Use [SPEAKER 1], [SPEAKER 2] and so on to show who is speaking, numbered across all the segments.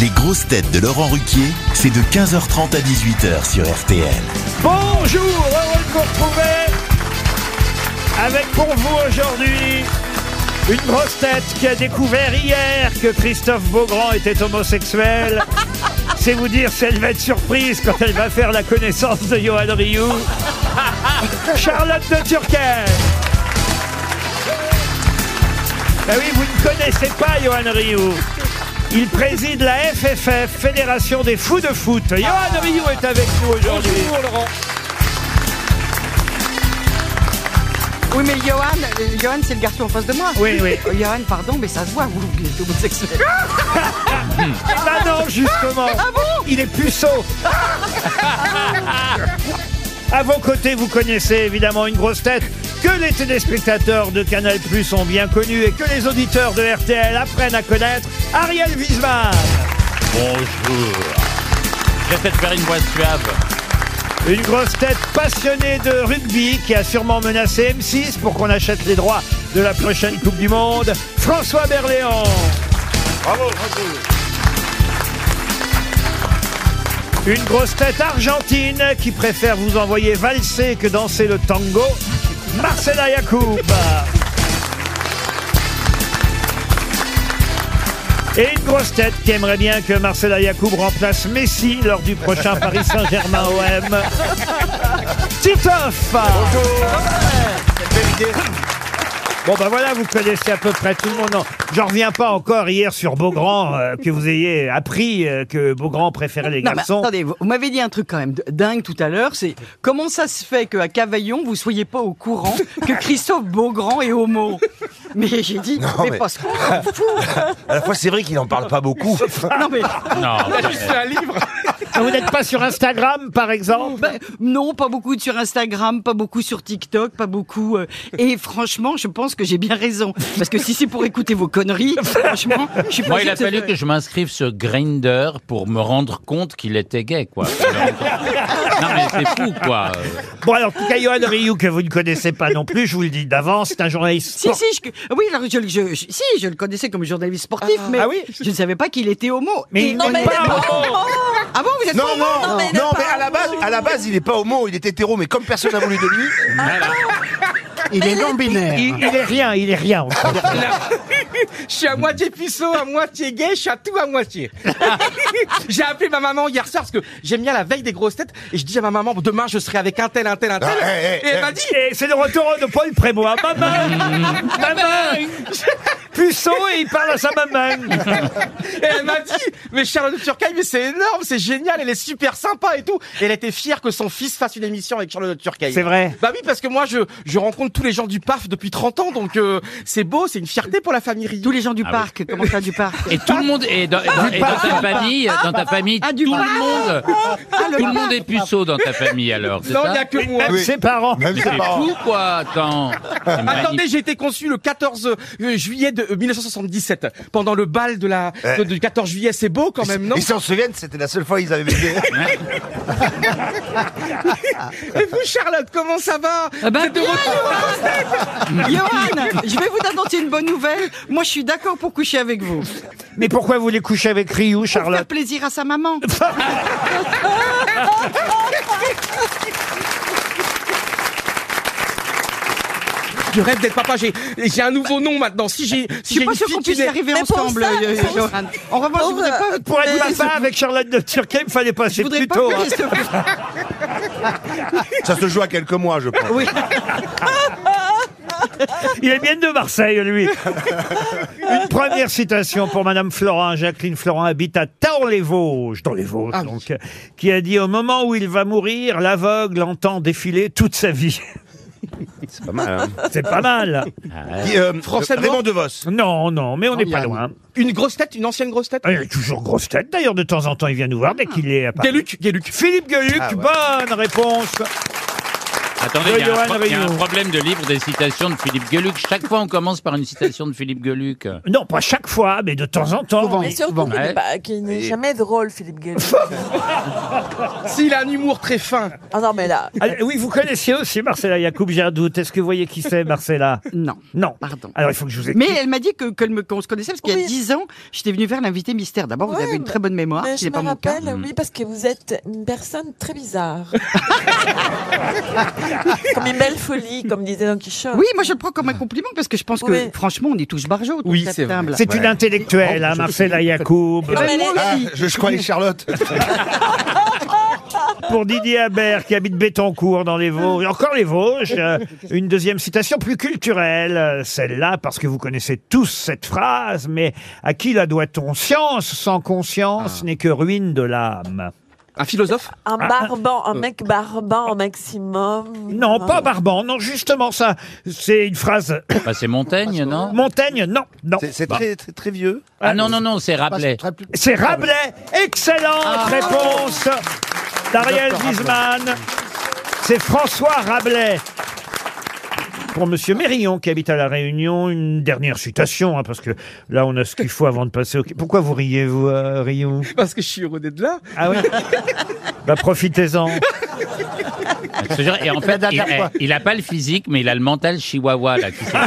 [SPEAKER 1] Les grosses têtes de Laurent Ruquier, c'est de 15h30 à 18h sur RTL.
[SPEAKER 2] Bonjour, heureux de vous retrouver avec pour vous aujourd'hui une grosse tête qui a découvert hier que Christophe Beaugrand était homosexuel. C'est vous dire si elle va être surprise quand elle va faire la connaissance de Johan Rioux. Charlotte de Turquet. Ah oui, vous ne connaissez pas Johan Rioux. Il préside la FFF, Fédération des fous de foot. Johan Rioux est avec nous aujourd'hui.
[SPEAKER 3] Oui, mais Johan, euh, Johan c'est le garçon en face de moi.
[SPEAKER 2] Oui, oui.
[SPEAKER 3] Euh, Johan, pardon, mais ça se voit, vous, vous êtes homosexuel.
[SPEAKER 2] Bah non, justement. Il est puceau. À vos côtés, vous connaissez évidemment une grosse tête que les téléspectateurs de Canal Plus ont bien connue et que les auditeurs de RTL apprennent à connaître, Ariel Wiesmann.
[SPEAKER 4] Bonjour. Je vais peut-être faire une voix suave.
[SPEAKER 2] Une grosse tête passionnée de rugby qui a sûrement menacé M6 pour qu'on achète les droits de la prochaine Coupe du Monde, François Berléand.
[SPEAKER 4] Bravo,
[SPEAKER 2] Une grosse tête argentine qui préfère vous envoyer valser que danser le tango, Marcela Yacoub. Et une grosse tête qui aimerait bien que Marcela Yacoub remplace Messi lors du prochain Paris
[SPEAKER 5] Ah
[SPEAKER 2] Saint-Germain OM. Titoff Bon ben voilà, vous connaissez à peu près tout le monde. Non, J'en reviens pas encore hier sur Beaugrand, euh, que vous ayez appris euh, que Beaugrand préférait les
[SPEAKER 3] Non, mais
[SPEAKER 2] garçons.
[SPEAKER 3] attendez, vous, vous m'avez dit un truc quand même de- dingue tout à l'heure, c'est comment ça se fait qu'à Cavaillon, vous soyez pas au courant que Christophe Beaugrand est homo Mais j'ai dit, mais,
[SPEAKER 6] mais-
[SPEAKER 3] parce qu'on s'en fout
[SPEAKER 6] À la fois, c'est vrai qu'il n'en parle pas beaucoup.
[SPEAKER 3] Non, mais Ah,
[SPEAKER 4] Non,
[SPEAKER 2] Ah, Vous n'êtes pas sur Instagram, par exemple
[SPEAKER 3] ben, non, pas beaucoup sur Instagram, pas beaucoup sur TikTok, pas beaucoup. euh, et franchement, je pense que j'ai bien raison. Parce que si c'est pour écouter vos conneries, franchement, je suis pas
[SPEAKER 4] moi, il a
[SPEAKER 3] sûre
[SPEAKER 4] fallu que je m'inscrive sur Grinder pour me rendre compte qu'il était gay, quoi. non, mais c'est fou, quoi.
[SPEAKER 2] Ah, Bon, alors, en tout cas, Johan Rioux, que vous ne connaissez pas non plus, je vous le dis d'avance, c'est un journaliste.
[SPEAKER 3] Si,
[SPEAKER 2] sport-
[SPEAKER 3] si, je, oui, alors je, je- je- si, je le connaissais comme journaliste sportif, mais
[SPEAKER 2] Ah oui
[SPEAKER 3] je ne savais pas qu'il était homo.
[SPEAKER 2] Mais
[SPEAKER 3] Et-
[SPEAKER 2] il n'est pas homo.
[SPEAKER 3] Ah bon, vous êtes
[SPEAKER 6] Non,
[SPEAKER 3] homo
[SPEAKER 6] non, non, mais, à, la base, à la base, il est pas homo, il est hétéro, mais comme personne n'a voulu de lui,
[SPEAKER 7] Il est non binaire.
[SPEAKER 2] Il, il est rien, il est rien. en fait.
[SPEAKER 7] Je suis à moitié puceau, à moitié gay, je suis à tout à moitié. J'ai appelé ma maman hier soir parce que j'aime bien la veille des grosses têtes et je dis à ma maman demain je serai avec un tel, un tel, un tel.
[SPEAKER 6] Ah, hey, hey,
[SPEAKER 7] et elle
[SPEAKER 6] hey.
[SPEAKER 7] m'a dit
[SPEAKER 2] Et c'est le retour de Paul hein. Prébois. Maman Maman Puceau, et il parle à sa maman.
[SPEAKER 7] et elle m'a dit mais Charlotte de Turcaille mais c'est énorme, c'est génial, elle est super sympa et tout. Et elle était fière que son fils fasse une émission avec Charlotte de Turcaille.
[SPEAKER 2] C'est vrai.
[SPEAKER 7] Bah oui parce que moi je je rencontre tous les gens du PAF depuis 30 ans donc euh, c'est beau, c'est une fierté pour la famille.
[SPEAKER 3] Tous les gens du
[SPEAKER 4] Ah oui.
[SPEAKER 3] parc, comment ça, du parc
[SPEAKER 4] Et tout le monde est dans, et dans- et dans ta famille, dans ta famille,
[SPEAKER 3] Ah, du
[SPEAKER 4] tout
[SPEAKER 3] pain.
[SPEAKER 4] le monde,
[SPEAKER 3] le
[SPEAKER 4] tout le
[SPEAKER 3] pain.
[SPEAKER 4] monde est puceau dans ta famille, alors. c'est
[SPEAKER 7] Non,
[SPEAKER 4] ça
[SPEAKER 7] il y a que moi.
[SPEAKER 2] Même
[SPEAKER 6] Oui.
[SPEAKER 2] ses parents.
[SPEAKER 6] même
[SPEAKER 4] C'est
[SPEAKER 6] ses parents.
[SPEAKER 4] fou, quoi. Attends. C'est
[SPEAKER 7] Attendez,
[SPEAKER 4] magnifique.
[SPEAKER 7] j'ai été conçu le 14 euh, juillet de euh, 1977 pendant le bal de la
[SPEAKER 6] Ouais.
[SPEAKER 7] de- du 14 juillet. C'est beau quand même, non
[SPEAKER 6] Ils s'en souviennent, c'était la seule fois qu'ils avaient baisé.
[SPEAKER 7] Et vous, Charlotte, comment ça va
[SPEAKER 3] Ah ben,
[SPEAKER 7] Vous êtes de
[SPEAKER 3] bien,
[SPEAKER 7] retour
[SPEAKER 3] Johan, je vais vous annoncer une bonne nouvelle. Moi, je suis d'accord pour coucher avec vous.
[SPEAKER 2] Mais pourquoi vous voulez coucher avec Rioux,
[SPEAKER 3] Pour faire
[SPEAKER 2] Charlotte
[SPEAKER 3] plaisir à sa maman.
[SPEAKER 7] Je rêve d'être papa. J'ai j'ai un nouveau nom maintenant. Si j'ai
[SPEAKER 3] Je
[SPEAKER 7] si j'ai
[SPEAKER 3] suis
[SPEAKER 7] une
[SPEAKER 3] pas sûr
[SPEAKER 7] fille
[SPEAKER 3] qu'on
[SPEAKER 7] qui
[SPEAKER 3] puisse y
[SPEAKER 7] naît-
[SPEAKER 3] arriver
[SPEAKER 8] Mais pour
[SPEAKER 3] ensemble,
[SPEAKER 8] ça,
[SPEAKER 3] euh,
[SPEAKER 8] pour-
[SPEAKER 3] Johan. En revanche, je
[SPEAKER 8] Pour,
[SPEAKER 3] voudrais pas votre
[SPEAKER 2] Pour être
[SPEAKER 3] mais-
[SPEAKER 2] papa avec Charlotte de Turquet, il fallait
[SPEAKER 3] Je
[SPEAKER 2] passer
[SPEAKER 3] voudrais
[SPEAKER 2] plus
[SPEAKER 3] pas
[SPEAKER 2] tôt.
[SPEAKER 3] que
[SPEAKER 2] hein.
[SPEAKER 3] Christophe-
[SPEAKER 6] Ça se joue à quelques mois, je pense.
[SPEAKER 3] Oui.
[SPEAKER 2] Il est bien de Marseille, lui. Une première citation pour Madame Florent. Jacqueline Florent habite à Taon-les-Vosges, dans les Vosges,
[SPEAKER 7] Ah oui.
[SPEAKER 2] donc, euh, qui a dit Au moment où il va mourir, l'aveugle entend défiler toute sa vie.
[SPEAKER 6] C'est pas mal. Hein.
[SPEAKER 2] C'est pas mal.
[SPEAKER 6] Qui, euh,
[SPEAKER 7] Français Ah. de
[SPEAKER 6] Raymond
[SPEAKER 7] mort.
[SPEAKER 6] DeVos.
[SPEAKER 2] Non, non, mais on n'est pas loin.
[SPEAKER 7] Une grosse tête, une ancienne grosse tête.
[SPEAKER 2] Ah, Il est toujours grosse tête, d'ailleurs, de temps en temps, il vient nous voir dès qu'il est à Paris.
[SPEAKER 7] Gueluc, Gueluc.
[SPEAKER 2] Philippe Gueluc,
[SPEAKER 6] Ah ouais.
[SPEAKER 2] bonne réponse.
[SPEAKER 4] Attendez,
[SPEAKER 2] De
[SPEAKER 4] il y, a un
[SPEAKER 2] Johan
[SPEAKER 4] pro- il y a
[SPEAKER 2] Rioux.
[SPEAKER 4] un problème de livre des citations de Philippe Gueluc. Chaque fois, on commence par une citation de Philippe Gueluc.
[SPEAKER 2] Non, pas chaque fois, mais de temps en temps.
[SPEAKER 8] Mais surtout qu'il
[SPEAKER 4] Ouais.
[SPEAKER 8] n'est pas- qu'il n'est jamais drôle, Philippe Gueluc.
[SPEAKER 7] S'il a un humour très fin.
[SPEAKER 8] Ah non, mais là,
[SPEAKER 2] Ah, oui, vous connaissiez aussi Marcella Yacoub, j'ai un doute. Est-ce que vous voyez qui c'est, Marcella
[SPEAKER 3] Non.
[SPEAKER 2] Non.
[SPEAKER 3] Pardon.
[SPEAKER 2] Alors, il faut que je vous
[SPEAKER 3] Mais
[SPEAKER 2] explique.
[SPEAKER 3] elle m'a dit que- qu'elle me- qu'on se connaissait parce qu'il y a
[SPEAKER 8] Oui.
[SPEAKER 3] 10 ans, j'étais venue faire l'invité mystère. D'abord, vous
[SPEAKER 8] Ouais,
[SPEAKER 3] avez une
[SPEAKER 8] mais-
[SPEAKER 3] très bonne mémoire,
[SPEAKER 8] mais
[SPEAKER 3] ce
[SPEAKER 8] je
[SPEAKER 3] n'est
[SPEAKER 8] me
[SPEAKER 3] pas mon cas.
[SPEAKER 8] rappelle,
[SPEAKER 2] Mm.
[SPEAKER 8] oui, parce que vous êtes une personne très bizarre. comme une belle folie, comme disait Don Quichotte.
[SPEAKER 3] Oui, moi je le prends comme un compliment parce que je pense que
[SPEAKER 8] Oui.
[SPEAKER 3] franchement, on est tous barjots autour
[SPEAKER 7] Oui,
[SPEAKER 3] de cette
[SPEAKER 7] c'est vrai.
[SPEAKER 3] table.
[SPEAKER 2] C'est une intellectuelle, hein, Marcella Yacoub.
[SPEAKER 8] Non, mais elle est-
[SPEAKER 6] Oh, Ah, je, je croyais Charlotte.
[SPEAKER 2] Pour Didier Habert, qui habite Bétoncourt dans les Vosges, encore les Vosges, euh, une deuxième citation plus culturelle, euh, celle-là, parce que vous connaissez tous cette phrase, mais à qui la doit-on Science sans conscience
[SPEAKER 6] Ah.
[SPEAKER 2] n'est que ruine de l'âme. Ah,
[SPEAKER 7] Un philosophe
[SPEAKER 8] Un
[SPEAKER 3] Ah,
[SPEAKER 8] barbant, un mec barbant au maximum.
[SPEAKER 2] Euh, Non, pas Barban, non, justement, ça, c'est une phrase.
[SPEAKER 4] Bah, c'est Montaigne, non
[SPEAKER 2] Montaigne, non, non.
[SPEAKER 6] C'est- C'est très, très, très vieux.
[SPEAKER 4] Ah non, non, non, c'est Rabelais.
[SPEAKER 2] C'est Rabelais. Excellente
[SPEAKER 3] Ah.
[SPEAKER 4] Ah.
[SPEAKER 2] réponse d'Ariel Wiesmann. C'est François Rabelais. Pour Monsieur Mérillon qui habite à La Réunion, une dernière citation, hein, parce que là on a ce qu'il faut avant de passer au... Pourquoi vous riez, vous, euh, Rion
[SPEAKER 7] Parce que je suis heureux d'être là.
[SPEAKER 2] Ah oui Bah profitez-en.
[SPEAKER 4] Je te jure, Et en fait, il, n'a pas le physique, mais il a le mental chihuahua, là. qui s'est-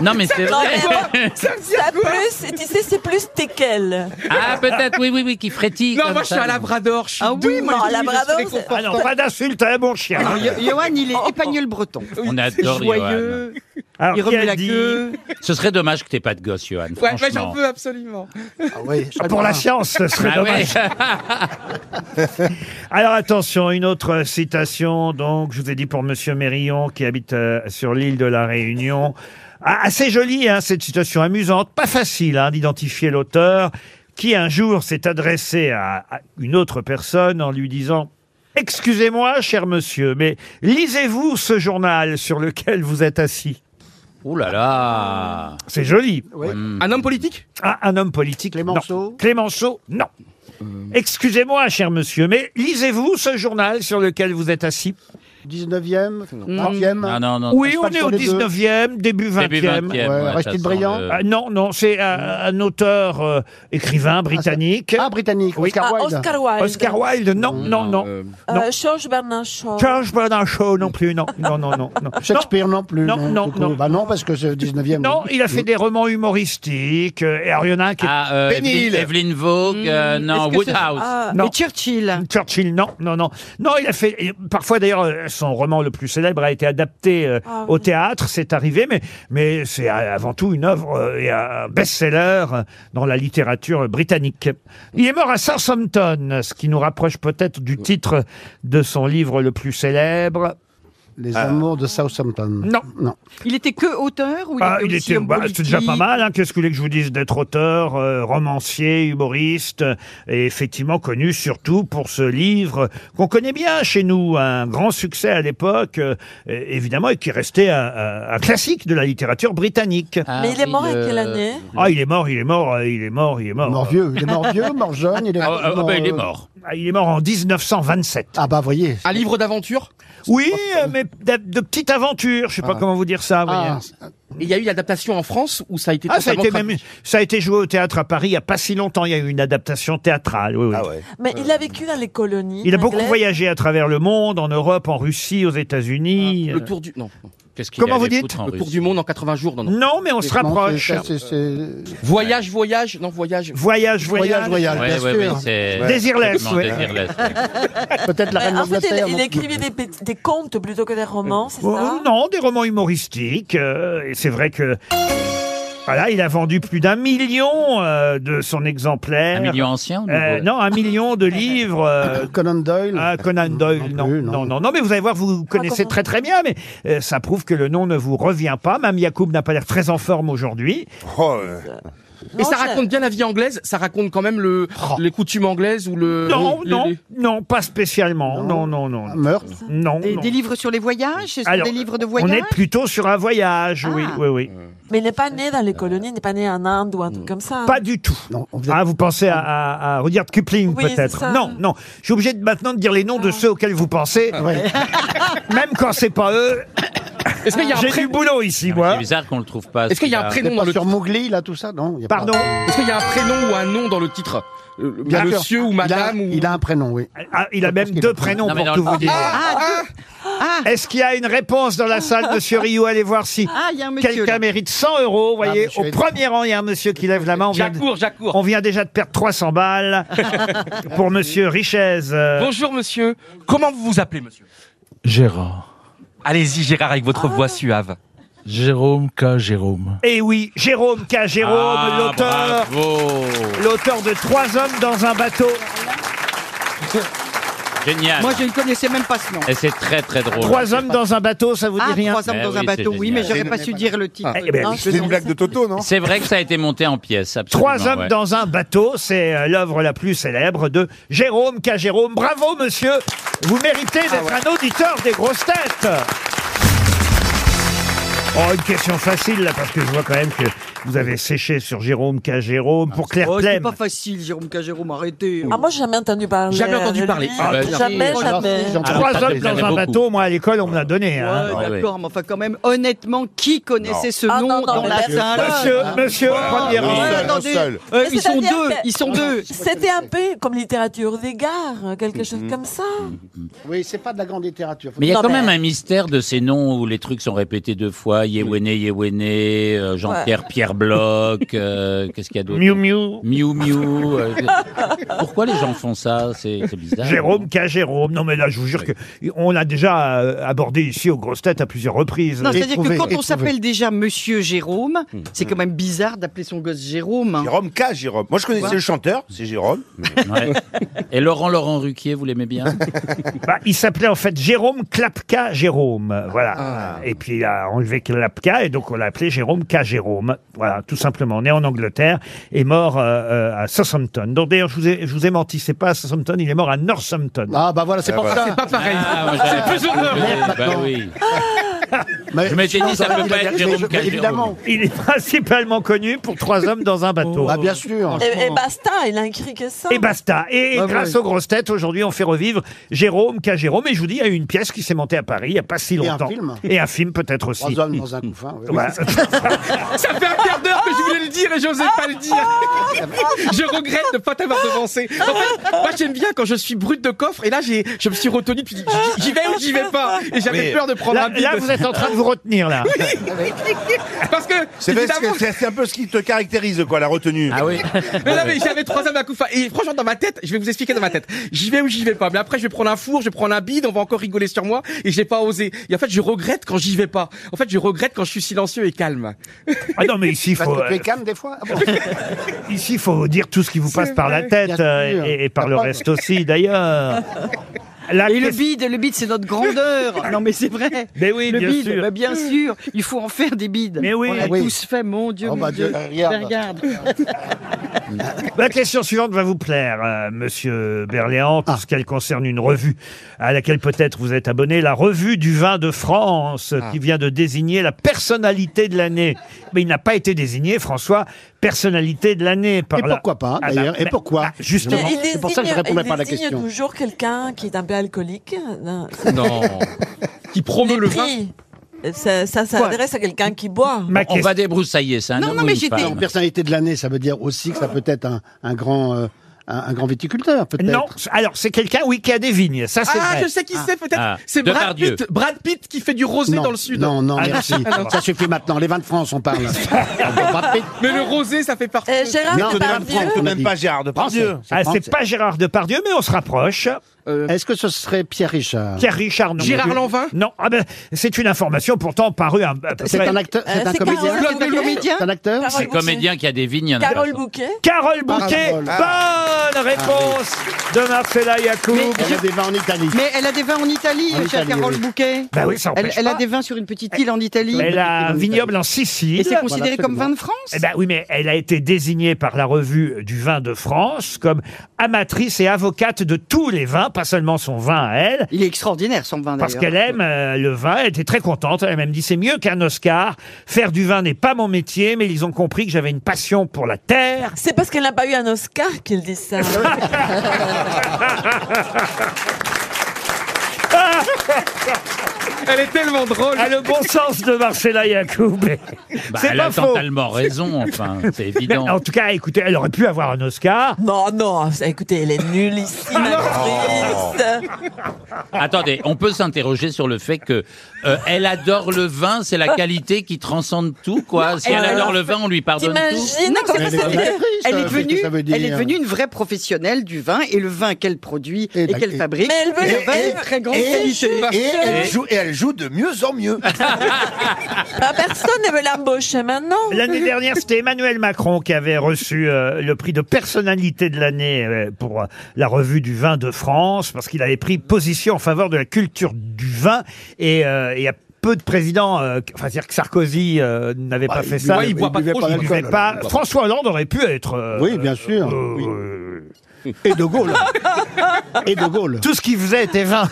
[SPEAKER 4] non, mais c'est
[SPEAKER 8] Non,
[SPEAKER 4] vrai.
[SPEAKER 8] mais ça plus, tu sais, c'est plus teckel.
[SPEAKER 4] Ah, peut-être, oui, oui, oui, qui frétille.
[SPEAKER 7] Non,
[SPEAKER 4] comme
[SPEAKER 7] moi je
[SPEAKER 4] ça,
[SPEAKER 7] suis à
[SPEAKER 4] là.
[SPEAKER 7] Labrador. Je suis
[SPEAKER 8] Ah oui,
[SPEAKER 7] doux,
[SPEAKER 8] moi,
[SPEAKER 7] je suis
[SPEAKER 8] Labrador,
[SPEAKER 7] très
[SPEAKER 8] c'est-
[SPEAKER 7] confort-
[SPEAKER 2] Ah non, pas d'insulte à mon chien.
[SPEAKER 4] Ah,
[SPEAKER 3] Yo- Johan, il
[SPEAKER 2] Oh,
[SPEAKER 3] est épagneul breton.
[SPEAKER 4] On adore Johan.
[SPEAKER 3] Joyeux,
[SPEAKER 2] Alors, qui
[SPEAKER 3] il
[SPEAKER 2] a
[SPEAKER 3] remet la
[SPEAKER 2] dit-
[SPEAKER 3] queue.
[SPEAKER 4] Ce serait dommage que t'aies pas de gosse, Johan.
[SPEAKER 7] Ouais, mais j'en
[SPEAKER 4] franchement.
[SPEAKER 7] peux absolument.
[SPEAKER 3] Ah
[SPEAKER 2] Pour la science, ce serait
[SPEAKER 4] Ah
[SPEAKER 2] dommage.
[SPEAKER 4] ouais.
[SPEAKER 2] Alors attention, une autre citation, donc je vous ai dit pour Monsieur Mérillon qui habite euh, sur l'île de la Réunion. Ah, assez jolie, hein, cette citation amusante, pas facile hein, d'identifier l'auteur, qui un jour s'est adressé à, à une autre personne en lui disant « Excusez-moi, cher monsieur, mais lisez-vous ce journal sur lequel vous êtes assis
[SPEAKER 4] Ouh là là ».
[SPEAKER 2] C'est joli.
[SPEAKER 7] Un homme politique
[SPEAKER 2] Ah, un homme politique. Clémenceau non. Clémenceau, non. Excusez-moi, cher monsieur, mais lisez-vous ce journal sur lequel vous êtes assis
[SPEAKER 9] 19e,
[SPEAKER 3] Non.
[SPEAKER 9] 30e.
[SPEAKER 4] Non, non, non.
[SPEAKER 2] Oui,
[SPEAKER 9] se
[SPEAKER 2] on
[SPEAKER 9] passe
[SPEAKER 2] est
[SPEAKER 9] sur
[SPEAKER 2] au
[SPEAKER 9] les deux.
[SPEAKER 2] 19e, début 20e.
[SPEAKER 4] Début 20e.
[SPEAKER 9] Ouais, reste
[SPEAKER 4] ça
[SPEAKER 9] une
[SPEAKER 4] sent
[SPEAKER 9] brillante.
[SPEAKER 4] le-
[SPEAKER 2] Ah, non, non, c'est un, un auteur euh, écrivain britannique.
[SPEAKER 9] Ah, britannique,
[SPEAKER 2] Oui.
[SPEAKER 9] Oscar
[SPEAKER 8] Ah,
[SPEAKER 9] Wilde.
[SPEAKER 8] Oscar Wilde.
[SPEAKER 2] Oscar Wilde, non, non, non.
[SPEAKER 7] Euh,
[SPEAKER 8] Euh,
[SPEAKER 2] non.
[SPEAKER 8] George Bernard Shaw.
[SPEAKER 2] George Bernard Shaw non plus, non, non, non, non. non.
[SPEAKER 9] Shakespeare non, plus.
[SPEAKER 2] Non, non,
[SPEAKER 9] plutôt.
[SPEAKER 2] non.
[SPEAKER 9] Bah non, parce que c'est 19e.
[SPEAKER 2] Non,
[SPEAKER 9] oui.
[SPEAKER 2] il a fait des romans humoristiques. euh, Et alors, il y en a un qui est-
[SPEAKER 4] Ah, euh,
[SPEAKER 6] Pénil.
[SPEAKER 4] Evelyn, Evelyn Vogue, euh, non,
[SPEAKER 3] Hmm, Est-ce que c'est-
[SPEAKER 4] Woodhouse.
[SPEAKER 8] Ah,
[SPEAKER 2] Non.
[SPEAKER 3] Et Churchill.
[SPEAKER 2] Churchill, non, non, non. Non, il a fait. et Parfois, d'ailleurs, euh, son roman le plus célèbre a été adapté euh,
[SPEAKER 8] Ah
[SPEAKER 2] au
[SPEAKER 8] oui.
[SPEAKER 2] théâtre, c'est arrivé, mais, mais c'est euh, avant tout une œuvre euh, et un best-seller euh, dans la littérature britannique. Il est mort à Southampton, ce qui nous rapproche peut-être du titre de son livre le plus célèbre.
[SPEAKER 9] Les
[SPEAKER 7] Ah.
[SPEAKER 9] amours de Southampton.
[SPEAKER 2] Non.
[SPEAKER 9] Non.
[SPEAKER 3] Il était que auteur ou il
[SPEAKER 2] Ah,
[SPEAKER 3] était
[SPEAKER 2] il
[SPEAKER 3] aussi
[SPEAKER 2] était,
[SPEAKER 3] homme
[SPEAKER 2] bah, c'est déjà pas
[SPEAKER 3] politique
[SPEAKER 2] mal. hein. Qu'est-ce que vous voulez que je vous dise d'être auteur, euh, romancier, humoriste, euh, et effectivement connu surtout pour ce livre qu'on connaît bien chez nous, un grand succès à l'époque, euh, et- évidemment, et qui est resté un, un- un classique de la littérature britannique. Ah.
[SPEAKER 4] Ah,
[SPEAKER 8] Mais il est
[SPEAKER 4] oui,
[SPEAKER 8] mort à
[SPEAKER 4] le-
[SPEAKER 8] quelle année
[SPEAKER 2] il est mort, il est mort, euh, il est mort, il est mort.
[SPEAKER 9] Mort vieux. Il est mort vieux, mort jeune. Il est,
[SPEAKER 4] Ah, ah, ah,
[SPEAKER 9] mort,
[SPEAKER 4] bah, il est
[SPEAKER 9] euh,
[SPEAKER 4] mort.
[SPEAKER 2] Ah, Il est mort en 1927.
[SPEAKER 9] Ah bah, voyez.
[SPEAKER 7] Un livre d'aventure
[SPEAKER 2] Oui, euh, mais de, de petite aventure, je sais pas comment vous dire ça. vous voyez.
[SPEAKER 9] Ah,
[SPEAKER 7] Et il y a eu l'adaptation en France où ça a été
[SPEAKER 2] Ah, ça a été
[SPEAKER 7] totalement tra-
[SPEAKER 2] même, ça a été joué au théâtre à Paris il y a pas si longtemps. Il y a eu une adaptation théâtrale. Oui, oui.
[SPEAKER 6] Ah ouais.
[SPEAKER 8] Mais il a vécu dans les colonies.
[SPEAKER 2] Il a beaucoup
[SPEAKER 8] anglaises.
[SPEAKER 2] voyagé à travers le monde, en Europe, en Russie, aux États-Unis.
[SPEAKER 7] Ah,
[SPEAKER 2] euh.
[SPEAKER 7] Le tour du. Non. non.
[SPEAKER 4] Qu'est-ce qu'il
[SPEAKER 2] Comment
[SPEAKER 4] allait
[SPEAKER 2] vous dites
[SPEAKER 4] foutre en
[SPEAKER 7] Le tour
[SPEAKER 4] Russie
[SPEAKER 7] du monde en 80 jours. Non, non.
[SPEAKER 2] Non, mais on se
[SPEAKER 9] non,
[SPEAKER 2] rapproche.
[SPEAKER 9] c'est- c'est- c'est-
[SPEAKER 7] Voyage, voyage. Non, voyage.
[SPEAKER 2] Voyage, voyage.
[SPEAKER 9] Voyage, voyage,
[SPEAKER 4] Ouais,
[SPEAKER 9] bien
[SPEAKER 4] ouais,
[SPEAKER 9] sûr.
[SPEAKER 4] ouais, c'est-
[SPEAKER 2] Désirless,
[SPEAKER 4] complètement
[SPEAKER 2] ouais.
[SPEAKER 4] désirless, ouais.
[SPEAKER 9] Peut-être la
[SPEAKER 8] Mais
[SPEAKER 9] reine
[SPEAKER 8] en fait,
[SPEAKER 9] d'Angleterre.
[SPEAKER 8] il, il
[SPEAKER 9] non
[SPEAKER 8] écrivait des, petits- des contes plutôt que des romans, c'est
[SPEAKER 2] Oh,
[SPEAKER 8] ça
[SPEAKER 2] non, des romans humoristiques. euh, et c'est vrai que. Voilà, il a vendu plus d'un million euh, de son exemplaire.
[SPEAKER 4] Un million ancien ou nouveau
[SPEAKER 2] Euh, Non, un million de livres. euh,
[SPEAKER 9] Conan Doyle.
[SPEAKER 2] à Conan Doyle, non,
[SPEAKER 9] plus,
[SPEAKER 2] non,
[SPEAKER 9] non.
[SPEAKER 2] non, non, mais vous allez voir, vous connaissez
[SPEAKER 8] comment
[SPEAKER 2] très très bien, mais euh, ça prouve que le nom ne vous revient pas. Même Yacoub n'a pas l'air très en forme aujourd'hui.
[SPEAKER 6] Oh, euh,
[SPEAKER 7] Et ça
[SPEAKER 8] c'est-
[SPEAKER 7] raconte bien la vie anglaise. Ça raconte quand même le
[SPEAKER 4] Oh.
[SPEAKER 7] les coutumes anglaises ou le.
[SPEAKER 2] Non,
[SPEAKER 7] les-
[SPEAKER 2] non,
[SPEAKER 7] les-
[SPEAKER 2] non, pas spécialement. Non, non, non, non.
[SPEAKER 9] Meurtre.
[SPEAKER 2] Non,
[SPEAKER 3] Des,
[SPEAKER 2] non.
[SPEAKER 3] des livres sur les voyages Ce sont
[SPEAKER 2] Alors,
[SPEAKER 3] des livres de
[SPEAKER 2] On
[SPEAKER 3] voyage
[SPEAKER 2] est plutôt sur un voyage, oui,
[SPEAKER 3] Ah.
[SPEAKER 2] oui, oui.
[SPEAKER 8] Mais il n'est pas né dans les colonies, il n'est pas né en Inde ou un
[SPEAKER 9] Mm.
[SPEAKER 8] truc comme ça. hein.
[SPEAKER 2] Pas du tout.
[SPEAKER 9] Non, on faisait-
[SPEAKER 2] Ah, vous pensez à, à- à Rudyard Kipling,
[SPEAKER 8] Oui, c'est
[SPEAKER 2] peut-être
[SPEAKER 8] ça. Ah.
[SPEAKER 2] Non, non. Je suis obligé de, maintenant de dire les noms de ceux auxquels vous pensez.
[SPEAKER 9] Ah, Ouais.
[SPEAKER 2] Même quand c'est pas eux,
[SPEAKER 7] Est-ce qu'il y a un
[SPEAKER 2] j'ai
[SPEAKER 7] pré-
[SPEAKER 2] du boulot ici,
[SPEAKER 4] C'est
[SPEAKER 2] moi.
[SPEAKER 4] bizarre qu'on le trouve pas.
[SPEAKER 7] Est-ce qu'il y a un
[SPEAKER 4] celui-là.
[SPEAKER 9] C'est
[SPEAKER 7] prénom dans
[SPEAKER 9] pas
[SPEAKER 7] le
[SPEAKER 9] sur Mowgli, là, tout ça Non. il y a pas-
[SPEAKER 2] Pardon
[SPEAKER 7] Est-ce qu'il y a un prénom ou un nom dans le titre Euh, le-
[SPEAKER 9] Bien sûr.
[SPEAKER 7] Monsieur ou
[SPEAKER 9] Il a-
[SPEAKER 7] Madame ou
[SPEAKER 9] Il a un prénom, oui.
[SPEAKER 2] Ah, Il a même
[SPEAKER 9] qu'il
[SPEAKER 2] deux
[SPEAKER 9] est-
[SPEAKER 2] prénoms
[SPEAKER 4] Non, mais
[SPEAKER 2] pour
[SPEAKER 4] dans
[SPEAKER 2] tout
[SPEAKER 4] le-
[SPEAKER 2] vous dire.
[SPEAKER 7] Ah,
[SPEAKER 2] Est-ce qu'il y a une réponse dans la salle, monsieur Rio Allez voir si
[SPEAKER 3] Ah, il y a un monsieur.
[SPEAKER 2] quelqu'un
[SPEAKER 3] là.
[SPEAKER 2] mérite 100 euros. Vous voyez,
[SPEAKER 9] monsieur
[SPEAKER 2] au
[SPEAKER 9] est-
[SPEAKER 2] premier rang, il y a un monsieur qui lève la main. On vient, de-
[SPEAKER 7] j'accours, j'accours.
[SPEAKER 2] on vient déjà de perdre 300 balles pour monsieur Richez. euh,
[SPEAKER 7] Bonjour monsieur. Comment vous vous appelez monsieur
[SPEAKER 10] Gérard.
[SPEAKER 7] Allez-y Gérard avec votre voix suave.
[SPEAKER 10] Jérôme K. Jérôme.
[SPEAKER 2] Eh oui, Jérôme K. Jérôme,
[SPEAKER 4] Ah,
[SPEAKER 2] l'auteur,
[SPEAKER 4] bravo.
[SPEAKER 2] l'auteur de Trois hommes dans un bateau.
[SPEAKER 4] Génial.
[SPEAKER 3] Moi, je ne connaissais même pas ce nom.
[SPEAKER 4] Et c'est très très drôle.
[SPEAKER 2] Trois hommes dans un bateau, ça vous dit
[SPEAKER 3] Ah,
[SPEAKER 2] rien
[SPEAKER 3] trois hommes
[SPEAKER 4] Eh
[SPEAKER 3] dans
[SPEAKER 4] oui,
[SPEAKER 3] un
[SPEAKER 4] c'est
[SPEAKER 3] bateau, oui, mais
[SPEAKER 4] génial.
[SPEAKER 3] j'aurais pas su dire le titre.
[SPEAKER 2] Eh ben,
[SPEAKER 8] Non,
[SPEAKER 2] oui.
[SPEAKER 8] je sais.
[SPEAKER 6] de Toto, non
[SPEAKER 4] C'est vrai que ça a été monté en pièces. absolument,
[SPEAKER 2] Trois hommes
[SPEAKER 4] ouais.
[SPEAKER 2] dans un bateau, c'est euh, l'œuvre la plus célèbre de Jérôme K. Jérôme. Bravo, monsieur. Vous méritez d'être un auditeur des grosses têtes. Oh, une question facile, là, parce que je vois quand même que vous avez séché sur Jérôme K. Jérôme pour Claire
[SPEAKER 3] Oh, c'est
[SPEAKER 2] Plem.
[SPEAKER 3] pas facile, Jérôme K. Jérôme, arrêtez.
[SPEAKER 8] Ah, moi, j'ai jamais entendu parler.
[SPEAKER 7] Jamais entendu
[SPEAKER 8] euh,
[SPEAKER 7] parler.
[SPEAKER 4] Ah, bah,
[SPEAKER 8] Jamais,
[SPEAKER 9] si.
[SPEAKER 8] jamais.
[SPEAKER 9] J'en-
[SPEAKER 4] Alors,
[SPEAKER 2] Trois
[SPEAKER 4] ça,
[SPEAKER 2] hommes
[SPEAKER 4] vous
[SPEAKER 2] dans
[SPEAKER 4] avez
[SPEAKER 2] un
[SPEAKER 4] beaucoup. Ah,
[SPEAKER 2] bateau, moi, à l'école, on me l'a donné.
[SPEAKER 3] Ouais,
[SPEAKER 2] hein.
[SPEAKER 4] ouais,
[SPEAKER 3] Euh, d'accord, mais enfin quand même, honnêtement, qui connaissait ce
[SPEAKER 8] Ah,
[SPEAKER 3] nom
[SPEAKER 8] non, non,
[SPEAKER 3] dans
[SPEAKER 8] mais
[SPEAKER 3] la
[SPEAKER 8] monsieur-
[SPEAKER 3] salle
[SPEAKER 2] Monsieur, monsieur, premier
[SPEAKER 3] Ouais,
[SPEAKER 6] non,
[SPEAKER 2] rang.
[SPEAKER 6] non,
[SPEAKER 3] Ah. attendez.
[SPEAKER 6] seul.
[SPEAKER 3] Euh,
[SPEAKER 8] Mais
[SPEAKER 3] ils sont
[SPEAKER 8] c'est-à-dire
[SPEAKER 3] deux,
[SPEAKER 8] que-
[SPEAKER 3] ils sont deux.
[SPEAKER 8] C'était un peu comme littérature des gares, quelque
[SPEAKER 9] Mm-hmm.
[SPEAKER 8] chose comme ça.
[SPEAKER 9] Oui, c'est pas de la grande littérature. Faut-
[SPEAKER 4] Mais il y a
[SPEAKER 8] Non,
[SPEAKER 4] quand
[SPEAKER 8] mais-
[SPEAKER 4] même un mystère de ces noms où les trucs sont répétés deux fois. Yéwené, Yéwené, euh, Jean-Pierre, Pierre Bloch, euh, qu'est-ce qu'il y a d'autre
[SPEAKER 2] Miu miu.
[SPEAKER 4] Miou Miou. euh, pourquoi les gens font ça C'est c'est bizarre. hein.
[SPEAKER 2] Jérôme K. Jérôme. Non, mais là, je vous jure que on l'a déjà euh, abordé ici aux grosses têtes à plusieurs reprises.
[SPEAKER 3] Non, c'est-à-dire que
[SPEAKER 9] Éprouvé,
[SPEAKER 3] quand on
[SPEAKER 9] éprouvé.
[SPEAKER 3] s'appelle déjà Monsieur Jérôme,
[SPEAKER 2] Hmm.
[SPEAKER 3] c'est quand même bizarre d'appeler son gosse Jérôme. hein.
[SPEAKER 6] Jérôme K. Jérôme. Moi, je connaissais le chanteur, c'est Jérôme.
[SPEAKER 4] Ouais. Et Laurent Laurent Ruquier, vous l'aimez bien
[SPEAKER 2] Bah, il s'appelait en fait Jérôme Klapka Jérôme. Voilà.
[SPEAKER 9] Ah.
[SPEAKER 2] Et puis il a enlevé Klapka et donc on l'a appelé Jérôme K. Jérôme. Voilà, tout simplement. Né en Angleterre et mort euh, euh, à Southampton. Donc d'ailleurs, je vous ai, je vous ai menti, c'est pas à Southampton, il est mort à Northampton.
[SPEAKER 9] Ah, bah
[SPEAKER 4] Eh
[SPEAKER 9] voilà, c'est pour ça.
[SPEAKER 7] Pas pareil.
[SPEAKER 4] Ah, moi, j'avais-
[SPEAKER 7] plus heureux.
[SPEAKER 4] Euh, bah oui.
[SPEAKER 9] Mais-
[SPEAKER 4] Je m'étais dit, ça
[SPEAKER 9] J'aurais
[SPEAKER 4] peut
[SPEAKER 9] dit
[SPEAKER 4] pas
[SPEAKER 9] la
[SPEAKER 4] être
[SPEAKER 9] vérité,
[SPEAKER 4] Jérôme
[SPEAKER 9] je-
[SPEAKER 4] K. Jérôme.
[SPEAKER 9] Évidemment.
[SPEAKER 2] Il est principalement connu pour trois hommes dans un bateau.
[SPEAKER 9] Ah, bien sûr.
[SPEAKER 3] Eh,
[SPEAKER 8] Et, et basta, il a écrit que ça.
[SPEAKER 2] Et basta. Et
[SPEAKER 3] Bah
[SPEAKER 9] Ah,
[SPEAKER 2] grâce
[SPEAKER 9] ouais.
[SPEAKER 2] aux grosses têtes, aujourd'hui, on fait revivre Jérôme K. Jérôme. Et je vous dis, il y a eu une pièce qui s'est montée à Paris il n'y a pas si
[SPEAKER 9] un
[SPEAKER 2] longtemps.
[SPEAKER 9] film.
[SPEAKER 2] Et un film peut-être aussi.
[SPEAKER 9] Trois hommes dans un couffin. oui.
[SPEAKER 2] Voilà.
[SPEAKER 7] Ça fait un quart d'heure que je voulais le dire et j'osais pas le dire. Je regrette de pas t'avoir devancé. En fait, moi j'aime bien quand je suis brute de coffre et là j'ai, je me suis retenu puis j'y- j'y vais ou j'y vais pas. Et j'avais
[SPEAKER 6] Oui.
[SPEAKER 7] peur de prendre
[SPEAKER 2] Là,
[SPEAKER 7] un bide.
[SPEAKER 2] là, vous êtes en train de vous retenir, là.
[SPEAKER 7] Parce que
[SPEAKER 6] C'est vrai,
[SPEAKER 7] évidemment,
[SPEAKER 6] c'est- c'est c'est un peu ce qui te caractérise, quoi, la retenue.
[SPEAKER 4] Ah oui.
[SPEAKER 7] Mais là, mais j'avais trois hommes à coup de fa- Et franchement, dans ma tête, je vais vous expliquer dans ma tête. J'y vais ou j'y vais pas. Mais après, je vais prendre un four, je vais prendre un bide, on va encore rigoler sur moi. Et j'ai pas osé. Et en fait, je regrette quand j'y vais pas. En fait, je regrette quand je suis silencieux et calme.
[SPEAKER 2] Ah non, mais ici, il
[SPEAKER 9] Parce
[SPEAKER 2] faut,
[SPEAKER 9] que tu
[SPEAKER 2] euh,
[SPEAKER 9] es calme des fois. Ah bon
[SPEAKER 2] ici, faut dire tout ce qui vous passe par la tête
[SPEAKER 9] Bien
[SPEAKER 2] euh,
[SPEAKER 9] sûr.
[SPEAKER 2] et, et par le
[SPEAKER 9] Capable.
[SPEAKER 2] reste aussi, d'ailleurs. La
[SPEAKER 3] Et le
[SPEAKER 2] question-
[SPEAKER 3] bide, le bide, c'est notre grandeur. Non, mais c'est vrai.
[SPEAKER 2] Mais oui,
[SPEAKER 3] le
[SPEAKER 2] bien
[SPEAKER 3] bide,
[SPEAKER 2] sûr.
[SPEAKER 3] bah, bien sûr, il faut en faire des bides.
[SPEAKER 2] Mais oui.
[SPEAKER 3] on l'a
[SPEAKER 9] Oui.
[SPEAKER 3] tous fait, mon Dieu,
[SPEAKER 9] Oh,
[SPEAKER 3] mon
[SPEAKER 9] bah,
[SPEAKER 3] Dieu.
[SPEAKER 9] Dieu, regarde.
[SPEAKER 3] Bah, regarde.
[SPEAKER 2] La question suivante va vous plaire, euh, monsieur Berléand,
[SPEAKER 9] Ah.
[SPEAKER 2] puisqu'elle concerne une revue à laquelle peut-être vous êtes abonné, la revue du vin de France,
[SPEAKER 9] Ah.
[SPEAKER 2] qui vient de désigner la personnalité de l'année. Mais il n'a pas été désigné, François, personnalité de l'année. par
[SPEAKER 9] Et
[SPEAKER 2] la-
[SPEAKER 9] pourquoi pas,
[SPEAKER 2] Ah, bah,
[SPEAKER 9] d'ailleurs Et
[SPEAKER 2] mais-
[SPEAKER 9] pourquoi
[SPEAKER 2] ah, Justement.
[SPEAKER 8] Mais il
[SPEAKER 9] C'est pour ça que je
[SPEAKER 8] désigne-
[SPEAKER 9] répondais
[SPEAKER 8] il
[SPEAKER 9] pas à la
[SPEAKER 8] désigne
[SPEAKER 9] question.
[SPEAKER 8] toujours quelqu'un qui est un peu alcoolique. Non,
[SPEAKER 7] Non. Qui promeut
[SPEAKER 8] Les
[SPEAKER 7] le vin.
[SPEAKER 8] prix, ça, ça s'adresse à quelqu'un qui boit.
[SPEAKER 2] Ma
[SPEAKER 4] On
[SPEAKER 2] question-
[SPEAKER 4] va débroussailler ça.
[SPEAKER 3] Non, non, mais j'étais-
[SPEAKER 9] Non, personnalité de l'année, ça veut dire aussi que ça peut être un, un grand, euh, un, un grand viticulteur, peut-être.
[SPEAKER 2] Non, alors c'est quelqu'un, oui, qui a des vignes, ça c'est
[SPEAKER 7] Ah,
[SPEAKER 2] vrai.
[SPEAKER 7] je sais qui c'est peut-être.
[SPEAKER 4] Ah.
[SPEAKER 7] C'est Brad
[SPEAKER 4] Depardieu.
[SPEAKER 7] Pitt. Brad Pitt qui fait du rosé
[SPEAKER 9] non,
[SPEAKER 7] dans le sud.
[SPEAKER 9] Non, non,
[SPEAKER 2] Ah,
[SPEAKER 9] merci.
[SPEAKER 2] non.
[SPEAKER 9] ça suffit maintenant. Les vins de France, on parle. On peut pas payer.
[SPEAKER 7] Mais le rosé, ça fait partie.
[SPEAKER 8] Euh, Gérard
[SPEAKER 9] Non,
[SPEAKER 6] Te demande
[SPEAKER 8] Depardieu,
[SPEAKER 6] pas, te demande pas Gérard
[SPEAKER 9] Français.
[SPEAKER 6] Depardieu.
[SPEAKER 2] Ah,
[SPEAKER 9] français.
[SPEAKER 2] c'est pas Gérard Depardieu, mais on se rapproche.
[SPEAKER 9] Euh, Est-ce que ce serait Pierre Richard
[SPEAKER 2] Pierre Richard, non.
[SPEAKER 7] Gérard Lanvin
[SPEAKER 2] Non, ah ben, c'est une information pourtant parue un, à peu
[SPEAKER 9] C'est
[SPEAKER 2] près-
[SPEAKER 9] un acteur, c'est
[SPEAKER 8] Euh,
[SPEAKER 9] un
[SPEAKER 8] c'est
[SPEAKER 9] comédien.
[SPEAKER 8] Carole
[SPEAKER 9] C'est un acteur.
[SPEAKER 8] Carole
[SPEAKER 4] C'est
[SPEAKER 8] Bouquet.
[SPEAKER 4] comédien qui a des vignes. il y en a
[SPEAKER 8] Carole
[SPEAKER 4] pas.
[SPEAKER 8] Bouquet.
[SPEAKER 2] Carole Bouquet,
[SPEAKER 9] Carole.
[SPEAKER 2] bonne Bonne Ah, réponse de Marcella Yacoub.
[SPEAKER 3] Mais
[SPEAKER 9] Elle a
[SPEAKER 3] je-
[SPEAKER 9] des vins en Italie.
[SPEAKER 3] Mais elle a des vins en Italie,
[SPEAKER 9] En
[SPEAKER 3] chère
[SPEAKER 9] Italie,
[SPEAKER 3] Carole
[SPEAKER 9] oui.
[SPEAKER 3] Bouquet.
[SPEAKER 2] Bah oui, ça
[SPEAKER 3] elle,
[SPEAKER 2] empêche
[SPEAKER 3] elle a
[SPEAKER 2] pas.
[SPEAKER 3] des vins sur une petite île en Italie.
[SPEAKER 2] Elle a un vignoble en
[SPEAKER 3] Et
[SPEAKER 2] Sicile.
[SPEAKER 3] c'est considéré comme
[SPEAKER 9] absolument.
[SPEAKER 3] vin de France
[SPEAKER 2] Eh ben oui, mais elle a été désignée par la revue du vin de France comme amatrice et avocate de tous les vins, pas seulement son vin à elle,
[SPEAKER 3] Il est extraordinaire son vin
[SPEAKER 2] parce
[SPEAKER 3] d'ailleurs.
[SPEAKER 2] qu'elle aime euh, le vin. Elle était très contente. Elle a même dit c'est mieux qu'un Oscar. Faire du vin n'est pas mon métier, mais ils ont compris que j'avais une passion pour la terre.
[SPEAKER 8] C'est parce qu'elle n'a pas eu un Oscar qu'elle dit ça.
[SPEAKER 4] Ah
[SPEAKER 7] Elle est tellement drôle.
[SPEAKER 2] Ah, le bon sens de Marcella Yacoub.
[SPEAKER 4] Bah,
[SPEAKER 2] c'est
[SPEAKER 4] elle
[SPEAKER 2] pas
[SPEAKER 4] a
[SPEAKER 2] faux.
[SPEAKER 4] totalement raison, enfin, c'est évident.
[SPEAKER 2] En tout cas, écoutez, elle aurait pu avoir un Oscar.
[SPEAKER 8] Non, non, écoutez, elle est nulle ici, ma actrice.
[SPEAKER 4] Attendez, on peut s'interroger sur le fait que euh, elle adore le vin, c'est la qualité qui transcende tout, quoi. Si
[SPEAKER 8] Elle
[SPEAKER 4] elle adore
[SPEAKER 8] adore-
[SPEAKER 4] le vin, on lui pardonne tout.
[SPEAKER 8] T'imagines
[SPEAKER 3] Non,
[SPEAKER 8] comment ça
[SPEAKER 3] mais
[SPEAKER 9] elle est
[SPEAKER 8] fait
[SPEAKER 9] amatrice,
[SPEAKER 3] Elle est,
[SPEAKER 9] euh, qu'est-ce
[SPEAKER 3] devenue,
[SPEAKER 9] que ça veut dire
[SPEAKER 3] elle est devenue une vraie professionnelle du vin et le vin qu'elle produit et,
[SPEAKER 9] Et- bah,
[SPEAKER 3] qu'elle
[SPEAKER 9] et-
[SPEAKER 3] fabrique.
[SPEAKER 8] Mais elle veut
[SPEAKER 9] Et-
[SPEAKER 8] le vin
[SPEAKER 9] et-
[SPEAKER 8] de très grande
[SPEAKER 9] et-
[SPEAKER 8] qualité.
[SPEAKER 9] Et elle joue, et elle joue de mieux en mieux.
[SPEAKER 8] Bah, personne ne veut l'embaucher maintenant. Ah,
[SPEAKER 2] L'année dernière, c'était Emmanuel Macron qui avait reçu euh, le prix de personnalité de l'année euh, pour euh, la revue du vin de France, parce qu'il avait pris position en faveur de la culture du vin. Et euh, il y a peu de présidents, euh, qu- enfin, c'est-à-dire que Sarkozy euh, n'avait
[SPEAKER 9] Ah,
[SPEAKER 2] pas fait ça.
[SPEAKER 7] buvait- Ah, il boit pas
[SPEAKER 9] buvait
[SPEAKER 7] trop,
[SPEAKER 2] Il
[SPEAKER 7] il
[SPEAKER 2] buvait
[SPEAKER 9] d'alcool,
[SPEAKER 2] pas.
[SPEAKER 9] alors.
[SPEAKER 2] François Hollande aurait pu être. euh,
[SPEAKER 9] Oui, bien sûr.
[SPEAKER 2] euh,
[SPEAKER 9] Oui.
[SPEAKER 2] euh,
[SPEAKER 9] Et de Gaulle. Et de Gaulle.
[SPEAKER 2] Tout ce qu'il faisait était vin.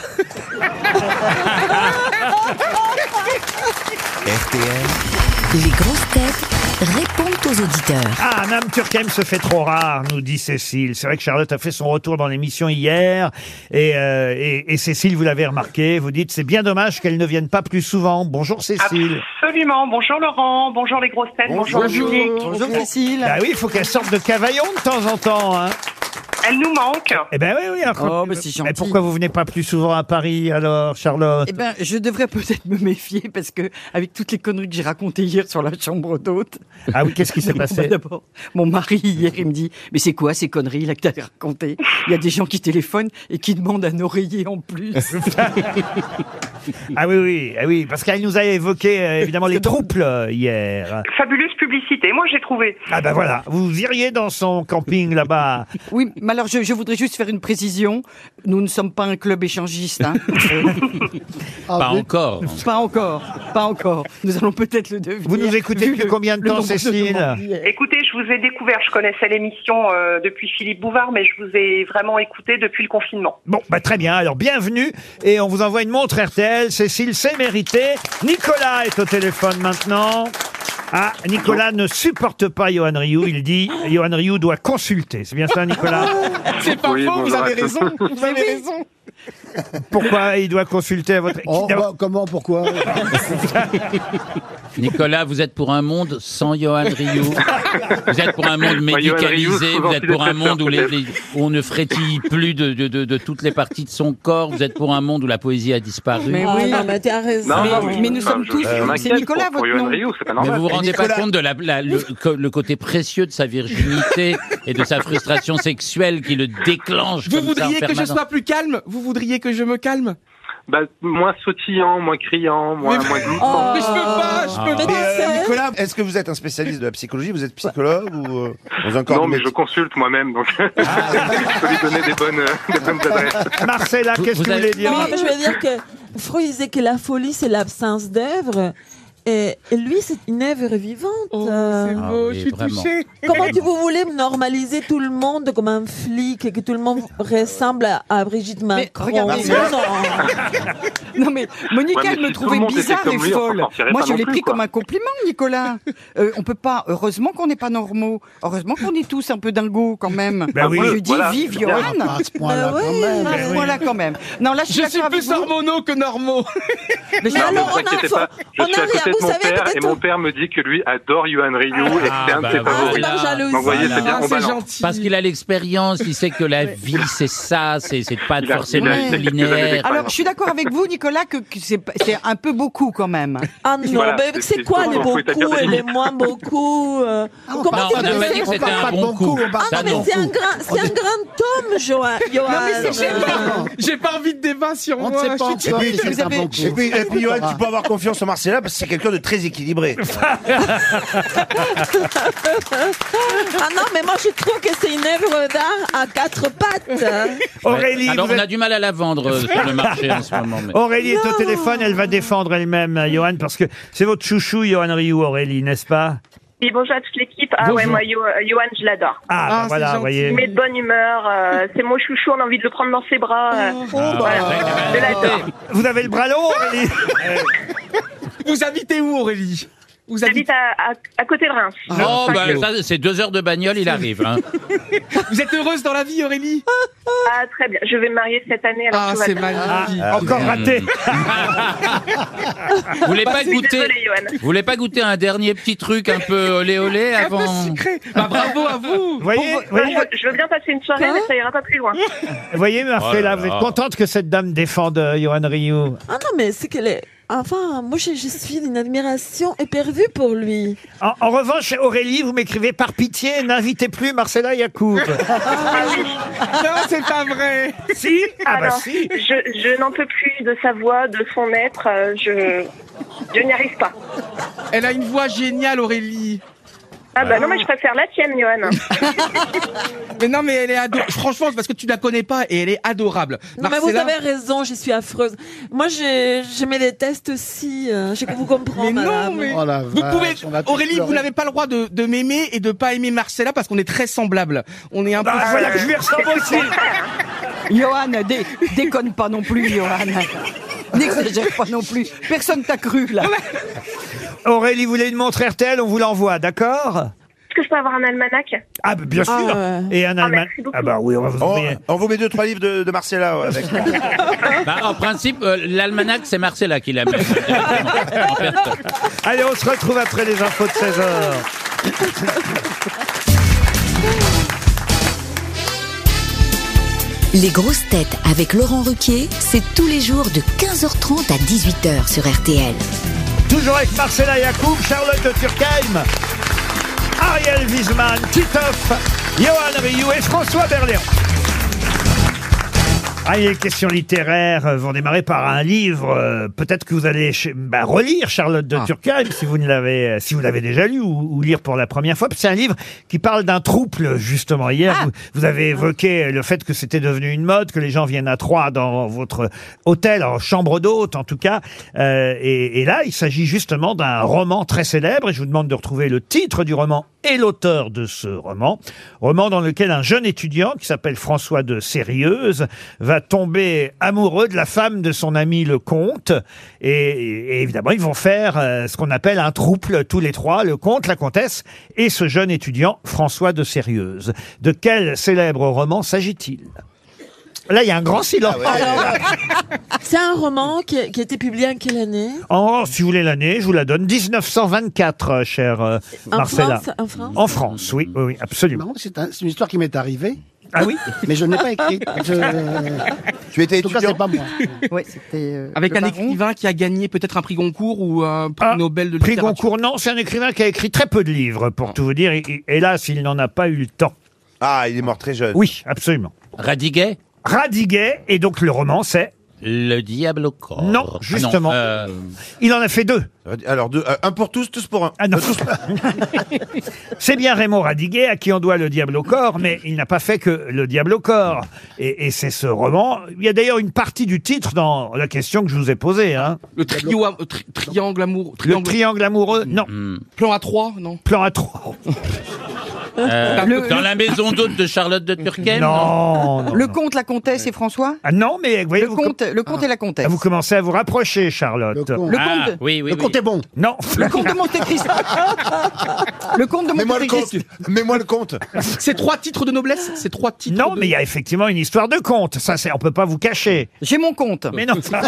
[SPEAKER 1] RTL,
[SPEAKER 11] Les grosses têtes répondent aux auditeurs.
[SPEAKER 2] Ah, Mme Turquem se fait trop rare, nous dit Cécile. C'est vrai que Charlotte a fait son retour dans l'émission hier. Et, euh, et- et Cécile, vous l'avez remarqué, vous dites c'est bien dommage qu'elle ne vienne pas plus souvent. Bonjour Cécile.
[SPEAKER 12] Absolument. Bonjour Laurent, bonjour les grosses têtes, bonjour, le public.
[SPEAKER 3] Bonjour Cécile.
[SPEAKER 2] Bah oui, il faut qu'elle sorte de Cavaillon de temps en temps. Hein.
[SPEAKER 12] Elle nous manque.
[SPEAKER 2] Eh ben oui, oui. alors-
[SPEAKER 3] Oh, mais c'est gentil.
[SPEAKER 2] Mais pourquoi vous venez pas plus souvent à Paris alors, Charlotte
[SPEAKER 3] Eh ben, je devrais peut-être me méfier parce que avec toutes les conneries que j'ai racontées hier sur la chambre d'hôte.
[SPEAKER 2] Ah oui, qu'est-ce qui s'est
[SPEAKER 3] Bon, bah,
[SPEAKER 2] passé
[SPEAKER 3] D'abord, mon mari hier il me dit mais c'est quoi ces conneries là que t'as racontées Il y a des gens qui téléphonent et qui demandent un oreiller en plus. Eh ben,
[SPEAKER 2] Ah oui, oui, ah oui, parce qu'elle nous a évoqué euh, évidemment les troubles euh, hier.
[SPEAKER 12] Fabuleuse publicité, moi j'ai trouvé.
[SPEAKER 2] Ah ben voilà, vous iriez dans son camping là-bas.
[SPEAKER 3] Oui, mais alors je, je voudrais juste faire une précision. Nous ne sommes pas un club échangiste. Hein. Ah,
[SPEAKER 4] Pas encore.
[SPEAKER 3] pas encore, pas encore. Nous allons peut-être le devenir.
[SPEAKER 2] Vous nous écoutez
[SPEAKER 3] vu
[SPEAKER 2] depuis
[SPEAKER 3] le-
[SPEAKER 2] combien de
[SPEAKER 3] le
[SPEAKER 2] temps,
[SPEAKER 3] nombre
[SPEAKER 2] Cécile
[SPEAKER 3] demandes.
[SPEAKER 12] Écoutez, je vous ai découvert, je connaissais l'émission euh, depuis Philippe Bouvard, mais je vous ai vraiment écouté depuis le confinement.
[SPEAKER 2] Bon, bah très bien. Alors, bienvenue. Et on vous envoie une montre RTL. Cécile, c'est mérité. Nicolas est au téléphone maintenant. Ah, Nicolas ne supporte pas Johan Rioux. Il dit, Johan Rioux doit consulter. C'est bien ça, Nicolas
[SPEAKER 7] C'est pas faux, vous avez raison. Vous avez raison.
[SPEAKER 2] Pourquoi il doit consulter à votre...
[SPEAKER 9] Oh,
[SPEAKER 2] Qui-
[SPEAKER 9] bah, comment, pourquoi
[SPEAKER 4] Nicolas, vous êtes pour un monde sans Johan Rioux. Vous êtes pour un monde
[SPEAKER 12] Bah, Johan Rioux,
[SPEAKER 4] médicalisé.
[SPEAKER 12] sous
[SPEAKER 4] Vous êtes pour un monde où, les,
[SPEAKER 12] peut-être.
[SPEAKER 4] les- où on ne frétille plus de, de- de- de toutes les parties de son corps. Vous êtes pour un monde où la poésie a disparu.
[SPEAKER 3] Mais
[SPEAKER 8] Ah,
[SPEAKER 3] oui.
[SPEAKER 8] non, mais t'as raison.
[SPEAKER 3] Non, non, mais- mais nous sommes
[SPEAKER 4] Euh,
[SPEAKER 3] tous- c'est Nicolas, votre nom.
[SPEAKER 4] Mais vous vous rendez pas
[SPEAKER 9] Nicolas-
[SPEAKER 4] compte de la, la- le, co- le côté précieux de sa virginité et de sa frustration sexuelle qui le déclenche.
[SPEAKER 7] Vous
[SPEAKER 4] comme ça en
[SPEAKER 7] voudriez que je
[SPEAKER 4] permanence.
[SPEAKER 7] sois plus calme Vous voudriez que je me calme
[SPEAKER 12] Bah, moins sautillant, moins criant, moins,
[SPEAKER 7] Mais-
[SPEAKER 12] moins
[SPEAKER 8] Oh.
[SPEAKER 12] glissant.
[SPEAKER 7] Mais je peux pas, Ah, je peux
[SPEAKER 8] Mais tu
[SPEAKER 7] pas.
[SPEAKER 9] Euh,
[SPEAKER 8] sais,
[SPEAKER 6] Nicolas, est-ce que vous êtes un spécialiste de la psychologie Vous êtes psychologue ou euh, dans un corps
[SPEAKER 12] Non,
[SPEAKER 6] de
[SPEAKER 12] mais je
[SPEAKER 6] métier
[SPEAKER 12] consulte moi-même, donc je peux lui donner des bonnes, euh, des bonnes adresses.
[SPEAKER 2] Marcella,
[SPEAKER 4] Vous-
[SPEAKER 2] qu'est-ce que
[SPEAKER 4] vous
[SPEAKER 2] vous
[SPEAKER 4] avez-
[SPEAKER 2] voulez dire
[SPEAKER 8] non, mais je veux dire que Freud disait que la folie, c'est l'absence d'œuvre. Et et lui, c'est une œuvre vivante.
[SPEAKER 7] Oh,
[SPEAKER 8] Euh,
[SPEAKER 7] c'est beau,
[SPEAKER 4] Ah oui,
[SPEAKER 7] je suis
[SPEAKER 4] vraiment.
[SPEAKER 7] touché.
[SPEAKER 8] Comment tu vous voulez normaliser tout le monde comme un flic et que tout le monde ressemble à, à Brigitte Macron
[SPEAKER 3] regardez.
[SPEAKER 8] Non, Euh, non.
[SPEAKER 7] hein.
[SPEAKER 3] Non mais Monica,
[SPEAKER 12] Ouais, mais
[SPEAKER 3] elle me
[SPEAKER 12] si tout
[SPEAKER 3] trouvait
[SPEAKER 12] le monde était
[SPEAKER 3] bizarre et
[SPEAKER 12] comme lui, on s'en
[SPEAKER 3] folle.
[SPEAKER 12] sortirait
[SPEAKER 3] Moi,
[SPEAKER 12] pas
[SPEAKER 3] je
[SPEAKER 12] non
[SPEAKER 3] l'ai
[SPEAKER 12] plus,
[SPEAKER 3] pris
[SPEAKER 12] quoi.
[SPEAKER 3] comme un compliment, Nicolas. Euh, on peut pas. Heureusement qu'on n'est pas normaux. Heureusement qu'on est tous un peu dingos quand même.
[SPEAKER 7] Ben
[SPEAKER 2] Bah oui.
[SPEAKER 3] Je dis
[SPEAKER 12] Voilà.
[SPEAKER 3] vive
[SPEAKER 12] Bien.
[SPEAKER 3] Johan.
[SPEAKER 9] Pas Ah, à ce point-là,
[SPEAKER 8] Bah ouais.
[SPEAKER 9] quand même.
[SPEAKER 3] Ah,
[SPEAKER 2] oui.
[SPEAKER 3] Voilà quand même. Non là, je suis
[SPEAKER 7] Je suis
[SPEAKER 3] d'accord avec
[SPEAKER 7] plus
[SPEAKER 3] vous.
[SPEAKER 7] hormonaux que normaux.
[SPEAKER 3] Mais
[SPEAKER 12] Non,
[SPEAKER 3] alors,
[SPEAKER 12] mais
[SPEAKER 8] on
[SPEAKER 12] vous
[SPEAKER 8] a-
[SPEAKER 12] inquiétez
[SPEAKER 8] faut-
[SPEAKER 12] pas, je
[SPEAKER 8] on
[SPEAKER 12] suis à
[SPEAKER 8] arrive,
[SPEAKER 12] côté
[SPEAKER 8] vous
[SPEAKER 12] de mon
[SPEAKER 8] savez,
[SPEAKER 12] père et
[SPEAKER 8] peut-être-
[SPEAKER 12] mon père me dit que lui adore Johan Rioux et que c'est un de
[SPEAKER 4] bah,
[SPEAKER 12] ses
[SPEAKER 4] voilà.
[SPEAKER 12] favoris.
[SPEAKER 8] Ah, c'est par jalousie.
[SPEAKER 12] Donc, vous voyez, c'est
[SPEAKER 4] Voilà.
[SPEAKER 12] bien,
[SPEAKER 7] Ah,
[SPEAKER 12] on
[SPEAKER 7] c'est
[SPEAKER 12] balance.
[SPEAKER 7] gentil.
[SPEAKER 4] Parce qu'il a l'expérience, il sait que la vie, c'est ça, c'est c'est pas
[SPEAKER 12] Il a-
[SPEAKER 4] forcément
[SPEAKER 3] il a- il a quelques
[SPEAKER 12] années
[SPEAKER 4] linéaire.
[SPEAKER 12] d'expérience.
[SPEAKER 3] alors, je suis d'accord avec vous, Nicolas, que, que c'est pas- c'est un peu beaucoup quand même.
[SPEAKER 8] Ah non,
[SPEAKER 12] Voilà,
[SPEAKER 8] mais
[SPEAKER 12] ben, c'est-
[SPEAKER 8] c'est
[SPEAKER 12] c'est
[SPEAKER 8] quoi
[SPEAKER 12] tout,
[SPEAKER 8] les
[SPEAKER 12] donc faut établir
[SPEAKER 8] beaucoup
[SPEAKER 12] des
[SPEAKER 8] et les
[SPEAKER 12] limites.
[SPEAKER 8] moins beaucoup euh, Comment
[SPEAKER 4] Non,
[SPEAKER 8] tu
[SPEAKER 4] on n'a
[SPEAKER 8] veux
[SPEAKER 4] pas
[SPEAKER 8] faire
[SPEAKER 4] dit que
[SPEAKER 9] on
[SPEAKER 4] c'était
[SPEAKER 9] parle
[SPEAKER 4] un
[SPEAKER 9] pas de
[SPEAKER 4] bon
[SPEAKER 9] bon coup,
[SPEAKER 4] coup.
[SPEAKER 9] on parle
[SPEAKER 8] Ah
[SPEAKER 4] Ça,
[SPEAKER 8] non,
[SPEAKER 4] non.
[SPEAKER 8] mais c'est un grand, c'est un grand tome, Johan. Johan.
[SPEAKER 3] mais c'est génial.
[SPEAKER 7] J'ai pas envie de débat sur
[SPEAKER 9] On
[SPEAKER 7] moi.
[SPEAKER 9] ne sait
[SPEAKER 7] je
[SPEAKER 9] pas
[SPEAKER 7] suis
[SPEAKER 9] encore si
[SPEAKER 7] timide.
[SPEAKER 9] c'est un
[SPEAKER 3] avez-
[SPEAKER 9] bon
[SPEAKER 6] Et
[SPEAKER 9] coup.
[SPEAKER 6] puis, et puis Johan, tu peux avoir confiance en Marcella parce que c'est quelqu'un de très équilibré.
[SPEAKER 8] Ah non, mais moi je trouve que c'est une œuvre d'art à quatre pattes.
[SPEAKER 2] Aurélie,
[SPEAKER 4] Alors,
[SPEAKER 2] vous
[SPEAKER 4] on
[SPEAKER 2] êtes- Oh.
[SPEAKER 4] a du mal à la vendre euh, sur le marché en ce moment. mais-
[SPEAKER 2] Aurélie est au téléphone, elle va défendre elle-même, euh, Johan, parce que c'est votre chouchou, Johan Rioux, Aurélie, n'est-ce pas
[SPEAKER 13] Oui, bonjour à toute l'équipe. Ah
[SPEAKER 2] Bonjour.
[SPEAKER 13] ouais, moi, Yo- euh, Johan, je l'adore.
[SPEAKER 2] Ah, bah Ah, c'est voilà, gentil. voyez.
[SPEAKER 13] Il est de bonne humeur. euh, c'est mon chouchou, on a envie de le prendre dans ses bras. euh,
[SPEAKER 2] Ah.
[SPEAKER 13] voilà. Je l'adore.
[SPEAKER 2] Vous avez le bras long, Aurélie
[SPEAKER 7] Vous habitez où, Aurélie Vous habitez Ah,
[SPEAKER 13] à, côté de Reims.
[SPEAKER 4] Oh, bah, ça, c'est deux heures de bagnole, il arrive. hein.
[SPEAKER 7] Vous êtes heureuse dans la vie, Aurélie
[SPEAKER 13] Ah, très bien. Je vais me marier cette année. Alors
[SPEAKER 7] Ah,
[SPEAKER 13] tout va
[SPEAKER 7] c'est
[SPEAKER 13] bien.
[SPEAKER 7] magnifique.
[SPEAKER 4] Ah,
[SPEAKER 2] Encore
[SPEAKER 4] mm.
[SPEAKER 2] raté
[SPEAKER 4] Vous voulez
[SPEAKER 13] Bah,
[SPEAKER 4] pas
[SPEAKER 13] je suis
[SPEAKER 4] goûter
[SPEAKER 13] désolée, Johan.
[SPEAKER 4] Vous voulez pas goûter un dernier petit truc un peu olé olé avant
[SPEAKER 7] Bah, bravo à vous
[SPEAKER 2] voyez,
[SPEAKER 13] Bon,
[SPEAKER 2] voyez-
[SPEAKER 13] je, je veux bien passer une soirée, mais ça ira pas plus loin.
[SPEAKER 2] Vous voyez, Marcella,
[SPEAKER 4] là
[SPEAKER 2] vous êtes
[SPEAKER 4] là.
[SPEAKER 2] contente que cette dame défende euh, Johan Rioux
[SPEAKER 8] Ah non, mais c'est qu'elle est. Enfin, moi je, je suis d'une admiration éperdue pour lui.
[SPEAKER 2] en, en revanche, Aurélie, vous m'écrivez par pitié, n'invitez plus Marcella Yacoub.
[SPEAKER 7] Ah, Non, c'est pas vrai
[SPEAKER 2] si Ah bah
[SPEAKER 13] Alors,
[SPEAKER 2] si
[SPEAKER 13] je, je n'en peux plus de sa voix, de son être. euh, Je, je n'y arrive pas.
[SPEAKER 7] Elle a une voix géniale, Aurélie
[SPEAKER 13] Ah bah non, mais je préfère la tienne, Johan.
[SPEAKER 7] Mais non, mais elle est adorable. Franchement, c'est parce que tu la connais pas et elle est adorable.
[SPEAKER 8] Non, mais vous
[SPEAKER 7] Marcella-
[SPEAKER 8] avez raison, je suis affreuse. Moi je, je me déteste aussi. hein. Je vous comprends,
[SPEAKER 7] Mais non,
[SPEAKER 8] madame.
[SPEAKER 7] mais
[SPEAKER 9] Oh la
[SPEAKER 7] vous
[SPEAKER 9] vache,
[SPEAKER 7] pouvez,
[SPEAKER 9] on va tous
[SPEAKER 7] Aurélie, vous
[SPEAKER 9] pleurer.
[SPEAKER 7] n'avez pas le droit de, de m'aimer et de pas aimer Marcella parce qu'on est très semblables. On est un peu.
[SPEAKER 2] Ah, voilà que je lui ressemble aussi
[SPEAKER 3] Johan, dé- déconne pas non plus, Johan. N'exagère pas non plus. Personne t'a cru, là.
[SPEAKER 2] Aurélie, vous voulez une montre RTL On vous l'envoie, d'accord
[SPEAKER 13] Est-ce que je peux avoir un almanach
[SPEAKER 2] Ah, bah, bien sûr
[SPEAKER 8] Ah, ouais.
[SPEAKER 2] Et un
[SPEAKER 13] Ah,
[SPEAKER 2] Allemand.
[SPEAKER 13] merci beaucoup.
[SPEAKER 2] Ah, bah oui, on va vous
[SPEAKER 6] On,
[SPEAKER 2] envoyer.
[SPEAKER 6] on vous met deux, trois livres de, de Marcella. ouais, avec.
[SPEAKER 4] Bah, En principe, euh, l'almanach, c'est Marcella qui l'a mis. En personne.
[SPEAKER 2] Allez, on se retrouve après les infos de 16h.
[SPEAKER 11] Les grosses têtes avec Laurent Ruquier, c'est tous les jours de 15h30 à 18h sur RTL.
[SPEAKER 2] Toujours avec Marcella Yacoub, Charlotte de Turckheim, Ariel Wiesman, Titoff, Johan Rioux et François Berléand. Allez, les questions littéraires euh, vont démarrer par un livre. euh, Peut-être que vous allez ch- bah, relire Charlotte de Turckheim si vous ne l'avez, euh, si vous l'avez déjà lu ou, ou lire pour la première fois. Puis C'est un livre qui parle d'un trouble justement. Hier, vous, vous avez évoqué le fait que c'était devenu une mode, que les gens viennent à trois dans votre hôtel, en chambre d'hôte en tout cas. Euh, et, et là, il s'agit justement d'un roman très célèbre. Et je vous demande de retrouver le titre du roman et l'auteur de ce roman. Roman dans lequel un jeune étudiant qui s'appelle François de Sérieuse va tomber amoureux de la femme de son ami le comte. Et, et évidemment, ils vont faire euh, ce qu'on appelle un trouble tous les trois, le comte, la comtesse et ce jeune étudiant François de Sérieuse. De quel célèbre roman s'agit-il Là, il y a un grand silence.
[SPEAKER 9] Ah
[SPEAKER 8] C'est un roman qui, qui a été publié en quelle année
[SPEAKER 2] En, si vous voulez l'année, je vous la donne. 1924, euh, cher euh,
[SPEAKER 8] En
[SPEAKER 2] Marcella.
[SPEAKER 8] France En France
[SPEAKER 4] Oh.
[SPEAKER 2] En France, oui, oui, oui,
[SPEAKER 9] C'est
[SPEAKER 2] absolument.
[SPEAKER 9] marrant, c'est un- c'est une histoire qui m'est arrivée,
[SPEAKER 2] Ah oui
[SPEAKER 9] mais je ne l'ai pas écrite. Je-
[SPEAKER 6] tu étais
[SPEAKER 9] En tout cas, c'est
[SPEAKER 6] étudiant
[SPEAKER 9] pas moi.
[SPEAKER 3] Ouais, c'était. euh,
[SPEAKER 7] Avec
[SPEAKER 3] le
[SPEAKER 7] un
[SPEAKER 3] baron.
[SPEAKER 7] écrivain qui a gagné peut-être un prix Goncourt ou euh, un prix
[SPEAKER 2] Ah,
[SPEAKER 7] Nobel de
[SPEAKER 2] Prix
[SPEAKER 7] littérature. Ah.
[SPEAKER 2] Goncourt, non, c'est un écrivain qui a écrit très peu de livres, pour tout vous dire. Et- et- hélas, il n'en a pas eu le temps.
[SPEAKER 6] Ah, il est mort très jeune.
[SPEAKER 2] Oui, absolument.
[SPEAKER 4] Radiguet
[SPEAKER 2] Radiguet, et donc le roman, c'est...
[SPEAKER 4] Le diable au corps.
[SPEAKER 2] Non,
[SPEAKER 4] Ah
[SPEAKER 2] justement.
[SPEAKER 4] euh,
[SPEAKER 2] Il en a fait deux.
[SPEAKER 6] Alors, deux- euh, un pour tous, tous pour un. Euh,
[SPEAKER 2] Ah non. C'est bien Raymond Radiguet à qui on doit le diable au corps, mais il n'a pas fait que le diable au corps. Et, et c'est ce roman. Il y a d'ailleurs une partie du titre dans la question que je vous ai posée. Hein.
[SPEAKER 7] Le trio, am- tri- triangle amour,
[SPEAKER 2] Le
[SPEAKER 7] triangle, Mm-hmm.
[SPEAKER 2] triangle amoureux Non.
[SPEAKER 7] plan à trois, non
[SPEAKER 2] Plan à trois.
[SPEAKER 4] euh,
[SPEAKER 7] Le-
[SPEAKER 4] dans la maison d'hôte de Charlotte de Turckheim
[SPEAKER 2] Non, non.
[SPEAKER 3] Le
[SPEAKER 2] non.
[SPEAKER 3] comte, la comtesse et François
[SPEAKER 2] Ah non, mais vous voyez,
[SPEAKER 3] Le
[SPEAKER 2] vous, Ah.
[SPEAKER 3] comte, le comte et la comtesse.
[SPEAKER 2] vous commencez à vous rapprocher,
[SPEAKER 9] Le
[SPEAKER 2] Charlotte.
[SPEAKER 9] con.
[SPEAKER 3] Le
[SPEAKER 4] Ah,
[SPEAKER 3] comte.
[SPEAKER 4] oui, oui, oui.
[SPEAKER 9] Le compte est bon.
[SPEAKER 2] Non.
[SPEAKER 3] Le comte de Monte Cristo. le comte de
[SPEAKER 6] Mets-moi le
[SPEAKER 3] Monte
[SPEAKER 6] compte.
[SPEAKER 3] Cristo.
[SPEAKER 6] Mets-moi le compte.
[SPEAKER 7] C'est trois titres de noblesse C'est trois titres
[SPEAKER 2] Non,
[SPEAKER 7] de-
[SPEAKER 2] mais il y a effectivement une histoire de conte. Ça, c'est, on peut pas vous cacher.
[SPEAKER 3] J'ai mon compte.
[SPEAKER 2] Mais non, ça-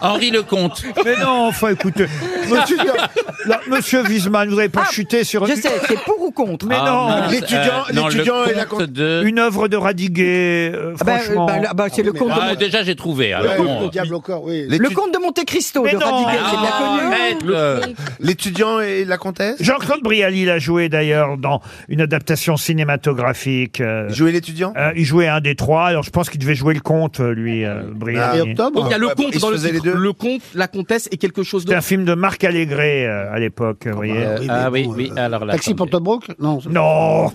[SPEAKER 4] Henri le comte.
[SPEAKER 2] mais non, enfin, écoutez. Monsieur, non, monsieur Wiesmann, vous n'avez pas
[SPEAKER 3] Ah,
[SPEAKER 2] chuté sur
[SPEAKER 3] Je sais, c'est pour ou rencontre.
[SPEAKER 2] Mais Ah, Euh, non, l'étudiant, l'étudiant est la con- Une œuvre de Radiguet, euh,
[SPEAKER 3] Ah bah,
[SPEAKER 2] franchement.
[SPEAKER 3] euh, bah, là, bah, c'est le
[SPEAKER 2] mais-
[SPEAKER 3] conte de
[SPEAKER 4] Ah, déjà, j'ai trouvé. Alors,
[SPEAKER 9] Ouais,
[SPEAKER 4] bon.
[SPEAKER 9] le diable au corps, oui.
[SPEAKER 3] Le comte de Monte Cristo
[SPEAKER 2] Mais
[SPEAKER 3] de
[SPEAKER 2] non. Ah,
[SPEAKER 3] Radiguet, c'est bien connu.
[SPEAKER 2] euh, L'étudiant et la comtesse Jean-Claude Brialy l'a joué d'ailleurs dans une adaptation cinématographique. il jouait l'étudiant Il jouait un des trois. Alors je pense qu'il devait jouer le comte, euh, lui, euh,
[SPEAKER 9] Ah,
[SPEAKER 2] Brialy.
[SPEAKER 7] Donc il y a le
[SPEAKER 9] bah,
[SPEAKER 7] comte dans le titre. Le comte, la comtesse et quelque chose
[SPEAKER 2] C'est un
[SPEAKER 7] d'autre.
[SPEAKER 2] film de Marc Allégret euh, à l'époque, vous voyez.
[SPEAKER 4] ah oui, oui, alors là.
[SPEAKER 2] Taxi
[SPEAKER 4] attendez.
[SPEAKER 2] pour Tobruk Non. Non.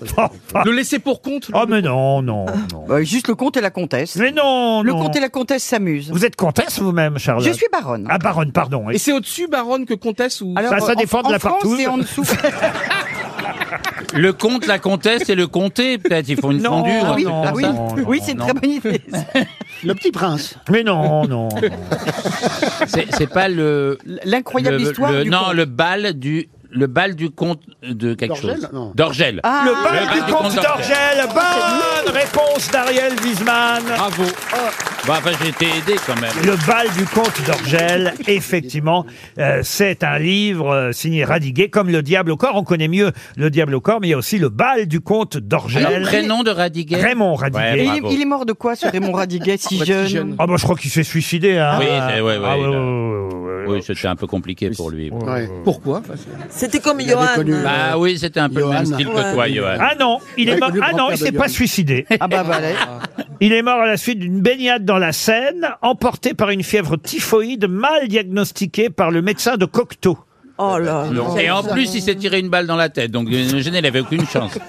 [SPEAKER 7] Le laisser pour compte
[SPEAKER 2] Oh mais non, non. non.
[SPEAKER 3] Ah. Bah, juste le comte et la comtesse.
[SPEAKER 2] Mais non,
[SPEAKER 3] Le
[SPEAKER 2] non.
[SPEAKER 3] comte et la comtesse s'amusent.
[SPEAKER 2] Vous êtes comtesse vous-même, Charlotte
[SPEAKER 3] Je suis baronne.
[SPEAKER 2] Ah, baronne, pardon. oui.
[SPEAKER 7] Et c'est au-dessus baronne que comtesse ou
[SPEAKER 2] Alors, Ça, ça en- dépend de en la France, partouze. c'est en
[SPEAKER 3] dessous.
[SPEAKER 4] Le comte, la comtesse et le comté, peut-être, ils font une
[SPEAKER 2] Non,
[SPEAKER 4] fondue.
[SPEAKER 2] ah
[SPEAKER 4] un
[SPEAKER 2] oui,
[SPEAKER 4] truc
[SPEAKER 2] ah
[SPEAKER 4] comme
[SPEAKER 2] oui.
[SPEAKER 4] ça.
[SPEAKER 3] Oui, c'est une
[SPEAKER 4] Non.
[SPEAKER 3] très bonne idée.
[SPEAKER 9] Le petit prince.
[SPEAKER 2] Mais non, non.
[SPEAKER 4] C'est c'est pas le.
[SPEAKER 3] L'incroyable
[SPEAKER 4] le-
[SPEAKER 3] histoire
[SPEAKER 4] le-
[SPEAKER 3] du
[SPEAKER 4] Non,
[SPEAKER 3] comte.
[SPEAKER 4] le bal du. Le bal du comte de quelque
[SPEAKER 9] D'Orgel,
[SPEAKER 4] chose.
[SPEAKER 9] non.
[SPEAKER 4] D'Orgel.
[SPEAKER 3] Ah.
[SPEAKER 2] Le bal
[SPEAKER 4] Le
[SPEAKER 2] du comte d'Orgel. Bonne réponse d'Ariel Wiesman.
[SPEAKER 4] Bravo. Bah, enfin, j'ai été aidé quand même.
[SPEAKER 2] Le bal du comte d'Orgel, effectivement, euh, c'est un livre euh, signé Radiguet, comme Le Diable au corps. On connaît mieux Le Diable au corps, mais il y a aussi Le bal du comte
[SPEAKER 4] Le
[SPEAKER 2] d'Orgel.
[SPEAKER 4] prénom de Radiguet.
[SPEAKER 2] Raymond Radiguet.
[SPEAKER 4] Ouais,
[SPEAKER 3] Et il,
[SPEAKER 4] bravo.
[SPEAKER 3] il est mort de quoi, ce Raymond Radiguet, si jeune
[SPEAKER 2] Ah bah je crois qu'il s'est suicidé. Hein.
[SPEAKER 4] Oui, c'est- ouais, ouais,
[SPEAKER 2] Ah,
[SPEAKER 4] il a-
[SPEAKER 2] ouais,
[SPEAKER 4] Oui, c'était un peu compliqué pour lui.
[SPEAKER 7] Pourquoi
[SPEAKER 8] C'était comme
[SPEAKER 9] Il avait
[SPEAKER 8] Johan.
[SPEAKER 9] connu- euh,
[SPEAKER 4] Bah oui, c'était un peu le même
[SPEAKER 9] Johan.
[SPEAKER 4] style que toi,
[SPEAKER 9] Ouais.
[SPEAKER 4] Johan.
[SPEAKER 2] Ah non, il est
[SPEAKER 9] Ouais,
[SPEAKER 2] mort.
[SPEAKER 9] connu
[SPEAKER 2] Ah non,
[SPEAKER 9] grand-père
[SPEAKER 2] il
[SPEAKER 9] de
[SPEAKER 2] s'est pas
[SPEAKER 9] Johan.
[SPEAKER 2] suicidé.
[SPEAKER 3] Ah bah voilà.
[SPEAKER 2] Il est mort à la suite d'une baignade dans la Seine, emporté par une fièvre typhoïde mal diagnostiquée par le médecin de Cocteau.
[SPEAKER 8] Oh là là.
[SPEAKER 4] Et en plus, il s'est tiré une balle dans la tête, donc euh, Genet n'avait aucune chance.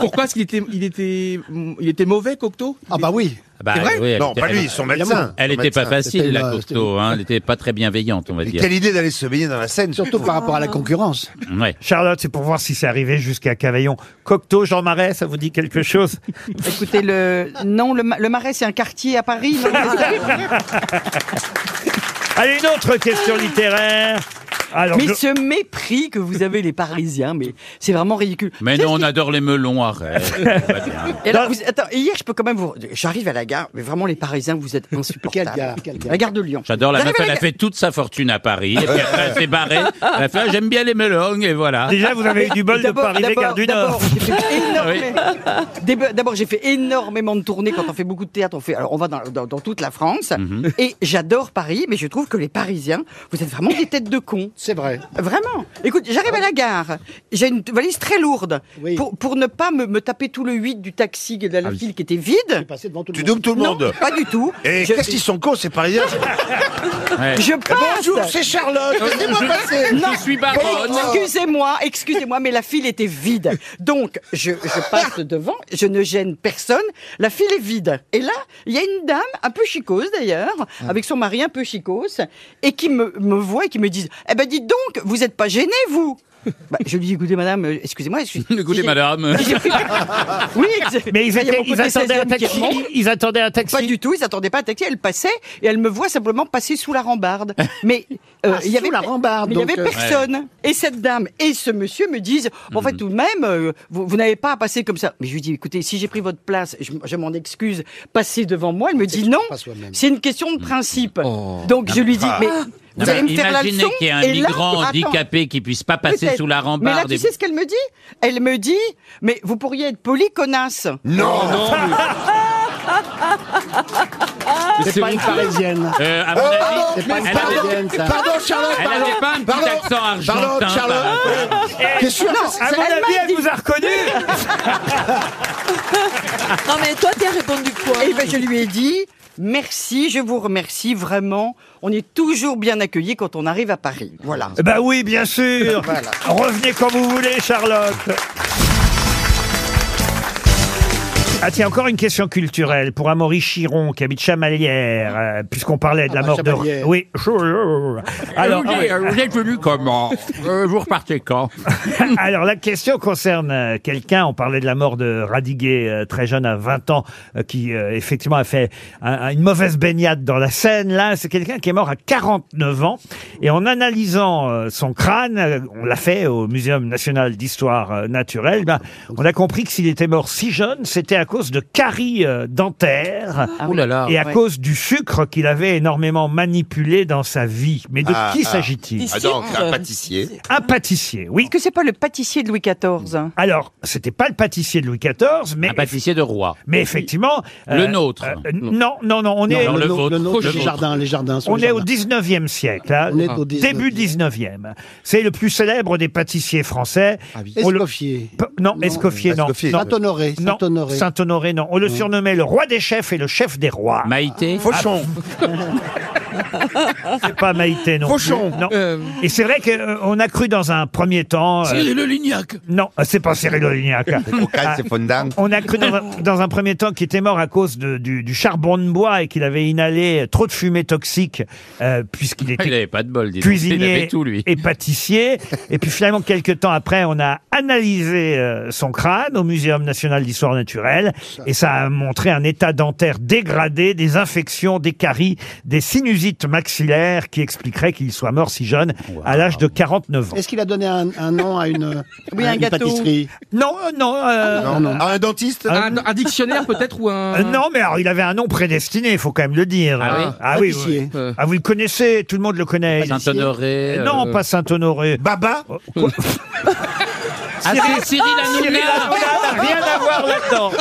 [SPEAKER 7] Pourquoi est-ce qu'il était, il était, il était mauvais, Cocteau
[SPEAKER 9] Ah bah oui.
[SPEAKER 4] Bah,
[SPEAKER 7] C'est vrai
[SPEAKER 4] oui, elle
[SPEAKER 6] Non,
[SPEAKER 4] était-
[SPEAKER 6] pas lui,
[SPEAKER 4] elle-
[SPEAKER 6] son
[SPEAKER 9] évidemment.
[SPEAKER 6] médecin.
[SPEAKER 4] Elle
[SPEAKER 6] Son
[SPEAKER 4] était pas
[SPEAKER 6] médecin.
[SPEAKER 4] facile,
[SPEAKER 9] C'était
[SPEAKER 4] la
[SPEAKER 9] une-
[SPEAKER 4] Cocteau. hein, Elle était pas très bienveillante, on va
[SPEAKER 6] Et
[SPEAKER 4] dire.
[SPEAKER 6] Quelle idée d'aller se baigner dans la Seine.
[SPEAKER 9] Surtout par rapport à la concurrence.
[SPEAKER 4] Ouais.
[SPEAKER 2] Charlotte, c'est pour voir si c'est arrivé jusqu'à Cavaillon. Cocteau, Jean Marais, ça vous dit quelque chose
[SPEAKER 3] Écoutez, le... non, le, Ma- le Marais, c'est un quartier à Paris. non
[SPEAKER 2] Allez, une autre question littéraire. Euh, Alors,
[SPEAKER 3] mais
[SPEAKER 2] je-
[SPEAKER 3] ce mépris que vous avez, les Parisiens, mais c'est vraiment ridicule.
[SPEAKER 4] Mais non, on adore les melons, arrête. Tout va bien.
[SPEAKER 3] Et alors, vous- attends, hier, je peux quand même vous. J'arrive à la gare, mais vraiment, les Parisiens, vous êtes insupportables.
[SPEAKER 9] Quelle gare, quelle gare.
[SPEAKER 3] La gare de Lyon.
[SPEAKER 4] J'adore la
[SPEAKER 3] Vous
[SPEAKER 4] meuf,
[SPEAKER 3] arrivez
[SPEAKER 4] elle
[SPEAKER 3] à
[SPEAKER 4] a
[SPEAKER 3] la-
[SPEAKER 4] fait toute sa fortune à Paris, et puis après elle s'est barrée. Elle a fait, ah, j'aime bien les melons, et voilà.
[SPEAKER 2] déjà, vous avez eu du bol de
[SPEAKER 3] D'abord-
[SPEAKER 2] pas arriver
[SPEAKER 3] d'abord-
[SPEAKER 2] Gare du Nord.
[SPEAKER 3] D'abord, j'ai fait énormément- Débe- d'abord, j'ai fait énormément de tournées. Quand on fait beaucoup de théâtre, on fait. Alors, on va dans, dans- dans toute la France.
[SPEAKER 4] Mhm.
[SPEAKER 3] Et j'adore Paris, mais je trouve que les Parisiens, vous êtes vraiment des têtes de cons.
[SPEAKER 9] C'est vrai.
[SPEAKER 3] Vraiment. Écoute, j'arrive à la gare. J'ai une valise très lourde
[SPEAKER 9] Oui.
[SPEAKER 3] pour, pour ne pas me, me taper tout le 8 du taxi de
[SPEAKER 4] Ah
[SPEAKER 3] la file qui était vide.
[SPEAKER 9] Passer devant tout le
[SPEAKER 6] Tu
[SPEAKER 9] monde.
[SPEAKER 6] doubles tout le
[SPEAKER 3] Non,
[SPEAKER 6] monde.
[SPEAKER 3] pas du tout.
[SPEAKER 6] Et
[SPEAKER 3] je,
[SPEAKER 6] qu'est-ce qu'ils sont cons, ces Parisiens Eh,
[SPEAKER 4] Ouais.
[SPEAKER 3] je passe.
[SPEAKER 6] c'est Charlotte. Laissez-moi passer.
[SPEAKER 3] Non.
[SPEAKER 4] Je suis baronne.
[SPEAKER 3] Excusez-moi, excusez-moi, mais la file était vide. Donc, je, je passe devant, je ne gêne personne, la file est vide. Et là, il y a une dame, un peu chicose d'ailleurs,
[SPEAKER 6] Ah.
[SPEAKER 3] avec son mari un peu chicose, et qui me, me voit et qui me dit « Eh ben, dites donc, vous n'êtes pas gêné, vous Bah, Je lui dis « Écoutez, madame, euh, excusez-moi, je suis... »
[SPEAKER 4] Écoutez, madame.
[SPEAKER 3] J'ai pris- Oui, ex-
[SPEAKER 2] Mais ils,
[SPEAKER 3] il y a
[SPEAKER 2] étaient-
[SPEAKER 3] mon
[SPEAKER 2] ils
[SPEAKER 3] côté
[SPEAKER 2] attendaient un
[SPEAKER 3] 16e qui
[SPEAKER 2] taxi.
[SPEAKER 3] rentre.
[SPEAKER 2] Ils attendaient un taxi.
[SPEAKER 3] Pas du tout, ils attendaient pas un taxi, elle passait et elle me voit simplement passer sous la rambarde. Mais euh,
[SPEAKER 9] Ah,
[SPEAKER 3] il y avait
[SPEAKER 9] sous la rambarde,
[SPEAKER 3] mais il y
[SPEAKER 9] donc,
[SPEAKER 3] avait
[SPEAKER 9] euh,
[SPEAKER 3] personne. Et cette dame et ce monsieur me disent bon, en
[SPEAKER 4] Mm-hmm.
[SPEAKER 3] fait tout de même euh, vous, vous n'avez pas à passer comme ça. Mais je lui dis écoutez, si j'ai pris votre place, je, je m'en excuse, passez devant moi. Elle me dit non,
[SPEAKER 9] pas soi-même.
[SPEAKER 3] c'est une question de
[SPEAKER 4] Mm-hmm.
[SPEAKER 3] principe.
[SPEAKER 4] Oh.
[SPEAKER 3] Donc je lui dis mais vous
[SPEAKER 4] Ah. Non,
[SPEAKER 3] allez
[SPEAKER 4] mais
[SPEAKER 3] me faire la
[SPEAKER 4] imaginez
[SPEAKER 3] leçon
[SPEAKER 4] qu'il y a un
[SPEAKER 3] et là,
[SPEAKER 4] migrant
[SPEAKER 3] attends,
[SPEAKER 4] handicapé qui puisse pas passer
[SPEAKER 3] peut-être.
[SPEAKER 4] sous la rambarde.
[SPEAKER 3] Mais là, tu
[SPEAKER 4] et-
[SPEAKER 3] sais ce qu'elle me dit Elle me dit, mais vous pourriez être poli, connasse.
[SPEAKER 6] Non, non.
[SPEAKER 9] C'est pas Ah, une parisienne.
[SPEAKER 4] Euh, à mon avis,
[SPEAKER 9] C'est pas une
[SPEAKER 4] elle avait-
[SPEAKER 9] parisienne, ça.
[SPEAKER 6] Pardon, Charlotte.
[SPEAKER 4] Elle n'avait pas un petit
[SPEAKER 6] Pardon,
[SPEAKER 4] accent argentin.
[SPEAKER 6] Charlotte, Charlotte.
[SPEAKER 4] par-
[SPEAKER 6] T'es sûr que c'est-
[SPEAKER 2] À mon
[SPEAKER 3] Elle
[SPEAKER 2] avis,
[SPEAKER 3] m'a
[SPEAKER 2] elle vous a reconnu.
[SPEAKER 8] Non mais toi t'as répondu quoi
[SPEAKER 3] Et ben, je lui ai dit merci, je vous remercie vraiment. On est toujours bien accueillis quand on arrive à Paris. Voilà.
[SPEAKER 2] Bah oui, bien sûr. Revenez quand vous voulez, Charlotte. Ah tiens, encore une question culturelle pour Amaury Chiron qui habite Chamalières, euh, puisqu'on parlait de la
[SPEAKER 9] bah,
[SPEAKER 2] mort de...
[SPEAKER 9] Chamalières.
[SPEAKER 2] Oui. Alors, ah
[SPEAKER 4] vous, êtes, vous êtes venu comment Euh, Vous repartez quand
[SPEAKER 2] alors la question concerne euh, quelqu'un, on parlait de la mort de Radiguet euh, très jeune à 20 ans, euh, qui euh, effectivement a fait un- un- une mauvaise baignade dans la Seine. Là, c'est quelqu'un qui est mort à 49 ans. Et en analysant euh, son crâne, euh, on l'a fait au Muséum national d'histoire euh, naturelle, ben, on a compris que s'il était mort si jeune, c'était à cause de caries euh, dentaires
[SPEAKER 4] Ah oui. Ouh là là,
[SPEAKER 2] et à
[SPEAKER 4] ouais.
[SPEAKER 2] cause du sucre qu'il avait énormément manipulé dans sa vie. Mais de
[SPEAKER 4] Ah,
[SPEAKER 6] Ah,
[SPEAKER 2] qui s'agit-il
[SPEAKER 6] pâtissier.
[SPEAKER 2] un pâtissier, oui.
[SPEAKER 3] que c'est pas le pâtissier de Louis XIV
[SPEAKER 2] Alors, c'était pas le pâtissier de Louis XIV, mais un pâtissier de roi. Mais effectivement,
[SPEAKER 4] Le nôtre.
[SPEAKER 2] euh, non, non, non, on
[SPEAKER 9] Non,
[SPEAKER 2] est
[SPEAKER 9] non, le vôtre, le vôtre.
[SPEAKER 2] Fauchy.
[SPEAKER 9] Les jardins, les jardins, sur
[SPEAKER 2] On
[SPEAKER 9] les
[SPEAKER 2] est
[SPEAKER 9] jardins.
[SPEAKER 2] au 19e siècle, hein.
[SPEAKER 9] On est au
[SPEAKER 2] début 19e. C'est le plus célèbre des pâtissiers français. On le-
[SPEAKER 9] Ah Escoffier.
[SPEAKER 2] P- Non, Escoffier, non.
[SPEAKER 9] Escoffier.
[SPEAKER 2] Non.
[SPEAKER 9] Saint-Honoré,
[SPEAKER 2] Non,
[SPEAKER 9] Saint-Honoré.
[SPEAKER 2] Saint-Honoré, non. On le
[SPEAKER 9] Mm.
[SPEAKER 2] surnommait le roi des chefs et le chef des rois. Ah, Maïté
[SPEAKER 4] Fauchon.
[SPEAKER 2] C'est pas Maïté, non.
[SPEAKER 4] Fauchon.
[SPEAKER 2] Non. Et c'est vrai qu'on a cru dans un premier temps... euh,
[SPEAKER 4] Cyril Lignac.
[SPEAKER 2] Non, euh, c'est pas Cyril Lignac. Ah.
[SPEAKER 6] Coca, c'est fondant.
[SPEAKER 2] On a cru dans un, dans un premier temps qu'il était mort à cause de- du, du charbon de bois et qu'il avait inhalé trop de fumée toxique euh, puisqu'il était
[SPEAKER 4] Ah, Il avait pas de bol, dis donc. Il
[SPEAKER 2] cuisinier
[SPEAKER 4] avait tout, lui.
[SPEAKER 2] et pâtissier. Et puis finalement, quelques temps après, on a analysé euh, son crâne au Muséum national d'histoire naturelle et ça a montré un état dentaire dégradé, des infections, des caries, des sinusites maxillaires qui expliqueraient qu'il soit mort si jeune à l'âge de 49 ans.
[SPEAKER 9] Est-ce qu'il a donné un, un nom à une,
[SPEAKER 2] Oui,
[SPEAKER 9] à
[SPEAKER 2] un
[SPEAKER 9] Ah, une
[SPEAKER 2] gâteau.
[SPEAKER 9] pâtisserie
[SPEAKER 2] Non, euh, non, euh,
[SPEAKER 9] Ah, non, non.
[SPEAKER 2] un dentiste
[SPEAKER 7] Un- un dictionnaire, peut-être, ou un-
[SPEAKER 2] euh, Non, mais alors il avait un nom prédestiné, il faut quand même le dire.
[SPEAKER 4] Ah oui
[SPEAKER 2] oui,
[SPEAKER 4] Pâtissier.
[SPEAKER 2] oui. Ah, vous le connaissez, tout le monde le connaît.
[SPEAKER 4] Saint-Honoré,
[SPEAKER 2] Euh, Non,
[SPEAKER 4] euh,
[SPEAKER 2] pas Saint-Honoré. Euh, Baba
[SPEAKER 4] Ah, c'est Cyril Hanouna.
[SPEAKER 2] Cyril Hanouna n'a rien à voir là-dedans.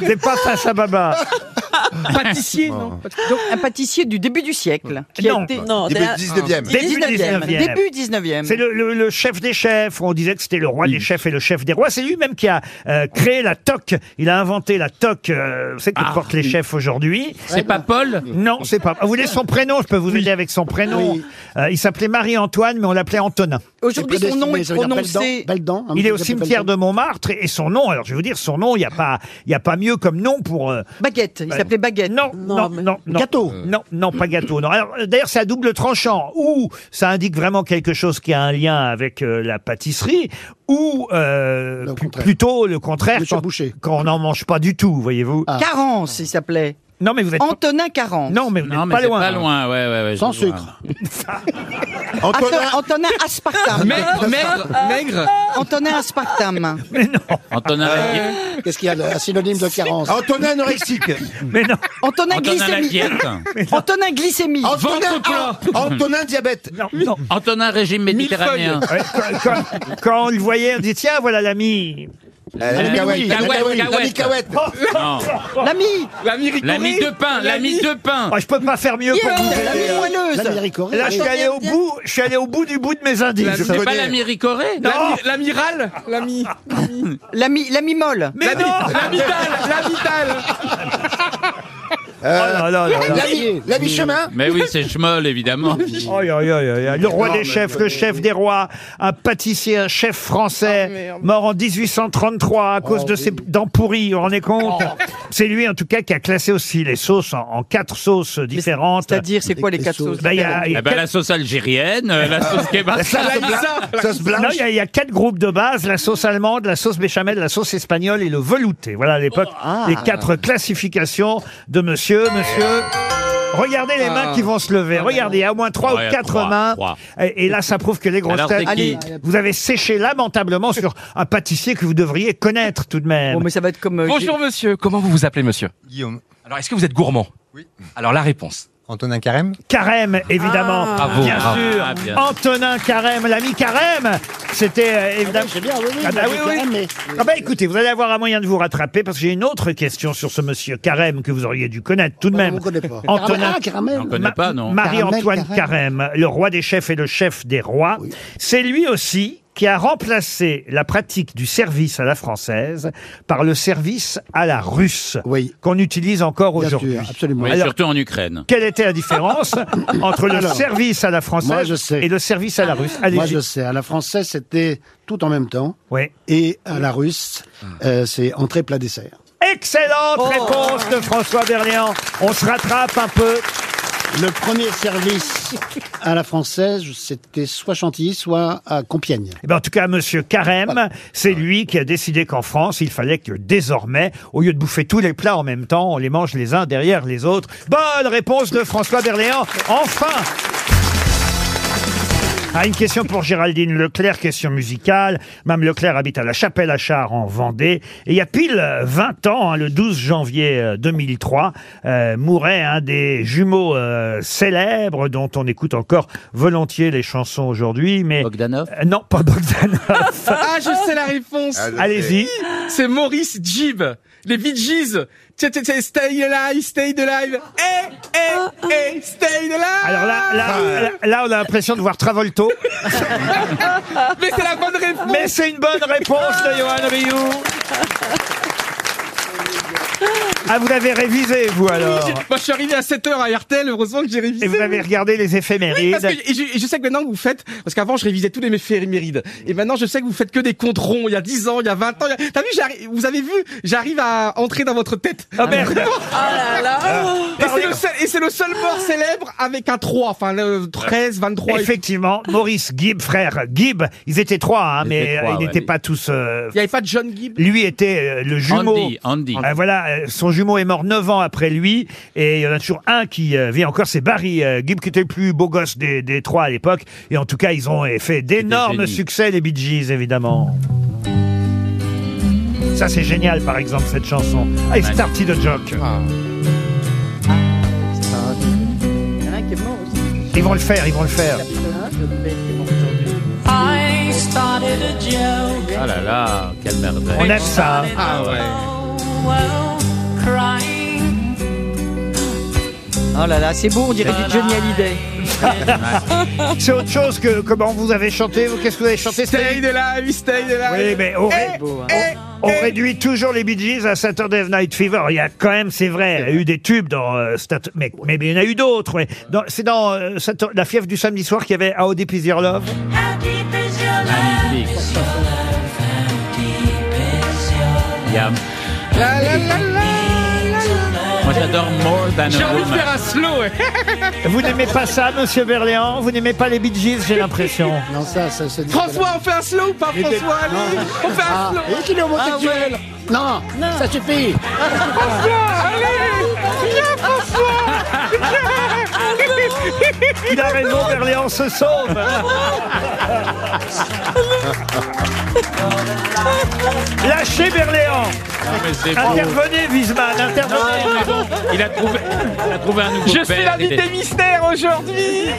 [SPEAKER 2] C'est pas face à Baba.
[SPEAKER 3] Ah, Pâtissier, non. Donc, un pâtissier du début du siècle. qui a
[SPEAKER 2] Non.
[SPEAKER 3] été-
[SPEAKER 2] Non, Début d'un- du 19e.
[SPEAKER 3] Début 19e. Début 19e.
[SPEAKER 2] C'est le, le- le chef des chefs. On disait que c'était le roi des chefs et le chef des rois. C'est lui-même qui a euh, créé la toque. Il a inventé la toque. euh, c'est que portent les chefs aujourd'hui.
[SPEAKER 4] Ah. C'est pas Paul
[SPEAKER 2] Non, c'est pas. Vous voulez son prénom Je peux vous aider avec son prénom. Euh, il s'appelait Marie-Antoine, mais on l'appelait Antonin.
[SPEAKER 3] Aujourd'hui, son nom est prononcé.
[SPEAKER 2] Il est au cimetière de Montmartre et et son nom. Alors, je vais vous dire, son nom, il n'y a pas, il y a pas mieux comme nom pour.
[SPEAKER 3] Baguette. Il s'appelait
[SPEAKER 2] Baguette. Non, non, non, non. Gâteau. Non, non, pas gâteau. Non. Alors, euh, d'ailleurs, c'est à double tranchant. Ou ça indique vraiment quelque chose qui a un lien avec euh, la pâtisserie, ou euh, pl- plutôt le contraire. quand, quand on n'en mange pas du tout, voyez-vous.
[SPEAKER 3] Carence, il s'appelait.
[SPEAKER 2] Ah. Non, mais vous êtes.
[SPEAKER 3] Antonin Carence.
[SPEAKER 2] Non, mais vous
[SPEAKER 4] Non,
[SPEAKER 2] n'êtes
[SPEAKER 4] mais
[SPEAKER 2] pas
[SPEAKER 4] c'est
[SPEAKER 2] loin.
[SPEAKER 4] pas
[SPEAKER 2] hein.
[SPEAKER 4] loin, ouais, ouais, ouais.
[SPEAKER 2] Sans
[SPEAKER 4] je vois.
[SPEAKER 2] sucre.
[SPEAKER 3] Antonin, Antonin Aspartame.
[SPEAKER 4] Maigre, maigre,
[SPEAKER 7] maigre.
[SPEAKER 3] Antonin Aspartame. Euh,
[SPEAKER 4] Antonin Laguier.
[SPEAKER 9] Qu'est-ce qu'il y a de- un synonyme de carence
[SPEAKER 6] Antonin anorexique.
[SPEAKER 2] Mais non.
[SPEAKER 3] Antonin
[SPEAKER 4] Antonin
[SPEAKER 3] Glycémie.
[SPEAKER 4] Laguiette.
[SPEAKER 3] Antonin Glycémie.
[SPEAKER 6] Antonin, Antonin diabète.
[SPEAKER 2] Non, non.
[SPEAKER 4] Antonin régime méditerranéen.
[SPEAKER 2] Ouais, quand, quand- quand on le voyait, on dit tiens, voilà l'ami.
[SPEAKER 4] L'ami Louis. Cahuète, cahuète. Non.
[SPEAKER 3] L'ami.
[SPEAKER 7] L'ami
[SPEAKER 4] L'ami de pain, l'ami de pain.
[SPEAKER 2] Oh, je peux pas faire mieux pour
[SPEAKER 4] Yeah,
[SPEAKER 2] vous.
[SPEAKER 4] l'ami moelleuse.
[SPEAKER 2] Là,
[SPEAKER 4] L'ami Ricoré.
[SPEAKER 2] Là, je suis allé au bout. Je suis allé au bout du bout de mes indices.
[SPEAKER 4] L'ami- C'est pas l'ami Ricoré
[SPEAKER 2] Non.
[SPEAKER 7] L'amiral L'ami.
[SPEAKER 3] L'ami, l'ami molle.
[SPEAKER 2] Mais non.
[SPEAKER 7] Euh,
[SPEAKER 2] Oh non, non, non.
[SPEAKER 6] L'ami- l'ami chemin
[SPEAKER 4] Mais oui, c'est Schmoll, évidemment.
[SPEAKER 2] Aïe, aïe, aïe, aïe, aïe. Le roi des chefs, le chef des rois, un pâtissier, un chef
[SPEAKER 4] Ah,
[SPEAKER 2] français, mort en 1833 à
[SPEAKER 3] Oh,
[SPEAKER 2] cause de ses dents pourries, vous vous rendez compte
[SPEAKER 4] Oh.
[SPEAKER 2] C'est lui, en tout cas, qui a classé aussi les sauces en, en quatre sauces différentes.
[SPEAKER 3] C'est-à-dire, c'est quoi les quatre sauces
[SPEAKER 2] Bah, il y a- il y a
[SPEAKER 4] Eh ben, la sauce algérienne, euh, la sauce kebab.
[SPEAKER 2] Non, il y a- il y, a quatre groupes de base la sauce allemande, la sauce béchamel, la sauce espagnole et le velouté. Voilà à l'époque les quatre classifications de monsieur, monsieur. Regardez les mains
[SPEAKER 4] Ah.
[SPEAKER 2] qui vont se lever. Regardez, il y a au moins trois
[SPEAKER 4] Ouais,
[SPEAKER 2] ou quatre
[SPEAKER 4] trois,
[SPEAKER 2] mains.
[SPEAKER 4] trois.
[SPEAKER 2] Et, et là, ça prouve que les grosses
[SPEAKER 4] Alors,
[SPEAKER 2] têtes,
[SPEAKER 4] c'est qui
[SPEAKER 2] vous avez séché lamentablement sur un pâtissier que vous devriez connaître tout de même.
[SPEAKER 3] Oh, mais ça va être comme. euh,
[SPEAKER 7] Bonjour, monsieur. Comment vous vous appelez, monsieur Guillaume. Alors, est-ce que vous êtes gourmand Oui. Alors, la réponse. Antonin Carême
[SPEAKER 2] Carême, évidemment.
[SPEAKER 7] Ah. Bravo,
[SPEAKER 2] bien
[SPEAKER 7] bravo.
[SPEAKER 2] sûr.
[SPEAKER 7] Ah, bien.
[SPEAKER 2] Antonin Carême, l'ami Carême. C'était euh, évidemment.
[SPEAKER 9] oui,
[SPEAKER 2] Ah bah
[SPEAKER 9] l'ami Carême, mais-
[SPEAKER 2] Ah bah écoutez, vous allez avoir un moyen de vous rattraper parce que j'ai une autre question sur ce monsieur Carême que vous auriez dû connaître tout de même.
[SPEAKER 9] Ah bah, on connaît pas.
[SPEAKER 2] Antonin
[SPEAKER 9] Ah, Carême. On connaît pas, non.
[SPEAKER 2] Marie-Antoine
[SPEAKER 9] Carême,
[SPEAKER 2] Carême. le roi des chefs et le chef des rois. C'est lui aussi qui a remplacé la pratique du service à la française par le service à la russe qu'on utilise encore
[SPEAKER 9] Bien sûr,
[SPEAKER 2] aujourd'hui.
[SPEAKER 9] absolument.
[SPEAKER 4] Oui,
[SPEAKER 2] Alors,
[SPEAKER 4] surtout en Ukraine.
[SPEAKER 2] quelle était la différence entre le
[SPEAKER 9] Alors,
[SPEAKER 2] service à la
[SPEAKER 9] moi,
[SPEAKER 2] française
[SPEAKER 9] je sais.
[SPEAKER 2] et le service à la russe
[SPEAKER 9] Moi,
[SPEAKER 2] Allez-y.
[SPEAKER 9] je sais. À la française, c'était tout en même temps.
[SPEAKER 2] Ouais.
[SPEAKER 9] Et à la russe, euh, c'est entrée, plat, dessert.
[SPEAKER 2] Excellente réponse de François Berléand. On se rattrape un peu.
[SPEAKER 9] Le premier service à la française, c'était soit Chantilly, soit à Compiègne.
[SPEAKER 2] Eh ben, en tout cas, Monsieur Carême, c'est lui qui a décidé qu'en France, il fallait que désormais, au lieu de bouffer tous les plats en même temps, on les mange les uns derrière les autres. Bonne réponse de François Berléand. Enfin Ah, une question pour Géraldine Leclerc, question musicale. Mme Leclerc habite à la Chapelle à Char en Vendée. Et il y a pile euh, 20 ans, hein, le 12 janvier euh, 2003, euh, mourait un des jumeaux euh, célèbres dont on écoute encore volontiers les chansons aujourd'hui. Mais Bogdanov Non, pas Bogdanov.
[SPEAKER 7] Ah, je sais la réponse.
[SPEAKER 2] Ah, je Allez-y. sais.
[SPEAKER 7] C'est Maurice Jib. Les Bee Gees. Tiens, tiens, tiens, Stay alive, stay alive. Eh, eh, eh, stay alive.
[SPEAKER 2] Alors là, là,
[SPEAKER 7] Ah.
[SPEAKER 2] là, là, on a l'impression de voir Travolto.
[SPEAKER 7] Mais c'est la bonne réponse.
[SPEAKER 2] Mais c'est une bonne réponse de Johan Rioux. Ah, vous avez révisé, vous alors
[SPEAKER 7] Moi, je suis arrivé à 7h à RTL, heureusement que j'ai révisé.
[SPEAKER 2] Et vous avez regardé les éphémérides.
[SPEAKER 7] Oui, parce que, et je, et je sais que maintenant que vous faites, parce qu'avant je révisais tous les éphémérides, et maintenant je sais que vous faites que des comptes ronds, il y a 10 ans, il y a 20 ans, il y a- t'as vu, j'arrive- vous avez vu, j'arrive à entrer dans votre tête.
[SPEAKER 2] Ah, merde.
[SPEAKER 7] là
[SPEAKER 2] Ah.
[SPEAKER 7] Et c'est le seul- Et c'est le, seul mort célèbre avec un 3, enfin le 13, 23. et-
[SPEAKER 2] Effectivement, Maurice Gibb, frère Gibb, ils étaient trois, hein, mais
[SPEAKER 7] étaient trois,
[SPEAKER 2] euh, ils
[SPEAKER 7] ouais.
[SPEAKER 2] n'étaient pas tous. euh,
[SPEAKER 7] Il n'y avait pas de John Gibb
[SPEAKER 2] lui était euh, le jumeau.
[SPEAKER 4] Andy, Andy.
[SPEAKER 2] Euh, voilà, euh, son jumeau est mort 9 ans après lui, et il y en a toujours un qui euh, vit encore, c'est Barry euh, Gibb, qui était le plus beau gosse des, des trois à l'époque. Et en tout cas, ils ont euh, fait d'énormes
[SPEAKER 4] génies.
[SPEAKER 2] succès, les Bee Gees, évidemment. Ça, c'est génial, par exemple, cette chanson. Ah, I started a joke.
[SPEAKER 3] Il y en a un qui est mort aussi.
[SPEAKER 2] Ils vont le faire, ils vont le faire.
[SPEAKER 14] I started a joke.
[SPEAKER 4] Ah là là, quelle merde.
[SPEAKER 2] On aime ça. hein.
[SPEAKER 4] Ah ouais.
[SPEAKER 14] Well, crying.
[SPEAKER 3] Oh là là, c'est beau, on dirait du Johnny Hallyday.
[SPEAKER 2] C'est autre chose que comment vous avez chanté. vous- Qu'est-ce que vous avez chanté
[SPEAKER 7] Stay
[SPEAKER 2] Stéphanie
[SPEAKER 7] alive, stay alive.
[SPEAKER 2] Oui, mais on, ré-
[SPEAKER 7] Eh,
[SPEAKER 5] hein.
[SPEAKER 2] on- on réduit toujours les Bee Gees à Saturday Night Fever. Il y a quand même, c'est vrai, il y a eu des tubes dans euh, Stat- mais, mais- mais il y en a eu d'autres. mais dans- C'est dans euh, Satur- La fièvre du samedi soir qu'il y avait How Deep Is Your Love.
[SPEAKER 4] Magnifique. Yam.
[SPEAKER 7] La, la, la, la, la, la.
[SPEAKER 4] Moi j'adore More Than
[SPEAKER 7] J'ai
[SPEAKER 4] a
[SPEAKER 7] envie de
[SPEAKER 4] Woman.
[SPEAKER 7] faire un slow. eh. ouais.
[SPEAKER 2] Vous n'aimez pas ça, Monsieur Berléand Vous n'aimez pas les Bee Gees, j'ai l'impression.
[SPEAKER 9] Non, ça, ça se dit.
[SPEAKER 7] François, on fait un slow ou pas
[SPEAKER 9] Mais t'es-
[SPEAKER 7] François allez,
[SPEAKER 9] non.
[SPEAKER 7] On fait un
[SPEAKER 9] Ah,
[SPEAKER 7] slow
[SPEAKER 9] et qu'il est homosexuel.
[SPEAKER 7] Ah ouais.
[SPEAKER 9] Non, Eh ça suffit.
[SPEAKER 7] François, allez Viens François
[SPEAKER 9] Ah.
[SPEAKER 2] Il a raison, Berléand se sauve. Lâchez Berléand
[SPEAKER 4] Non, mais c'est beau.
[SPEAKER 2] Intervenez, Wiesmann, intervenez
[SPEAKER 4] Non, mais bon, il a trouvé, il a trouvé un nouveau
[SPEAKER 7] Je suis
[SPEAKER 4] père, il
[SPEAKER 7] l'invité
[SPEAKER 4] était-
[SPEAKER 7] mystère aujourd'hui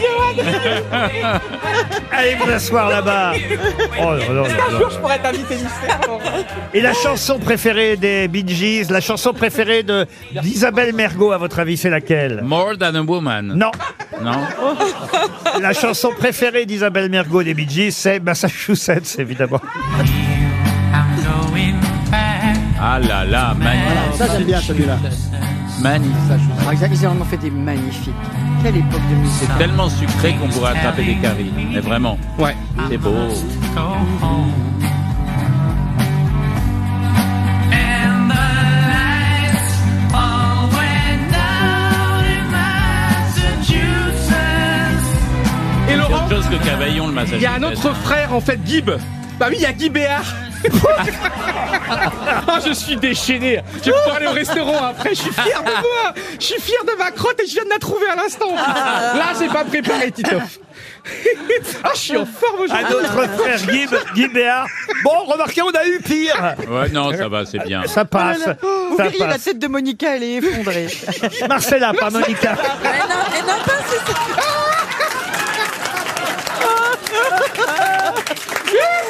[SPEAKER 2] Allez vous asseoir là-bas Oh, non, non,
[SPEAKER 7] Un
[SPEAKER 2] non,
[SPEAKER 7] jour,
[SPEAKER 2] non.
[SPEAKER 7] je pourrais être invité mystère. Laurent.
[SPEAKER 2] Et la chanson préférée des Bee Gees, la chanson préférée de d'Isabelle Mergot, à votre avis, c'est laquelle
[SPEAKER 4] More Than a Woman.
[SPEAKER 2] Non,
[SPEAKER 4] Non.
[SPEAKER 2] la chanson préférée d'Isabelle Mergot des Bee Gees, c'est Massachusetts, évidemment.
[SPEAKER 14] I'm going back.
[SPEAKER 4] Ah là là, magnifique.
[SPEAKER 9] Ça, j'aime bien celui-là.
[SPEAKER 4] Magnifique.
[SPEAKER 3] Ah, ils- Ils en ont fait des magnifiques. Quelle époque de musique.
[SPEAKER 4] C'est tellement sucré qu'on pourrait attraper des caries. Mais vraiment,
[SPEAKER 7] Ouais.
[SPEAKER 4] c'est beau.
[SPEAKER 14] Go home. And the lights all went down in Massachusetts.
[SPEAKER 7] Et
[SPEAKER 4] C'est
[SPEAKER 7] Laurent,
[SPEAKER 4] autre chose que Cavaillon, le massage.
[SPEAKER 7] il y a un autre frère en fait, Gib. Bah oui, il y a Guy Béard. Ah, je suis déchaîné. Je vais pouvoir aller au restaurant après. Je suis fier de moi. Je suis fier de ma crotte et je viens de la trouver à l'instant. Là, j'ai pas préparé, Titoff. Ah, je suis en forme
[SPEAKER 2] Un
[SPEAKER 7] aujourd'hui.
[SPEAKER 2] autre frère, Guy, Guy Béard. Bon, remarquez, on a eu pire
[SPEAKER 4] Ouais, non, ça va, c'est bien.
[SPEAKER 2] Ça
[SPEAKER 3] Oh là
[SPEAKER 2] passe,
[SPEAKER 3] là. Vous
[SPEAKER 2] ça
[SPEAKER 3] verriez la
[SPEAKER 2] passe.
[SPEAKER 3] tête de Monica, elle est effondrée.
[SPEAKER 2] Marcella, pas Monica.
[SPEAKER 8] Et non, et non, pas si c'est-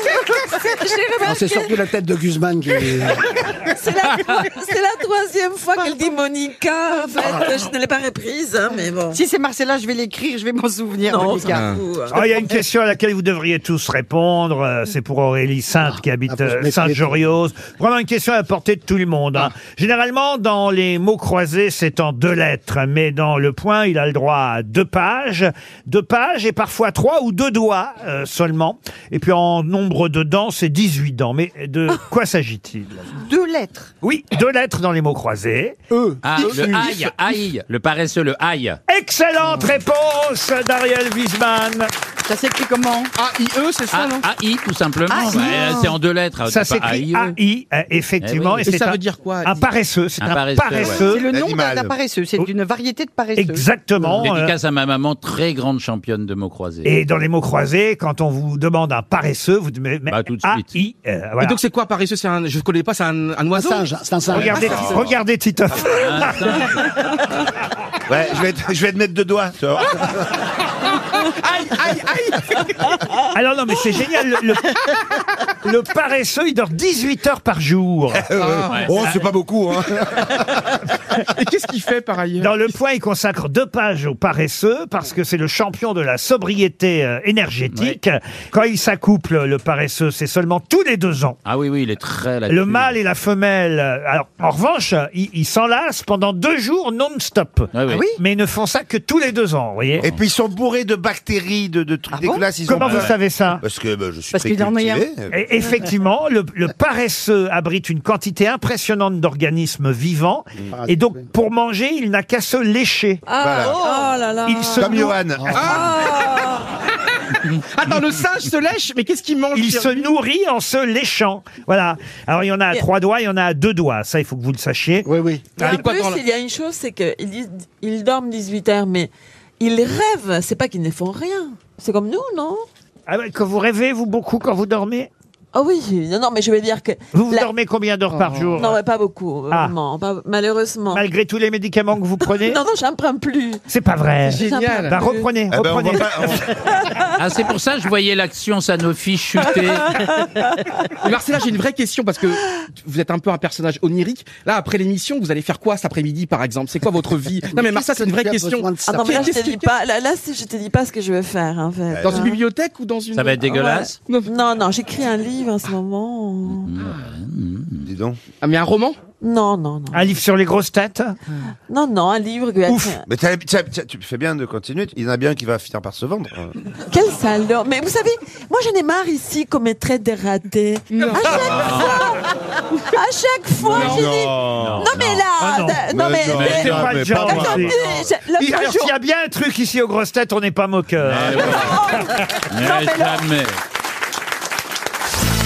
[SPEAKER 8] J'ai
[SPEAKER 9] Non,
[SPEAKER 8] remarqué,
[SPEAKER 9] C'est surtout la tête de Guzman qui.
[SPEAKER 8] c'est la, c'est la troisième fois qu'elle dit Monica. En fait,
[SPEAKER 2] Ah.
[SPEAKER 8] je ne l'ai pas reprise, hein, mais bon.
[SPEAKER 3] si c'est Marcella, je vais l'écrire, je vais m'en souvenir,
[SPEAKER 8] Non,
[SPEAKER 3] Monica.
[SPEAKER 8] hein.
[SPEAKER 2] Ah, il y a une question à laquelle vous devriez tous répondre. euh, C'est pour Aurélie Sainte qui habite
[SPEAKER 9] après, je
[SPEAKER 2] euh,
[SPEAKER 9] mettrai-
[SPEAKER 2] Sainte-Joriose. Vraiment une question à la portée de tout le monde. hein. Généralement, dans les mots croisés, c'est en deux lettres. Mais dans le point, il a le droit à deux pages. Deux pages et parfois trois ou deux doigts euh, seulement. Et puis en nombre de dents, c'est 18 dents. Mais de quoi s'agit-il
[SPEAKER 3] Ah. Deux lettres. E.
[SPEAKER 2] Oui, deux lettres dans les mots croisés.
[SPEAKER 9] Eux.
[SPEAKER 4] Ah, le aïe, aïe, le paresseux, le aïe.
[SPEAKER 2] Excellente réponse d'Ariel Wiesmann.
[SPEAKER 3] Ça s'écrit
[SPEAKER 2] E,
[SPEAKER 3] comment E.
[SPEAKER 7] A-I-E, c'est
[SPEAKER 4] A- AI, tout simplement.
[SPEAKER 3] AI.
[SPEAKER 4] Ouais, c'est en deux lettres.
[SPEAKER 2] Ça
[SPEAKER 4] c'est pas
[SPEAKER 2] s'écrit
[SPEAKER 4] AIE.
[SPEAKER 2] AI, euh, effectivement.
[SPEAKER 4] Eh oui. Et
[SPEAKER 2] c'est
[SPEAKER 4] ça
[SPEAKER 2] un-
[SPEAKER 4] veut dire quoi,
[SPEAKER 2] Un
[SPEAKER 4] AI?
[SPEAKER 2] paresseux. C'est
[SPEAKER 4] Un
[SPEAKER 2] un
[SPEAKER 4] paresseux, ouais.
[SPEAKER 2] paresseux.
[SPEAKER 3] C'est le nom d'un d'un paresseux, c'est d'une variété de
[SPEAKER 2] Oh.
[SPEAKER 3] paresseux.
[SPEAKER 2] Exactement. euh,
[SPEAKER 4] Dédicace à ma maman, très grande championne de mots croisés.
[SPEAKER 2] Et dans les mots croisés, quand on vous demande un paresseux, vous devez mettre
[SPEAKER 4] Bah,
[SPEAKER 2] AI. euh, voilà.
[SPEAKER 7] Et donc c'est quoi paresseux C'est un, je connais pas, c'est un, un oiseau.
[SPEAKER 9] singe, c'est un singe.
[SPEAKER 2] Regardez,
[SPEAKER 7] Ah, c'est-
[SPEAKER 2] regardez Titoff.
[SPEAKER 6] Ouais, je vais, te, je vais te mettre deux doigts. tu vas voir.
[SPEAKER 7] aïe, aïe, aïe
[SPEAKER 2] Alors Ah non, mais c'est génial. Le, le- le paresseux, il dort 18 heures par jour. Ah,
[SPEAKER 6] ouais. Oh, c'est pas beaucoup. Hein.
[SPEAKER 7] Et qu'est-ce qu'il fait par ailleurs
[SPEAKER 2] Dans le point, il consacre deux pages aux paresseux parce que c'est le champion de la sobriété euh, énergétique. Quand il s'accouple, le paresseux, c'est seulement tous les deux ans.
[SPEAKER 4] Ah oui, oui, il est très là-dessus.
[SPEAKER 2] Le mâle et la femelle. euh, Alors, en revanche, ils ils s'enlacent pendant deux jours non-stop.
[SPEAKER 4] Ah oui. Ah oui
[SPEAKER 2] Mais ils ne font ça que tous les deux ans, vous voyez.
[SPEAKER 6] Et puis ils sont bourrés de bactéries, de, de
[SPEAKER 7] Ah
[SPEAKER 6] trucs dégueulasses. ils
[SPEAKER 2] Comment
[SPEAKER 6] ont-
[SPEAKER 2] vous savez ça
[SPEAKER 6] Parce que bah, je suis
[SPEAKER 3] Parce
[SPEAKER 6] très
[SPEAKER 3] qu'il en est
[SPEAKER 6] cultivé.
[SPEAKER 3] un.
[SPEAKER 2] Et effectivement, le, le paresseux abrite une quantité impressionnante d'organismes vivants. Et donc, pour manger, il n'a qu'à se lécher.
[SPEAKER 8] Ah,
[SPEAKER 6] Voilà.
[SPEAKER 8] oh là là.
[SPEAKER 2] Il se Ah.
[SPEAKER 6] Comme
[SPEAKER 2] nourrit-
[SPEAKER 6] Johan.
[SPEAKER 7] Ah. Attends, le singe se lèche, mais qu'est-ce qu'il mange
[SPEAKER 2] Il se nourrit en se léchant. Voilà. Alors, il y en a à
[SPEAKER 8] Et-
[SPEAKER 2] trois doigts, il y en a à deux doigts. Ça, il faut que vous le sachiez.
[SPEAKER 9] Oui, oui.
[SPEAKER 2] Ah,
[SPEAKER 8] Mais en
[SPEAKER 7] Et quoi,
[SPEAKER 8] plus,
[SPEAKER 7] dans la-
[SPEAKER 8] il y a une chose, c'est qu'ils ils dorment 18 heures, mais ils rêvent. C'est pas qu'ils ne font rien. C'est comme nous, non
[SPEAKER 2] Ah ouais, quand vous rêvez, vous, beaucoup, quand vous dormez
[SPEAKER 8] Ah oui, non, non, mais je veux dire que.
[SPEAKER 2] Vous, vous
[SPEAKER 8] la-
[SPEAKER 2] dormez combien d'heures
[SPEAKER 7] Oh.
[SPEAKER 2] par jour
[SPEAKER 8] Non, mais pas beaucoup, euh,
[SPEAKER 2] Ah.
[SPEAKER 8] vraiment, pas- malheureusement.
[SPEAKER 2] Malgré tous les médicaments que vous prenez
[SPEAKER 8] Non, non, j'en prends plus.
[SPEAKER 2] C'est pas vrai.
[SPEAKER 7] Génial.
[SPEAKER 2] Bah, reprenez,
[SPEAKER 6] Eh ben, on va
[SPEAKER 2] reprenez.
[SPEAKER 6] pas- on-
[SPEAKER 4] Ah, c'est pour ça que je voyais l'action Sanofi chuter.
[SPEAKER 7] Mais Marcella, j'ai une vraie question parce que vous êtes un peu un personnage onirique. Là, après l'émission, vous allez faire quoi cet après-midi, par exemple C'est quoi votre vie Non, mais Marcella, c'est une vraie
[SPEAKER 9] Qui a
[SPEAKER 7] question.
[SPEAKER 9] besoin de
[SPEAKER 8] Ah
[SPEAKER 9] ça
[SPEAKER 8] non, mais là, je te
[SPEAKER 7] Qu'est-ce
[SPEAKER 8] dis pas, là, là, c'est- je te dis pas ce que je veux faire, en fait.
[SPEAKER 7] Dans une bibliothèque ou dans une
[SPEAKER 4] Ça va être dégueulasse.
[SPEAKER 8] Ouais. Non, non, j'écris un livre en ce moment.
[SPEAKER 7] Mm.
[SPEAKER 6] Dis donc.
[SPEAKER 7] Ah, mais un roman
[SPEAKER 8] Non, non, non.
[SPEAKER 2] Un livre sur les grosses têtes
[SPEAKER 8] Non, non, un livre. que-
[SPEAKER 6] Mais t'as- t'as- t'as- tu fais bien de continuer. Il y en a bien qui va finir par se vendre. Euh,
[SPEAKER 8] Quel salaud Mais vous savez, moi j'en ai marre ici qu'on me traite de raté. À chaque fois À chaque fois, j'ai dit... Non, mais là
[SPEAKER 2] Ah, non.
[SPEAKER 8] d- non, mais...
[SPEAKER 6] non,
[SPEAKER 8] mais-
[SPEAKER 2] C'est
[SPEAKER 6] non,
[SPEAKER 2] pas
[SPEAKER 6] mais
[SPEAKER 2] le genre,
[SPEAKER 6] pardon.
[SPEAKER 2] c'est-
[SPEAKER 8] Attendez, j'ai- l'autre
[SPEAKER 2] Il
[SPEAKER 8] jour-
[SPEAKER 2] il y a bien un truc ici aux grosses têtes, on n'est pas moqueur.
[SPEAKER 8] Non, mais là-
[SPEAKER 4] jamais.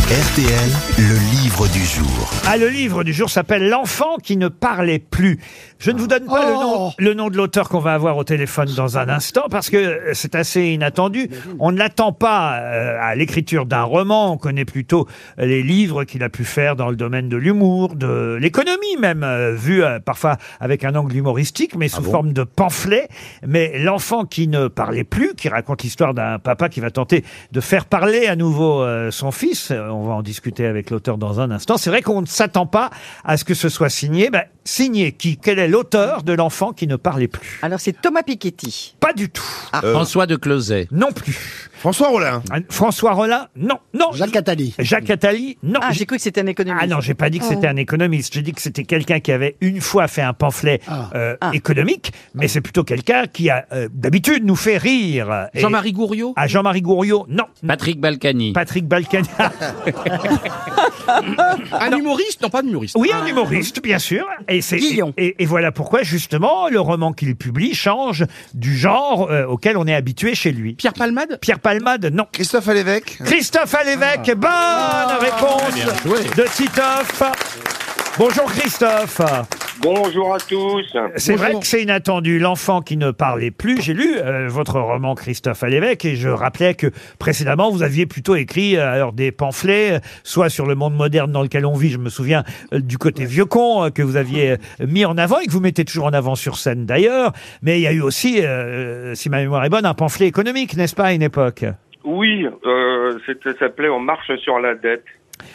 [SPEAKER 1] RTL, le livre du jour.
[SPEAKER 2] Ah, le livre du jour s'appelle L'enfant qui ne parlait plus. Je ne vous donne pas le, nom, le nom de l'auteur qu'on va avoir au téléphone dans un instant parce que euh, c'est assez inattendu. On ne l'attend pas euh, à l'écriture d'un roman. On connaît plutôt les livres qu'il a pu faire dans le domaine de l'humour, de l'économie même, euh, vu euh, parfois avec un angle humoristique, mais sous forme de pamphlet. Mais L'enfant qui ne parlait plus, qui raconte l'histoire d'un papa qui va tenter de faire parler à nouveau euh, son fils. Euh, On va en discuter avec l'auteur dans un instant. C'est vrai qu'on ne s'attend pas à ce que ce soit signé. Ben, signé qui Quel est l'auteur de l'enfant qui ne parlait plus
[SPEAKER 3] Alors c'est Thomas Piketty. Ah.
[SPEAKER 2] Pas du tout.
[SPEAKER 4] Euh, François de Closet.
[SPEAKER 2] Non plus.
[SPEAKER 6] François Rollin.
[SPEAKER 2] Ah, François Rollin Non. Non.
[SPEAKER 9] Jacques Attali.
[SPEAKER 2] Jacques Attali Non.
[SPEAKER 3] Ah,
[SPEAKER 2] J'ai-
[SPEAKER 3] j'ai cru que c'était un économiste. Oh.
[SPEAKER 2] Ah non, j'ai pas dit que c'était un économiste. J'ai dit que c'était quelqu'un qui avait une fois fait un pamphlet
[SPEAKER 9] Ah.
[SPEAKER 2] euh,
[SPEAKER 3] Ah.
[SPEAKER 2] économique, mais c'est plutôt quelqu'un qui a euh, d'habitude nous fait rire. Et-
[SPEAKER 7] Jean-Marie Gouriot
[SPEAKER 2] Ah, Jean-Marie Gouriot Non.
[SPEAKER 4] Patrick Balkany.
[SPEAKER 2] Patrick Balkany.
[SPEAKER 7] Un humoriste Non, pas un humoriste. Ah.
[SPEAKER 2] Oui, un humoriste, bien sûr. Et, c'est,
[SPEAKER 3] Guillon.
[SPEAKER 2] et, et voilà pourquoi, justement, le roman qu'il publie change du genre euh, auquel on est habitué chez lui.
[SPEAKER 7] Pierre Palmade Ah.
[SPEAKER 2] Pierre Palmade, non.
[SPEAKER 6] Christophe Alévêque.
[SPEAKER 2] Christophe Alévêque, bonne réponse de Titoff. Bonjour Christophe.
[SPEAKER 15] Bonjour à tous.
[SPEAKER 2] C'est vrai que c'est inattendu, l'enfant qui ne parlait plus. J'ai lu euh, votre roman Christophe Alévêque et je rappelais que précédemment vous aviez plutôt écrit euh, alors des pamphlets, euh, soit sur le monde moderne dans lequel on vit, je me souviens euh, du côté vieux con euh, que vous aviez euh, mis en avant et que vous mettez toujours en avant sur scène d'ailleurs. Mais il y a eu aussi, euh, si ma mémoire est bonne, un pamphlet économique, n'est-ce pas, à une époque
[SPEAKER 15] Oui, euh, c'était- ça s'appelait On marche sur la dette.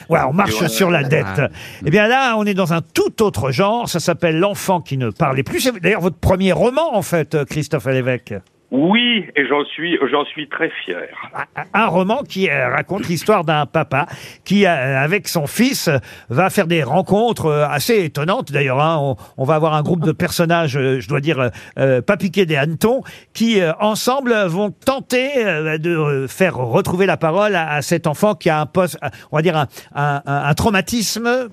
[SPEAKER 2] Ouais, on marche
[SPEAKER 15] Ouais.
[SPEAKER 2] sur la dette. Eh bien là, on est dans un tout autre genre. Ça s'appelle L'enfant qui ne parlait plus. C'est d'ailleurs votre premier roman, en fait, euh, Christophe Alévêque.
[SPEAKER 15] Oui, et j'en suis, j'en suis très fier.
[SPEAKER 2] Un- Un roman qui euh, raconte l'histoire d'un papa qui, euh, avec son fils, euh, va faire des rencontres euh, assez étonnantes. D'ailleurs, hein. on, on va avoir un groupe de personnages, euh, je dois dire, euh, euh, pas piqués des hannetons, qui, euh, ensemble, euh, vont tenter euh, de euh, faire retrouver la parole à, à cet enfant qui a un poste, euh, on va dire, un, un- un- un traumatisme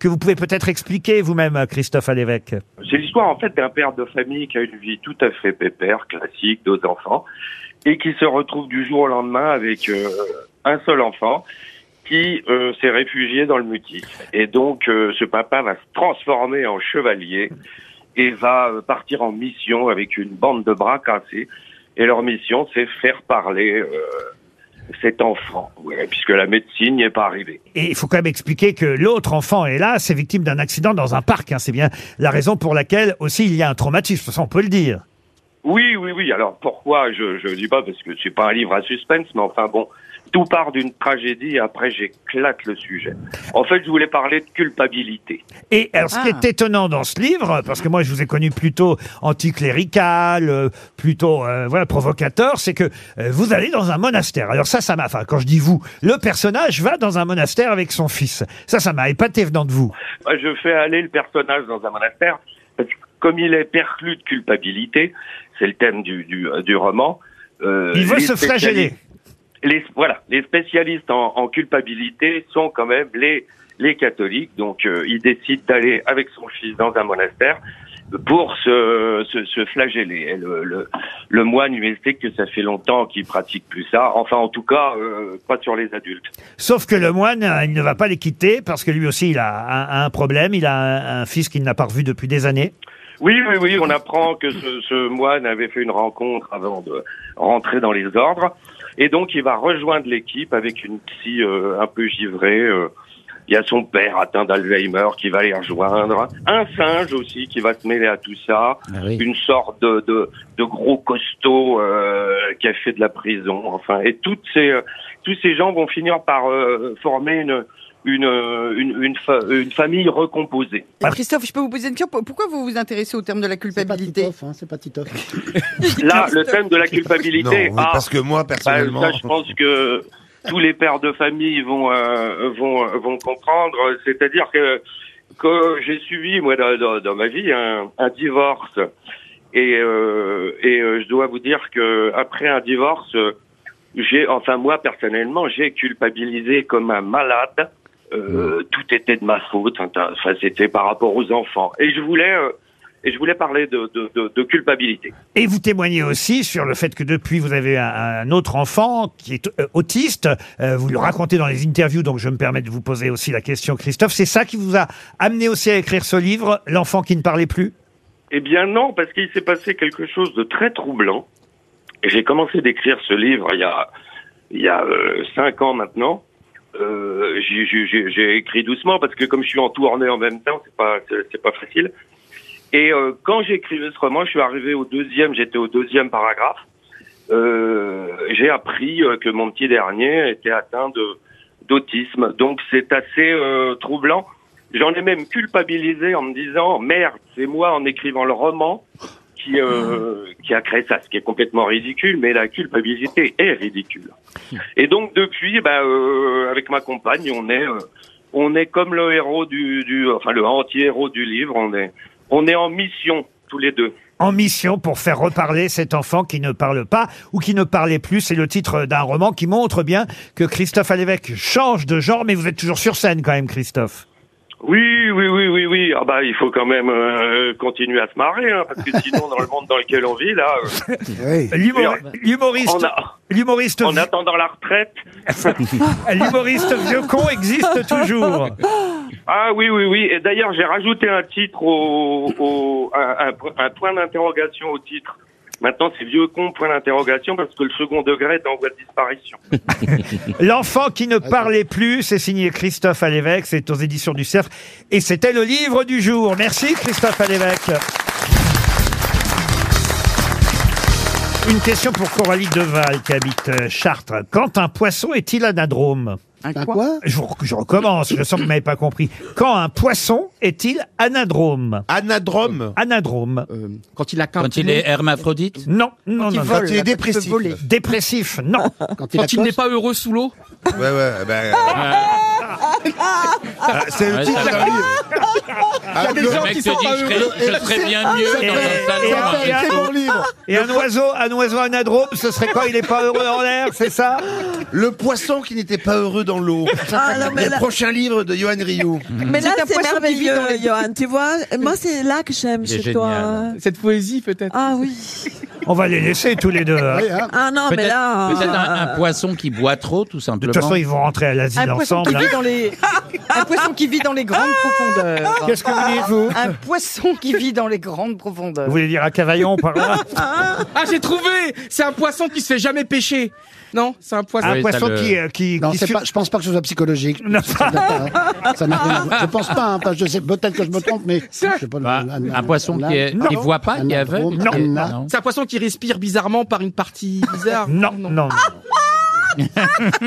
[SPEAKER 2] que vous pouvez peut-être expliquer vous-même, euh, Christophe Alévêque.
[SPEAKER 15] C'est l'histoire en fait d'un père de famille qui a une vie tout à fait pépère, classique, deux enfants, et qui se retrouve du jour au lendemain avec euh, un seul enfant qui euh, s'est réfugié dans le mutisme. Et donc, euh, ce papa va se transformer en chevalier et va euh, partir en mission avec une bande de bras cassés. Et leur mission, c'est faire parler euh, cet enfant, ouais, puisque la médecine n'y est pas arrivée.
[SPEAKER 2] Et il faut quand même expliquer que l'autre enfant, hélas, est victime d'un accident dans un parc. hein. C'est bien la raison pour laquelle aussi il y a un traumatisme. Ça, on peut le dire.
[SPEAKER 15] Oui, oui, oui. Alors pourquoi je je dis pas parce que c'est pas un livre à suspense, mais enfin bon, tout part d'une tragédie et après j'éclate le sujet. En fait, je voulais parler de culpabilité.
[SPEAKER 2] Et alors, ce qui
[SPEAKER 15] Ah.
[SPEAKER 2] est étonnant dans ce livre, parce que moi, je vous ai connu plutôt anticlérical, euh, plutôt euh, voilà provocateur, c'est que euh, vous allez dans un monastère. Alors ça, ça m'a. Enfin, quand je dis vous, le personnage va dans un monastère avec son fils. Ça, ça m'a épaté venant de vous.
[SPEAKER 15] Moi, Je fais aller le personnage dans un monastère parce que comme il est perclus de culpabilité, c'est le thème du du, euh, du roman. euh,
[SPEAKER 2] Il veut
[SPEAKER 15] les
[SPEAKER 2] se flageller.
[SPEAKER 15] spécialistes- Les, voilà, les spécialistes en, en culpabilité sont quand même les les catholiques. Donc, euh, il décide d'aller avec son fils dans un monastère pour se, se, se flageller. Et le, le, le moine lui explique que ça fait longtemps qu'il pratique plus ça. Enfin, en tout cas, euh, pas sur les adultes.
[SPEAKER 2] Sauf que le moine, euh, il ne va pas les quitter parce que lui aussi, il a un, un problème. Il a un, un fils qu'il n'a pas revu depuis des années.
[SPEAKER 15] Oui, oui, oui, on apprend que ce, ce moine avait fait une rencontre avant de rentrer dans les ordres. Et donc, il va rejoindre l'équipe avec une psy euh, un peu givrée. euh. Il y a son père atteint d'Alzheimer qui va les rejoindre. Un singe aussi qui va se mêler à tout ça. Une sorte de, de, de gros costaud euh, qui a fait de la prison. Enfin, et toutes ces, euh, tous ces gens vont finir par euh, former une, une, euh, une, une, fa- une famille recomposée.
[SPEAKER 3] Christophe, je peux vous poser une question Pourquoi vous vous intéressez au terme de la culpabilité
[SPEAKER 2] hein,
[SPEAKER 9] C'est pas Titoff.
[SPEAKER 15] Là, le thème de la culpabilité.
[SPEAKER 6] Non, mais parce que moi, personnellement-
[SPEAKER 15] ah. bah, ça, je pense que tous les pères de famille vont euh, vont vont comprendre. C'est-à-dire que que j'ai suivi moi dans, dans- dans ma vie un, un divorce et euh, et euh, je dois vous dire que après un divorce, euh, j'ai enfin moi personnellement j'ai culpabilisé comme un malade. Euh, tout était de ma faute. Enfin, c'était par rapport aux enfants. Et je voulais euh, et je voulais parler de- de, de, de culpabilité.
[SPEAKER 2] Et vous témoignez aussi sur le fait que depuis vous avez un, un autre enfant qui est euh, autiste. Euh, vous le racontez dans les interviews, donc je me permets de vous poser aussi la question, Christophe. C'est ça qui vous a amené aussi à écrire ce livre, L'enfant qui ne parlait plus
[SPEAKER 15] Eh bien non, parce qu'il s'est passé quelque chose de très troublant. Et J'ai commencé d'écrire ce livre il y a, il y a euh, cinq ans maintenant. Euh, j'ai- j'ai j'ai- j'ai écrit doucement parce que comme je suis en tournée en même temps, c'est pas c'est c'est pas facile. Et euh, quand j'écrivais ce roman, je suis arrivé au deuxième, j'étais au deuxième paragraphe. Euh, j'ai appris euh, que mon petit dernier était atteint de d'autisme. Donc c'est assez euh, troublant. J'en ai même culpabilisé en me disant merde, c'est moi en écrivant le roman qui euh, qui a créé ça, ce qui est complètement ridicule, mais la culpabilité est ridicule. Et donc depuis, bah, euh, avec ma compagne, on est euh, on est comme le héros du, du enfin le anti-héros du livre, on est on est en mission tous les deux.
[SPEAKER 2] en mission pour faire reparler cet enfant qui ne parle pas ou qui ne parlait plus. C'est le titre d'un roman qui montre bien que Christophe Alévèque change de genre, mais vous êtes toujours sur scène quand même, Christophe.
[SPEAKER 15] Oui, oui, oui, oui, oui. Ah bah, il faut quand même euh, continuer à se marrer, hein, parce que sinon, dans le monde dans lequel on vit, là, euh,
[SPEAKER 2] L'humor- L'humoriste. L'humoriste.
[SPEAKER 15] en attendant la retraite.
[SPEAKER 2] L'humoriste vieux con existe toujours.
[SPEAKER 15] Ah oui, oui, oui. Et d'ailleurs, j'ai rajouté un titre au, au- un, un- un point d'interrogation au titre. Maintenant, c'est vieux con point d'interrogation parce que le second degré est en voie de disparition.
[SPEAKER 2] L'enfant qui ne parlait plus, c'est signé Christophe Alévèque, c'est aux éditions du Cerf, et c'était le livre du jour. Merci Christophe Alévèque. Une question pour Coralie Deval qui habite euh, Chartres. Quand un poisson est-il anadrome
[SPEAKER 3] Un quoi quoi
[SPEAKER 2] je, re- je recommence, je sens que vous m'avez pas compris. Quand un poisson est-il anadrome Anadrome Anadrome.
[SPEAKER 7] quand il a
[SPEAKER 4] Quand il est hermaphrodite
[SPEAKER 2] Non, non,
[SPEAKER 4] il
[SPEAKER 2] non.
[SPEAKER 4] vole, Quand il est là, quand il peut dépressif. voler.
[SPEAKER 2] Dépressif, non.
[SPEAKER 7] Quand il n'est pas heureux sous l'eau
[SPEAKER 6] Ouais, ouais, ben,
[SPEAKER 14] Ah, eh euh, c'est le titre d'un livre.
[SPEAKER 2] Ah,
[SPEAKER 14] Il y a des gens qui sont pas heureux.
[SPEAKER 2] Et- et un- et
[SPEAKER 4] hein.
[SPEAKER 2] un- Et un oiseau, un oiseau anadrome, Oh, ce serait quand il n'est pas heureux en l'air, c'est ça
[SPEAKER 6] Le poisson qui n'était pas heureux dans l'eau.
[SPEAKER 8] Ah, non, mais
[SPEAKER 6] le
[SPEAKER 8] là-
[SPEAKER 6] prochain livre de Johan Rioux.
[SPEAKER 8] Mais là,
[SPEAKER 6] C'est un
[SPEAKER 8] c'est
[SPEAKER 6] poisson qui vit dans
[SPEAKER 8] merveilleux,
[SPEAKER 6] les-
[SPEAKER 8] Johan. Tu vois, moi, c'est là que j'aime
[SPEAKER 2] Il est
[SPEAKER 8] chez toi.
[SPEAKER 2] génial.
[SPEAKER 7] Cette poésie, peut-être.
[SPEAKER 8] Ah oui.
[SPEAKER 2] On va les laisser tous les deux. hein.
[SPEAKER 8] Ah non,
[SPEAKER 4] Euh,
[SPEAKER 8] mais
[SPEAKER 4] Peut-être-
[SPEAKER 8] là.
[SPEAKER 4] Peut-être un,
[SPEAKER 8] euh,
[SPEAKER 4] un poisson qui boit trop, tout
[SPEAKER 2] De
[SPEAKER 4] simplement.
[SPEAKER 2] toute façon, ils vont rentrer à l'asile
[SPEAKER 3] Un poisson, qui
[SPEAKER 2] ensemble. hein.
[SPEAKER 3] vit dans les... un poisson qui vit dans les grandes profondeurs.
[SPEAKER 2] Qu'est-ce que vous dites, vous
[SPEAKER 3] Un poisson qui vit dans les grandes profondeurs.
[SPEAKER 2] Vous voulez dire à Cavaillon par là
[SPEAKER 7] Ah, j'ai trouvé C'est un poisson qui se fait jamais pêcher. Non, c'est un
[SPEAKER 4] Ah
[SPEAKER 7] poisson.
[SPEAKER 9] Un Oui, poisson ça le- qui, euh,
[SPEAKER 2] qui,
[SPEAKER 9] Non, c'est pas- je pense pas que ce soit psychologique. Ça n'a pas- ça n'a rien à voir. Je pense pas. hein, parce que je sais peut-être que je me trompe, mais je sais pas. un,
[SPEAKER 4] Bah, poisson qui est- qui voit pas, qui est aveugle, qui est- Ah non.
[SPEAKER 7] C'est un poisson qui respire bizarrement par une partie bizarre.
[SPEAKER 2] non, non, non.
[SPEAKER 7] Je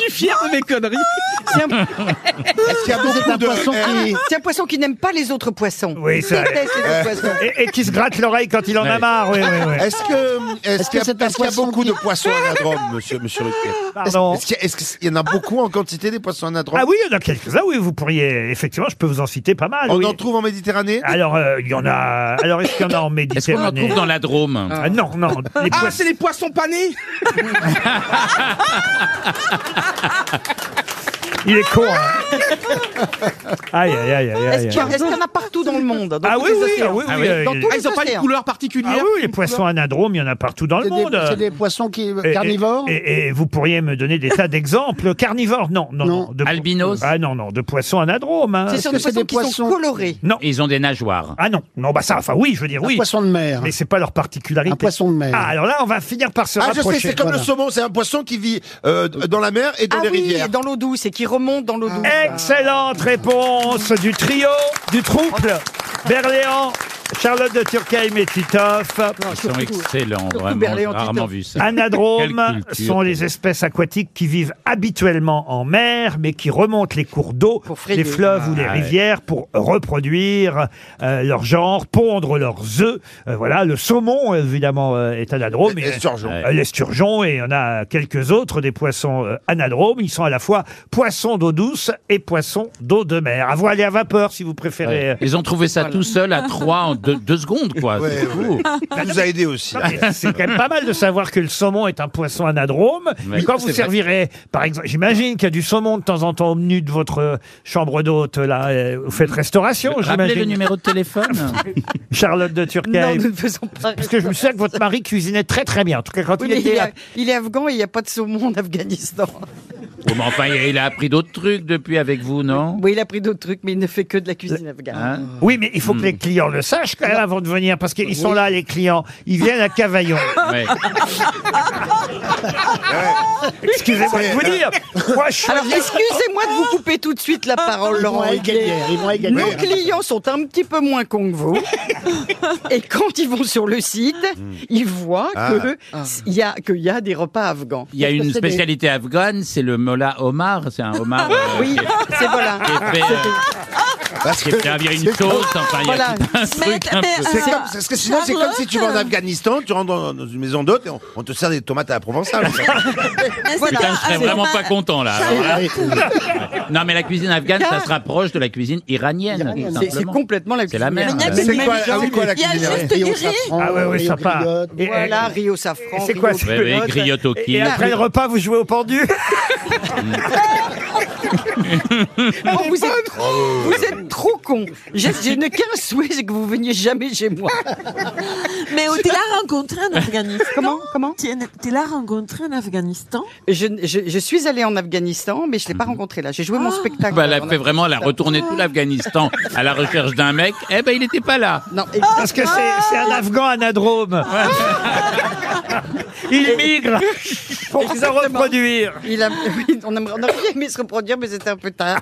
[SPEAKER 7] suis fier de mes conneries.
[SPEAKER 3] Est-ce
[SPEAKER 6] qu'il y a beaucoup de-
[SPEAKER 3] qui... Ah, C'est un poisson qui n'aime pas les autres poissons.
[SPEAKER 2] Oui,
[SPEAKER 3] c'est
[SPEAKER 2] c'est vrai.
[SPEAKER 3] déteste les autres poissons.
[SPEAKER 2] Et, et qui se gratte l'oreille quand il en a
[SPEAKER 6] Ouais.
[SPEAKER 2] marre. Oui, oui, oui.
[SPEAKER 6] Est-ce que est-ce
[SPEAKER 2] Est-ce
[SPEAKER 6] qu'il y
[SPEAKER 2] que
[SPEAKER 6] a,
[SPEAKER 2] c'est un
[SPEAKER 6] est-ce qu'il y a
[SPEAKER 2] poisson
[SPEAKER 6] beaucoup
[SPEAKER 2] qui-
[SPEAKER 6] de poissons anadromes, monsieur monsieur Ruquier
[SPEAKER 2] Pardon
[SPEAKER 6] Est-ce qu'il y, a- est-ce qu'il y en a beaucoup en quantité des poissons anadromes
[SPEAKER 2] Ah oui, il y en a quelques-uns, oui, vous pourriez, effectivement, je peux vous en citer pas mal.
[SPEAKER 6] On
[SPEAKER 2] oui.
[SPEAKER 6] en trouve en Méditerranée
[SPEAKER 2] Alors, euh, il y en a. Alors, est-ce qu'il y en a en
[SPEAKER 4] Est-ce qu'on en
[SPEAKER 2] Méditerranée
[SPEAKER 4] trouve dans la Drôme
[SPEAKER 2] Ah, Non, non. Les
[SPEAKER 7] Ah,
[SPEAKER 2] poissons-
[SPEAKER 7] c'est les poissons panés
[SPEAKER 2] Il est con. hein. Aïe, aïe, aïe, aïe.
[SPEAKER 3] Est-ce
[SPEAKER 2] aïe,
[SPEAKER 3] qu'il y, a-
[SPEAKER 2] aïe.
[SPEAKER 3] est-ce qu'il y en a partout dans le monde dans
[SPEAKER 2] Ah
[SPEAKER 3] tous
[SPEAKER 2] oui,
[SPEAKER 3] les
[SPEAKER 2] oui,
[SPEAKER 3] océans
[SPEAKER 2] ah oui,
[SPEAKER 9] Ah
[SPEAKER 2] oui.
[SPEAKER 9] oui.
[SPEAKER 2] euh,
[SPEAKER 3] Dans
[SPEAKER 2] il-
[SPEAKER 3] tous les
[SPEAKER 7] Ils ont pas une
[SPEAKER 3] océans.
[SPEAKER 7] couleur particulière.
[SPEAKER 2] Ah oui, les poissons anadromes, il y en a partout dans le
[SPEAKER 9] C'est des,
[SPEAKER 2] monde.
[SPEAKER 9] c'est des poissons qui,
[SPEAKER 2] Et- et-
[SPEAKER 9] carnivores.
[SPEAKER 2] Euh, Et, et vous pourriez me donner des tas d'exemples. Carnivores, non, non, non. de-
[SPEAKER 4] Albinos
[SPEAKER 2] Ah non, non, de poissons anadromes. hein.
[SPEAKER 3] C'est sur des poissons qui sont colorés.
[SPEAKER 2] Non.
[SPEAKER 4] Ils ont des nageoires.
[SPEAKER 2] Ah non, non, bah ça, enfin oui, je veux dire
[SPEAKER 9] Un
[SPEAKER 2] oui.
[SPEAKER 9] poisson de mer.
[SPEAKER 2] Mais c'est pas leur particularité.
[SPEAKER 9] Un poisson de mer.
[SPEAKER 2] Ah, alors là, on va finir par se
[SPEAKER 6] Ah, je sais,
[SPEAKER 2] rapprocher.
[SPEAKER 6] c'est comme le saumon, c'est un poisson qui vit euh, dans la mer et dans
[SPEAKER 3] Ah
[SPEAKER 6] les
[SPEAKER 3] oui,
[SPEAKER 6] rivières.
[SPEAKER 3] dans l'eau douce et qui remonte dans l'eau douce.
[SPEAKER 2] Excellente réponse du trio, du trouble. Berléand, Charlotte de Turckheim et Titoff.
[SPEAKER 4] Ils sont excellents, vraiment. J'ai
[SPEAKER 2] Berléand,
[SPEAKER 4] rarement vu ça.
[SPEAKER 2] Anadromes
[SPEAKER 4] Quelle culture.
[SPEAKER 2] sont les espèces aquatiques qui vivent habituellement en mer, mais qui remontent les cours d'eau,
[SPEAKER 3] frayer.
[SPEAKER 2] les fleuves ou
[SPEAKER 4] Ah,
[SPEAKER 2] les
[SPEAKER 4] ouais.
[SPEAKER 2] rivières pour euh, reproduire euh, leur genre, pondre leurs œufs. Euh, voilà, le saumon, évidemment, euh, est anadrome.
[SPEAKER 6] Et-
[SPEAKER 2] et-
[SPEAKER 6] l'esturgeon.
[SPEAKER 2] euh, L'esturgeon, et il y en a quelques autres des poissons euh, anadromes. Ils sont à la fois poissons d'eau douce et poissons d'eau de mer. À voile et à vapeur, si vous préférez. euh.
[SPEAKER 4] Ouais. Ils ont trouvé ça tout seul à trois en deux, deux secondes, quoi.
[SPEAKER 6] Ouais, Oh,
[SPEAKER 4] C'est fou.
[SPEAKER 6] Ça nous a aidé aussi.
[SPEAKER 2] Mais C'est quand même pas mal de savoir que le saumon est un poisson anadrome.
[SPEAKER 4] Ouais,
[SPEAKER 2] Et quand vous
[SPEAKER 4] c'est vrai.
[SPEAKER 2] servirez, par exemple, j'imagine qu'il y a du saumon de temps en temps au menu de votre euh, chambre d'hôte, là, euh, vous faites restauration,
[SPEAKER 4] Rappelez le
[SPEAKER 2] j'imagine.
[SPEAKER 4] numéro de téléphone. Oh,
[SPEAKER 2] Charlotte de
[SPEAKER 3] Non,
[SPEAKER 2] Turckheim.
[SPEAKER 3] nous ne faisons pas
[SPEAKER 2] Parce que je me souviens que votre mari cuisinait très très bien. En tout cas, quand
[SPEAKER 3] Oui,
[SPEAKER 2] il
[SPEAKER 3] mais il,
[SPEAKER 2] était. à-
[SPEAKER 3] est, il est afghan et il n'y a pas de saumon en Afghanistan.
[SPEAKER 4] Oh, mais enfin, il a appris d'autres trucs depuis avec vous, non
[SPEAKER 3] Oui, il a pris d'autres trucs, mais il ne fait que de la cuisine afghane.
[SPEAKER 4] Hein
[SPEAKER 2] Oui, mais il faut que les clients le sachent quand même avant de venir, parce qu'ils sont là, les clients. Ils viennent à Cavaillon.
[SPEAKER 4] Ouais.
[SPEAKER 2] Excusez-moi de vous dire. Moi, je suis
[SPEAKER 3] Alors, excusez-moi de vous couper tout de suite la
[SPEAKER 2] Ah,
[SPEAKER 3] parole,
[SPEAKER 9] Ils vont
[SPEAKER 3] Laurent
[SPEAKER 9] à
[SPEAKER 3] Ruquier.
[SPEAKER 9] Égalière, Ils vont à
[SPEAKER 3] Nos
[SPEAKER 9] Égalière.
[SPEAKER 3] clients sont un petit peu moins cons que vous. Et quand ils vont sur le site,
[SPEAKER 2] Hmm.
[SPEAKER 3] ils voient
[SPEAKER 6] Ah.
[SPEAKER 3] que il y a qu'il y a des repas afghans.
[SPEAKER 4] Il y a une spécialité afghane, c'est le mola omar. C'est un homard. euh,
[SPEAKER 3] Oui,
[SPEAKER 4] qui est-
[SPEAKER 3] c'est voilà.
[SPEAKER 4] qui est fait, euh,
[SPEAKER 6] Parce
[SPEAKER 4] qui est fait- il y a une sauce, enfin, il y
[SPEAKER 3] Voilà.
[SPEAKER 4] a tout un
[SPEAKER 8] Mais-
[SPEAKER 4] truc un
[SPEAKER 8] mais,
[SPEAKER 4] peu-
[SPEAKER 6] C'est
[SPEAKER 8] euh,
[SPEAKER 6] comme, parce que sinon, c'est comme si tu vas en
[SPEAKER 8] Charlotte.
[SPEAKER 6] Afghanistan, tu rentres dans, dans une maison d'hôtes et on, on te sert des tomates à la provençale.
[SPEAKER 8] Est-ce
[SPEAKER 3] Voilà. Ah,
[SPEAKER 8] qu'il y
[SPEAKER 4] Putain,
[SPEAKER 8] a
[SPEAKER 4] je serais
[SPEAKER 8] un
[SPEAKER 4] vraiment
[SPEAKER 8] format-
[SPEAKER 4] pas content là.
[SPEAKER 8] Charlotte,
[SPEAKER 4] Alors là, ouais. Non, mais la cuisine afghane, ça se rapproche de la cuisine iranienne.
[SPEAKER 9] Iranienne.
[SPEAKER 4] tout
[SPEAKER 3] C'est- C'est
[SPEAKER 4] simplement.
[SPEAKER 3] complètement la
[SPEAKER 4] C'est la
[SPEAKER 3] cuisine.
[SPEAKER 4] merde.
[SPEAKER 8] il y a
[SPEAKER 4] euh,
[SPEAKER 8] des
[SPEAKER 6] C'est
[SPEAKER 8] mêmes
[SPEAKER 6] quoi- ah
[SPEAKER 8] gens.
[SPEAKER 6] oui, quoi, la
[SPEAKER 8] Il y a
[SPEAKER 6] cuisine
[SPEAKER 8] juste
[SPEAKER 9] Rio
[SPEAKER 8] guéri.
[SPEAKER 9] safran,
[SPEAKER 2] Ah ouais, ouais,
[SPEAKER 9] Rio
[SPEAKER 2] ça part.
[SPEAKER 9] griotte.
[SPEAKER 2] Et-
[SPEAKER 3] Voilà, Rio Safran.
[SPEAKER 2] Et c'est
[SPEAKER 3] Rio
[SPEAKER 2] quoi, c'est-
[SPEAKER 4] Ouais, ouais,
[SPEAKER 2] Pelote.
[SPEAKER 4] griotte au
[SPEAKER 2] Et
[SPEAKER 4] kid.
[SPEAKER 2] après le repas, vous jouez au pendu
[SPEAKER 3] Oh, vous, êtes trop, vous êtes trop con. J'ai je n'ai qu'un souhait, c'est que vous veniez jamais chez moi.
[SPEAKER 8] Mais oh, où tu l'as rencontré en Afghanistan
[SPEAKER 3] Comment Comment
[SPEAKER 8] Tu tu l'as rencontré en Afghanistan Mhm.
[SPEAKER 3] je, je, je suis allée en Afghanistan, mais je ne l'ai pas rencontré là. J'ai joué
[SPEAKER 8] Ah.
[SPEAKER 3] mon spectacle.
[SPEAKER 4] Bah, elle a
[SPEAKER 3] en
[SPEAKER 4] fait vraiment, elle a
[SPEAKER 3] Afghanistan.
[SPEAKER 4] retourné tout l'Afghanistan à la recherche d'un mec. Eh ben, il n'était pas là.
[SPEAKER 3] Non, et-
[SPEAKER 2] Parce que c'est c'est un Afghan anadrome. Il migre pour se reproduire.
[SPEAKER 3] il a, oui, on aimerait on aurait aimé se reproduire, mais c'était un peu tard.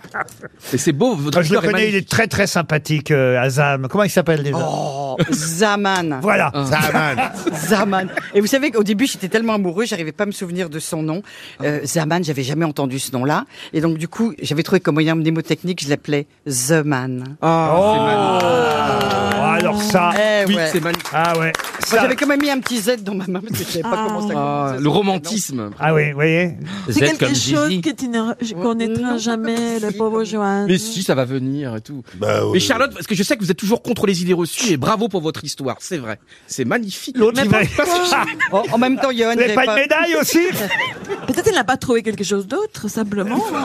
[SPEAKER 7] Et c'est beau, votre
[SPEAKER 2] Ah, Je le connais, il est très très sympathique, euh, Azam. Comment il s'appelle déjà
[SPEAKER 3] Oh, Zaman.
[SPEAKER 2] Eh ben.
[SPEAKER 3] Oh.
[SPEAKER 2] Voilà.
[SPEAKER 6] Zaman.
[SPEAKER 3] Zaman. Et vous savez qu'au début, j'étais tellement amoureux, j'arrivais pas à me souvenir de son nom. Euh,
[SPEAKER 2] Ah.
[SPEAKER 3] Zaman, j'avais jamais entendu ce nom-là. Et donc, du coup, j'avais trouvé comme moyen mnémotechnique, je l'appelais The Man.
[SPEAKER 2] Oh. Ah, alors j'adore ça.
[SPEAKER 3] Eh Oui, ouais. c'est magnifique.
[SPEAKER 2] Ah ouais.
[SPEAKER 3] Moi,
[SPEAKER 2] Ça, Ah.
[SPEAKER 3] J'avais quand même mis un petit Z dans ma main parce que je savais pas comment ça
[SPEAKER 8] Ah,
[SPEAKER 3] commençait.
[SPEAKER 2] le romantisme. Ah oui, vous voyez
[SPEAKER 8] C'est quelque chose que tu ne- qu'on
[SPEAKER 6] Oh,
[SPEAKER 8] n'éteint jamais, le pauvre Johan.
[SPEAKER 7] Mais si, ça va venir et tout. Mais Charlotte, parce que je sais que vous êtes toujours contre les idées reçues et bravo pour votre histoire, c'est vrai. C'est magnifique.
[SPEAKER 3] L'autre, il va-
[SPEAKER 8] Ah. Oh,
[SPEAKER 3] en même temps, Johan, Vous n'avez pas de médaille aussi
[SPEAKER 8] Peut-être il n'a pas trouvé quelque chose d'autre, simplement. hein.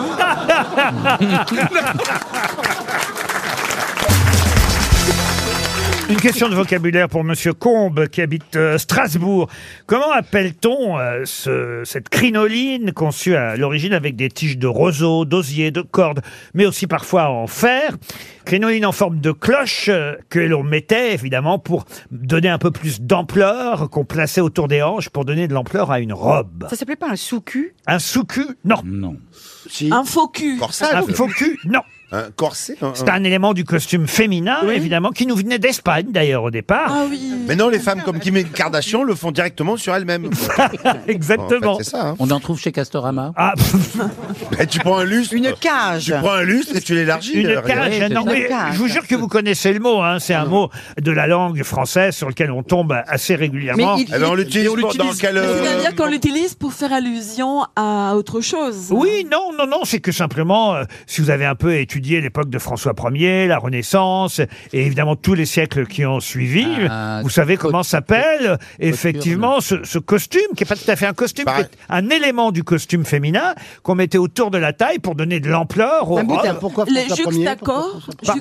[SPEAKER 2] Une question de vocabulaire pour Monsieur Combe qui habite euh, Strasbourg. Comment appelle-t-on euh, ce- cette crinoline conçue à l'origine avec des tiges de roseau, d'osier, de cordes, mais aussi parfois en fer Crinoline en forme de cloche euh, que l'on mettait évidemment pour donner un peu plus d'ampleur, qu'on plaçait autour des hanches pour donner de l'ampleur à une robe.
[SPEAKER 3] Ça s'appelait pas un sous-cul
[SPEAKER 2] Un sous-cul Non. Non.
[SPEAKER 8] Mm. Un faux cul.
[SPEAKER 2] Un Ah, faux cul Non.
[SPEAKER 6] Un corset un-
[SPEAKER 2] C'est un élément du costume féminin, évidemment, qui nous venait d'Espagne d'ailleurs au départ.
[SPEAKER 8] Ah
[SPEAKER 6] Mais non, les femmes comme Kim Kardashian le font directement sur elles-mêmes.
[SPEAKER 2] Exactement.
[SPEAKER 6] En fait, c'est ça. hein.
[SPEAKER 4] Ah. On en trouve chez Castorama.
[SPEAKER 2] Ah,
[SPEAKER 6] Et tu prends un lustre.
[SPEAKER 3] Une cage.
[SPEAKER 6] Tu prends un lustre et tu l'élargis.
[SPEAKER 2] Une
[SPEAKER 6] euh,
[SPEAKER 2] cage,
[SPEAKER 6] regarde.
[SPEAKER 2] non, mais je vous jure que vous connaissez le mot. hein, C'est un mot de la langue française sur lequel on tombe assez régulièrement.
[SPEAKER 8] Mais il- Eh ben, on l'utilise
[SPEAKER 6] pour- dans quel,
[SPEAKER 2] euh,
[SPEAKER 6] euh,
[SPEAKER 8] C'est-à-dire qu'on l'utilise pour faire allusion à autre chose.
[SPEAKER 2] Oui, non, non, non, c'est que simplement, euh, si vous avez un peu étudié l'époque de François Ier, la Renaissance, et évidemment tous les siècles qui ont suivi, vous savez comment s'appelle euh, effectivement ce, ce costume, qui est pas tout à fait un costume, qui est un élément du costume féminin qu'on mettait autour de la taille pour donner de l'ampleur au
[SPEAKER 9] hein, Pourquoi
[SPEAKER 8] Les
[SPEAKER 9] François Ier
[SPEAKER 8] juxtacors.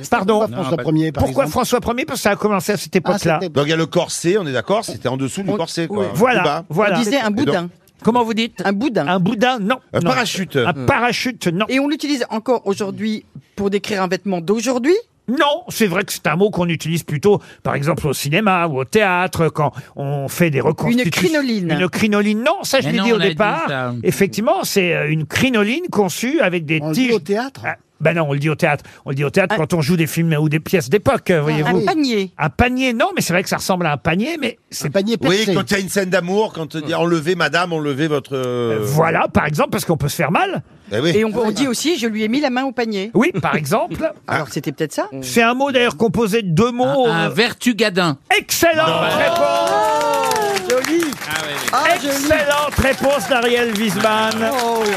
[SPEAKER 2] Pardon
[SPEAKER 9] Pourquoi François Ier, par
[SPEAKER 2] Pourquoi
[SPEAKER 9] exemple
[SPEAKER 2] François Ier Parce que ça a commencé à cette époque-là.
[SPEAKER 6] Donc il y a le corset, on est d'accord, c'était en dessous du corset. Quoi.
[SPEAKER 2] Voilà,
[SPEAKER 6] Plus bas.
[SPEAKER 2] voilà. On
[SPEAKER 3] disait un
[SPEAKER 6] Et donc-
[SPEAKER 3] boudin.
[SPEAKER 2] Comment vous dites
[SPEAKER 3] Un boudin. Euh.
[SPEAKER 2] Un boudin, non.
[SPEAKER 6] Un
[SPEAKER 2] Non.
[SPEAKER 6] parachute.
[SPEAKER 2] Un parachute, non.
[SPEAKER 3] Et on l'utilise encore aujourd'hui pour décrire un vêtement d'aujourd'hui
[SPEAKER 2] Non, c'est vrai que c'est un mot qu'on utilise plutôt, par exemple, au cinéma ou au théâtre, quand on fait des reconstitutions.
[SPEAKER 3] Une crinoline.
[SPEAKER 2] Une crinoline, non, ça je
[SPEAKER 4] Mais
[SPEAKER 2] l'ai
[SPEAKER 4] non,
[SPEAKER 2] dit
[SPEAKER 4] on
[SPEAKER 2] au
[SPEAKER 4] l'a dit,
[SPEAKER 2] départ.
[SPEAKER 4] ça.
[SPEAKER 2] Effectivement, c'est euh, une crinoline conçue avec des tiges. au
[SPEAKER 9] théâtre
[SPEAKER 2] ben non, on le dit au théâtre. On le dit au théâtre quand on joue des films ou des pièces d'époque, euh, voyez-vous.
[SPEAKER 3] Ah. Un panier.
[SPEAKER 2] Un panier, non, mais c'est vrai que ça ressemble à un panier, mais c'est panier
[SPEAKER 6] Oui, quand il y a une scène d'amour, quand on dit enlevez madame, enlevez votre.
[SPEAKER 2] Euh,
[SPEAKER 6] euh,
[SPEAKER 2] Voilà, par exemple, parce qu'on peut se faire mal.
[SPEAKER 6] Eh oui.
[SPEAKER 3] Et on, on dit aussi, je lui ai mis la main au panier.
[SPEAKER 2] Oui, par exemple.
[SPEAKER 3] Alors c'était peut-être ça
[SPEAKER 2] C'est un mot d'ailleurs composé de deux mots.
[SPEAKER 4] Un
[SPEAKER 2] euh,
[SPEAKER 4] vertugadin.
[SPEAKER 2] Excellente réponse
[SPEAKER 3] Joli
[SPEAKER 2] Excellente réponse d'Ariel Wiesman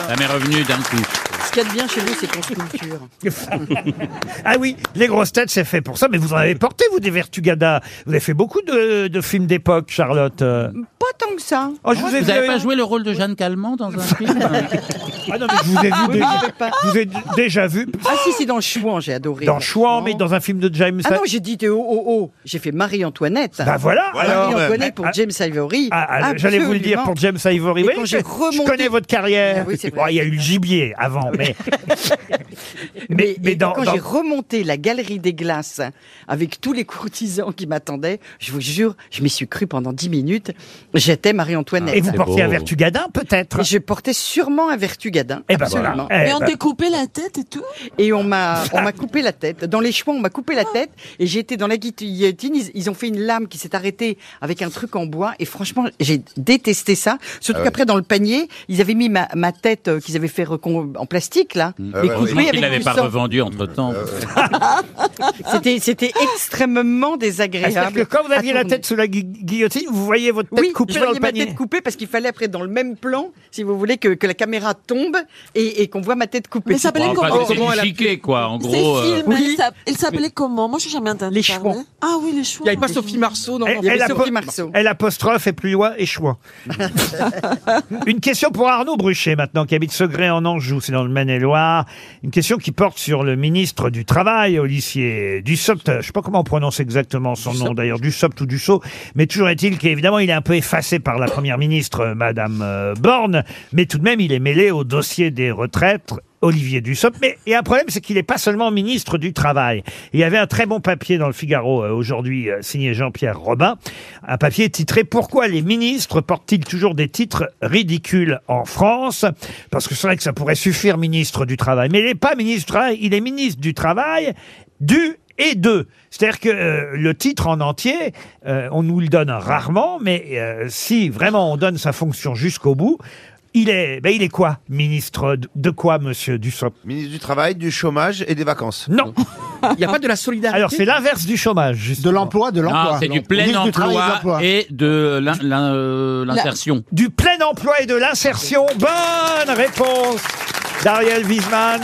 [SPEAKER 4] Ça m'est revenu d'un coup.
[SPEAKER 3] Ce qu'il y a de bien chez nous, c'est qu'on se culture.
[SPEAKER 2] Ah oui, les grosses têtes, c'est fait pour ça, mais vous en avez porté, vous, des Vertugada. Vous avez fait beaucoup de, de films d'époque, Charlotte. euh.
[SPEAKER 3] Pas tant que ça.
[SPEAKER 2] Oh, je vous ai
[SPEAKER 4] Vous n'avez
[SPEAKER 2] vu-
[SPEAKER 4] pas joué le rôle de Jeanne Calment dans un film hein
[SPEAKER 2] Ah non, mais je vous ai vu
[SPEAKER 3] Oui,
[SPEAKER 2] déjà-
[SPEAKER 3] mais pas-
[SPEAKER 2] je vous ai d- déjà vu
[SPEAKER 3] Ah si, c'est dans Chouan, j'ai adoré.
[SPEAKER 2] dans Chouan, mais dans un film de James.
[SPEAKER 3] Ah non, j'ai dit oh oh oh, j'ai fait Marie-Antoinette.
[SPEAKER 2] Bah voilà, alors,
[SPEAKER 3] Marie-Antoinette
[SPEAKER 2] euh,
[SPEAKER 3] pour
[SPEAKER 2] ah,
[SPEAKER 3] James Ivory.
[SPEAKER 2] Ah, ah, J'allais vous le dire pour James Ivory.
[SPEAKER 3] Et
[SPEAKER 2] Oui,
[SPEAKER 3] quand
[SPEAKER 2] je,
[SPEAKER 3] j'ai remonté-
[SPEAKER 2] je connais votre carrière.
[SPEAKER 3] Ah oui, c'est Ah
[SPEAKER 2] Bon, il y a eu le gibier avant, mais. mais, mais dans,
[SPEAKER 3] Quand
[SPEAKER 2] dans-
[SPEAKER 3] j'ai remonté la galerie des glaces avec tous les courtisans qui m'attendaient, je vous jure, je m'y suis cru pendant 10 minutes. J'étais Marie-Antoinette.
[SPEAKER 2] Et vous portiez un Vertugadin, peut-être
[SPEAKER 3] Et je portais sûrement un Vertugadin.
[SPEAKER 2] Eh ben
[SPEAKER 3] Hein, absolument.
[SPEAKER 2] voilà. Eh Et on ben- t'a
[SPEAKER 3] coupé la tête et tout Et on m'a on m'a coupé la tête. Dans les chouans, on m'a coupé la tête. Et j'étais dans la guillotine. Ils, ils ont fait une lame qui s'est arrêtée avec un truc en bois. Et franchement, j'ai détesté ça. Surtout
[SPEAKER 6] Ah ouais.
[SPEAKER 3] qu'après, dans le panier, ils avaient mis ma, ma tête euh, qu'ils avaient fait recon- en plastique, là.
[SPEAKER 6] Ah
[SPEAKER 3] mais
[SPEAKER 6] ouais, Ah,
[SPEAKER 3] coupée
[SPEAKER 6] oui.
[SPEAKER 4] Hmm. Il
[SPEAKER 3] avec
[SPEAKER 4] l'avait
[SPEAKER 3] du
[SPEAKER 4] pas
[SPEAKER 3] sang.
[SPEAKER 4] revendu entre temps.
[SPEAKER 3] C'était, c'était extrêmement
[SPEAKER 2] C'est-à-dire que
[SPEAKER 3] désagréable.
[SPEAKER 2] quand vous
[SPEAKER 3] à
[SPEAKER 2] aviez la
[SPEAKER 3] tourner.
[SPEAKER 2] tête sous la gui- guillotine, vous voyez votre tête
[SPEAKER 3] oui,
[SPEAKER 2] coupée
[SPEAKER 3] je
[SPEAKER 2] dans
[SPEAKER 3] voyais
[SPEAKER 2] le
[SPEAKER 3] ma
[SPEAKER 2] panier.
[SPEAKER 3] tête coupée parce qu'il fallait après dans le même plan, si vous voulez, que, que la caméra tombe et, et qu'on voit ma tête coupée.
[SPEAKER 8] Mais ça s'appelait
[SPEAKER 4] Bon, enfin,
[SPEAKER 8] comment
[SPEAKER 4] c'est du chiquet, quoi, en gros.
[SPEAKER 8] Ces
[SPEAKER 4] euh,
[SPEAKER 8] films, ils s'app- ils s'appelaient comment Moi, j'ai jamais entendu Les chevaux. Ah oui, les chevaux.
[SPEAKER 7] Il n'y avait pas Sophie Marceau dans
[SPEAKER 2] Elle,
[SPEAKER 7] Il y avait
[SPEAKER 2] elle
[SPEAKER 7] Sophie
[SPEAKER 2] apo- elle apostrophe et plus loin échouant. Une question pour Arnaud Bruchet maintenant qui habite Segré en Anjou, c'est dans le Maine-et-Loire. Une question qui porte sur le ministre du Travail, Olivier Dussopt. Je sais pas comment on prononce exactement son nom d'ailleurs, Dussopt ou Dussault, mais toujours est-il qu'évidemment il est un peu effacé par la première ministre, euh, Madame euh, Borne, mais tout de même il est mêlé au dossier des retraites. Olivier Dussopt. Mais il y a un problème, c'est qu'il n'est pas seulement ministre du Travail. Il y avait un très bon papier dans le Figaro euh, aujourd'hui, euh, signé Jean-Pierre Robin. Un papier titré Pourquoi les ministres portent-ils toujours des titres ridicules en France Parce que c'est vrai que ça pourrait suffire, ministre du Travail. Mais il n'est pas ministre du Travail, il est ministre du Travail du et de. C'est-à-dire que euh, le titre en entier, euh, on nous le donne rarement, mais euh, si vraiment on donne sa fonction jusqu'au bout, il est, ben il est quoi, ministre de- de quoi, monsieur Dussopt
[SPEAKER 6] Ministre du Travail, du Chômage et des Vacances.
[SPEAKER 2] Non.
[SPEAKER 7] Il n'y a pas de la solidarité.
[SPEAKER 2] Alors, c'est l'inverse du chômage, juste.
[SPEAKER 9] De l'emploi, de
[SPEAKER 4] Non, c'est du plein emploi, et de l'in- l'in- euh, l'insertion.
[SPEAKER 2] Du plein emploi et de l'insertion. Bonne réponse d'Ariel Wiesman.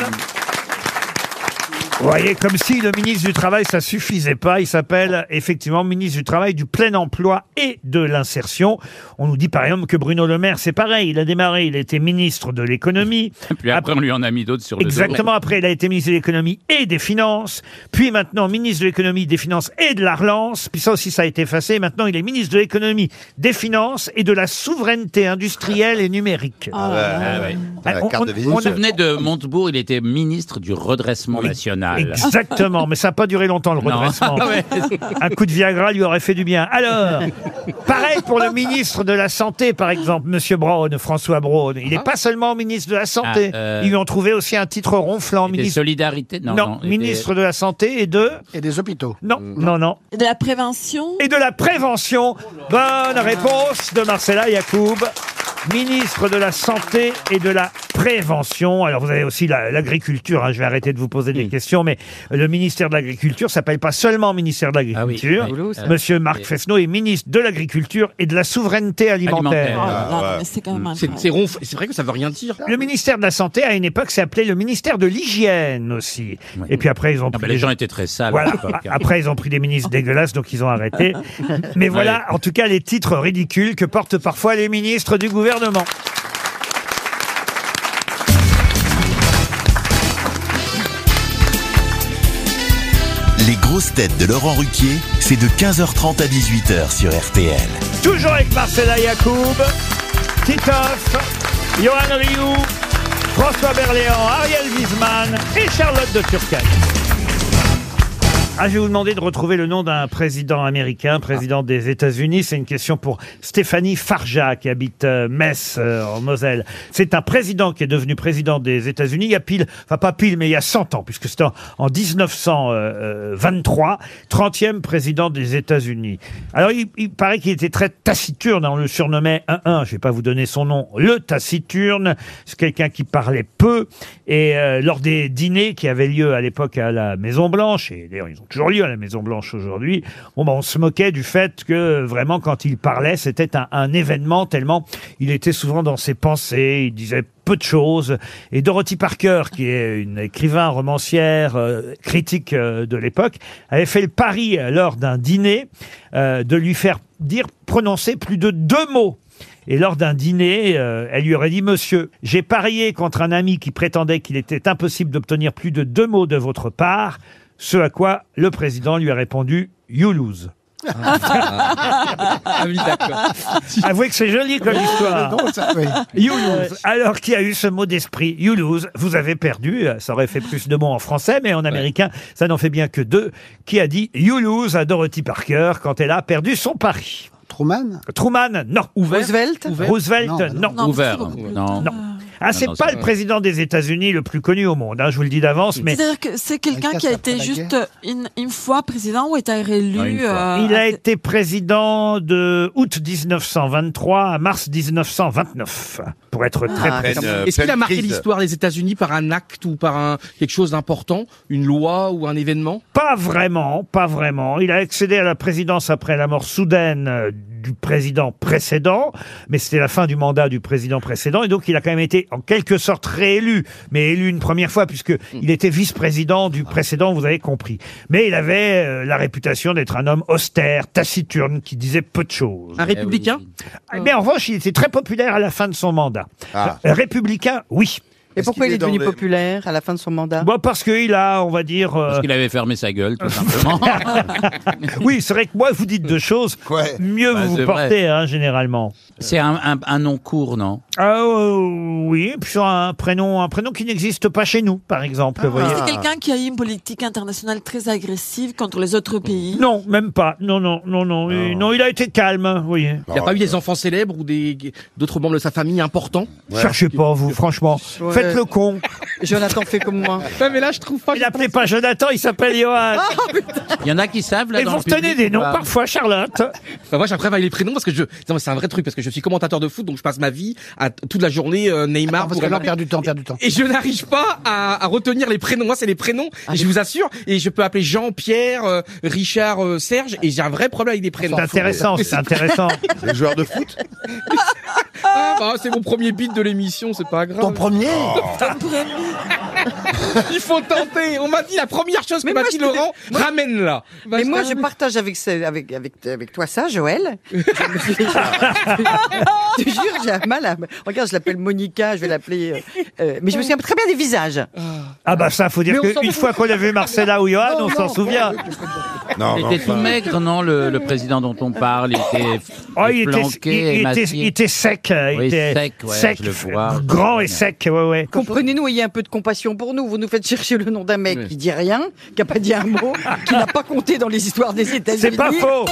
[SPEAKER 2] Vous voyez, comme si le ministre du Travail, ça suffisait pas. Il s'appelle effectivement ministre du Travail, du plein emploi et de l'insertion. On nous dit par exemple que Bruno Le Maire, c'est pareil. Il a démarré, il était ministre de l'économie.
[SPEAKER 4] Puis après, on lui en a mis d'autres sur le dos.
[SPEAKER 2] Exactement. Après, il a été ministre de l'économie et des finances. Puis maintenant, ministre de l'économie, des finances et de la relance. Puis ça aussi, ça a été effacé. Maintenant, il est ministre de l'économie, des finances et de la souveraineté industrielle et numérique.
[SPEAKER 4] Ah ouais.
[SPEAKER 2] On- on-
[SPEAKER 4] On
[SPEAKER 2] on a-
[SPEAKER 4] venait de Montebourg, il était ministre du redressement national.
[SPEAKER 2] Exactement, mais ça n'a pas duré longtemps le
[SPEAKER 4] Ah Non.
[SPEAKER 2] redressement.
[SPEAKER 4] Ah ouais.
[SPEAKER 2] Un coup de Viagra lui aurait fait du bien. Alors, pareil pour le ministre de la Santé, par exemple, Monsieur Braun, François Braun. Il n'est pas seulement ministre de la Santé.
[SPEAKER 4] Ah, euh,
[SPEAKER 2] Ils lui ont trouvé aussi un titre ronflant.
[SPEAKER 4] Des
[SPEAKER 2] ministre...
[SPEAKER 4] solidarités
[SPEAKER 2] Non,
[SPEAKER 4] Non, non, il était-
[SPEAKER 2] ministre de la Santé et de...
[SPEAKER 9] Et des hôpitaux. Mm.
[SPEAKER 2] Non, non, non.
[SPEAKER 8] De la prévention
[SPEAKER 2] Et de la prévention. Bonne réponse de Marcella Yacoub. Ministre de la Santé et de la Prévention. Alors vous avez aussi la- l'agriculture, hein. je vais arrêter de vous poser des questions, mais le ministère de l'Agriculture s'appelle pas seulement ministère de l'Agriculture.
[SPEAKER 4] Ah oui. Boulot, ça.
[SPEAKER 2] Monsieur Marc Fesneau est ministre de l'Agriculture et de la Souveraineté Alimentaire.
[SPEAKER 8] Ah,
[SPEAKER 2] Ah,
[SPEAKER 7] Ah,
[SPEAKER 8] c'est quand même
[SPEAKER 7] C'est c'est ronf- c'est vrai que ça veut rien dire.
[SPEAKER 2] Le ministère de la Santé, à une époque, s'appelait le ministère de l'hygiène aussi. Et puis après, ils ont
[SPEAKER 4] Ah
[SPEAKER 2] pris
[SPEAKER 4] bah,
[SPEAKER 2] des-
[SPEAKER 4] les gens étaient très sales.
[SPEAKER 2] Voilà.
[SPEAKER 4] à l'époque, hein.
[SPEAKER 2] Après, ils ont pris des ministres dégueulasses, donc ils ont arrêté. Mais voilà, en tout cas, les titres ridicules que portent parfois les ministres du gouvernement.
[SPEAKER 1] Les grosses têtes de Laurent Ruquier, c'est de 15h30 à 18h sur RTL.
[SPEAKER 2] Toujours avec Marcella Yacoub, Titoff, Johan Rioux, François Berléand, Ariel Wiesman et Charlotte de Turckheim. Ah, je vais vous demander de retrouver le nom d'un président américain, président des États-Unis. C'est une question pour Stéphanie Farja, qui habite euh, Metz, euh, en Moselle. C'est un président qui est devenu président des États-Unis il y a pile, enfin pas pile, mais il y a 100 ans, puisque c'était en, en euh, 1923, 30e président des États-Unis. Alors, il, il paraît qu'il était très taciturne. hein, On le surnommait 1-1. Je vais pas vous donner son nom. Le taciturne. C'est quelqu'un qui parlait peu. Et euh, lors des dîners qui avaient lieu à l'époque à la Maison Blanche, et d'ailleurs ils ont toujours lieu à la Maison Blanche aujourd'hui, bon bah, on se moquait du fait que euh, vraiment quand il parlait, c'était un, un événement tellement il était souvent dans ses pensées, il disait peu de choses. Et Dorothy Parker, qui est une écrivain, romancière, euh, critique euh, de l'époque, avait fait le pari euh, lors d'un dîner euh, de lui faire dire prononcer plus de deux mots. Et lors d'un dîner, euh, elle lui aurait dit Monsieur, j'ai parié contre un ami qui prétendait qu'il était impossible d'obtenir plus de deux mots de votre part. Ce à quoi le président lui a répondu You lose.
[SPEAKER 3] Ah
[SPEAKER 2] Avouez que c'est joli comme histoire.
[SPEAKER 9] C'est drôle, ça, oui.
[SPEAKER 2] You lose. Alors qui a eu ce mot d'esprit You lose, vous avez perdu. Ça aurait fait plus de mots en français, mais en américain, ça n'en fait bien que deux. Qui a dit You lose à Dorothy Parker quand elle a perdu son pari
[SPEAKER 9] Truman
[SPEAKER 2] Truman, non.
[SPEAKER 3] Roosevelt
[SPEAKER 2] Roosevelt, non.
[SPEAKER 4] Ouvert. Non.
[SPEAKER 2] Ah, c'est
[SPEAKER 4] non, c'est
[SPEAKER 2] pas le
[SPEAKER 4] vrai.
[SPEAKER 2] président des États-Unis le plus connu au monde, hein, je vous le dis d'avance, mais.
[SPEAKER 8] C'est-à-dire que c'est quelqu'un qui a été juste une, une fois président ou est réélu.
[SPEAKER 2] Ah,
[SPEAKER 4] Ah,
[SPEAKER 8] euh,
[SPEAKER 2] Il a
[SPEAKER 8] à-
[SPEAKER 2] été président de août 1923 à mars 1929, pour être très
[SPEAKER 7] Ah,
[SPEAKER 2] précis.
[SPEAKER 4] Euh,
[SPEAKER 7] Est-ce qu'il a marqué l'histoire des États-Unis par un acte ou par un, quelque chose d'important, une loi ou un événement
[SPEAKER 2] Pas vraiment, pas vraiment. Il a accédé à la présidence après la mort soudaine euh, du président précédent, mais c'était la fin du mandat du président précédent, et donc il a quand même été en quelque sorte réélu, mais élu une première fois puisque
[SPEAKER 7] Hmm.
[SPEAKER 2] il était vice-président du précédent, vous avez compris. Mais il avait euh, la réputation d'être un homme austère, taciturne, qui disait peu de choses.
[SPEAKER 7] Un républicain
[SPEAKER 2] Ah, Mais en revanche, il était très populaire à la fin de son mandat. Euh, Républicain, oui.
[SPEAKER 3] Et pourquoi il est, devenu populaire à la fin de son mandat
[SPEAKER 2] Bon, parce qu'il a, on va dire... euh,
[SPEAKER 4] Parce qu'il avait fermé sa gueule, tout simplement.
[SPEAKER 2] Oui, c'est vrai que moi, vous dites deux choses, mieux
[SPEAKER 4] Bah,
[SPEAKER 2] vous
[SPEAKER 4] c'est
[SPEAKER 2] vous
[SPEAKER 4] vrai.
[SPEAKER 2] portez, hein, généralement.
[SPEAKER 4] C'est un, un, un nom court, non
[SPEAKER 2] Ah euh, oui, et puis sur un prénom, un prénom qui n'existe pas chez nous, par exemple.
[SPEAKER 3] Ah.
[SPEAKER 2] vous voyez.
[SPEAKER 8] C'est quelqu'un qui a eu une politique internationale très agressive contre les autres pays.
[SPEAKER 2] Non, même pas. Non, non, non, non. Euh, Non, il a été calme, hein, vous voyez.
[SPEAKER 7] Il n'y a
[SPEAKER 3] Ah,
[SPEAKER 7] pas eu des enfants célèbres ou des d'autres membres de sa famille importants
[SPEAKER 2] Cherchez pas, vous, franchement.
[SPEAKER 7] Ouais.
[SPEAKER 2] Faites le con.
[SPEAKER 3] Jonathan fait comme moi.
[SPEAKER 7] Non mais là je trouve pas.
[SPEAKER 2] Il n'appelait pas Jonathan, il s'appelle Johan.
[SPEAKER 4] Il y en a qui savent, là,
[SPEAKER 2] Et
[SPEAKER 4] dans
[SPEAKER 2] vous
[SPEAKER 4] le public,
[SPEAKER 2] retenez des noms
[SPEAKER 7] Bah,
[SPEAKER 4] ou pas
[SPEAKER 2] parfois, Charlotte.
[SPEAKER 7] Enfin, moi j'apprends les prénoms parce que je. Non, mais c'est un vrai truc parce que je suis commentateur de foot donc je passe ma vie à à- toute la journée euh, Neymar.
[SPEAKER 9] Ah, Parce
[SPEAKER 7] pour
[SPEAKER 9] que là, on
[SPEAKER 7] Mbappé.
[SPEAKER 9] perd du temps, on perd du temps.
[SPEAKER 7] Et je n'arrive pas à, à retenir les prénoms. Moi, c'est les prénoms.
[SPEAKER 9] Ah,
[SPEAKER 7] et je vous assure. Et je peux appeler Jean, Pierre, euh, Richard, euh, Serge. Et j'ai un vrai problème avec les prénoms.
[SPEAKER 2] C'est intéressant, c'est intéressant.
[SPEAKER 7] Les joueurs de foot. ah, bah, c'est mon premier beat de l'émission. C'est pas grave. Oh.
[SPEAKER 9] Ton premier
[SPEAKER 7] Il faut tenter. On m'a dit la première chose que m'a dit Laurent. Ramène-la.
[SPEAKER 4] Bah,
[SPEAKER 3] Mais moi, je partage avec, ce- avec, avec, avec toi ça, Joël. Je me suis- je te jure, j'ai un mal à... Regarde, je l'appelle Monica, je vais l'appeler... euh, euh, mais je me souviens très bien des visages.
[SPEAKER 2] Ah bah ça, faut dire
[SPEAKER 3] Mais on s'en
[SPEAKER 2] qu'une fois
[SPEAKER 3] fout.
[SPEAKER 2] qu'on a vu Marcella ou Johan,
[SPEAKER 3] Non,
[SPEAKER 2] on s'en
[SPEAKER 3] non.
[SPEAKER 2] souvient.
[SPEAKER 4] il était tout maigre, non, le, le président dont on parle. Il était
[SPEAKER 2] Oh, il était,
[SPEAKER 4] flanqué,
[SPEAKER 2] il- il était-
[SPEAKER 4] émacié.
[SPEAKER 2] il était sec, euh, il
[SPEAKER 4] Oui,
[SPEAKER 2] était
[SPEAKER 4] sec, ouais,
[SPEAKER 2] sec,
[SPEAKER 4] je le vois, je le
[SPEAKER 2] grand et sec, ouais, ouais.
[SPEAKER 3] Comprenez-nous, ayez un peu de compassion pour nous. Vous nous faites chercher le nom d'un mec qui dit rien, qui n'a pas dit un mot, qui n'a pas compté dans les histoires des États-Unis.
[SPEAKER 2] C'est pas faux.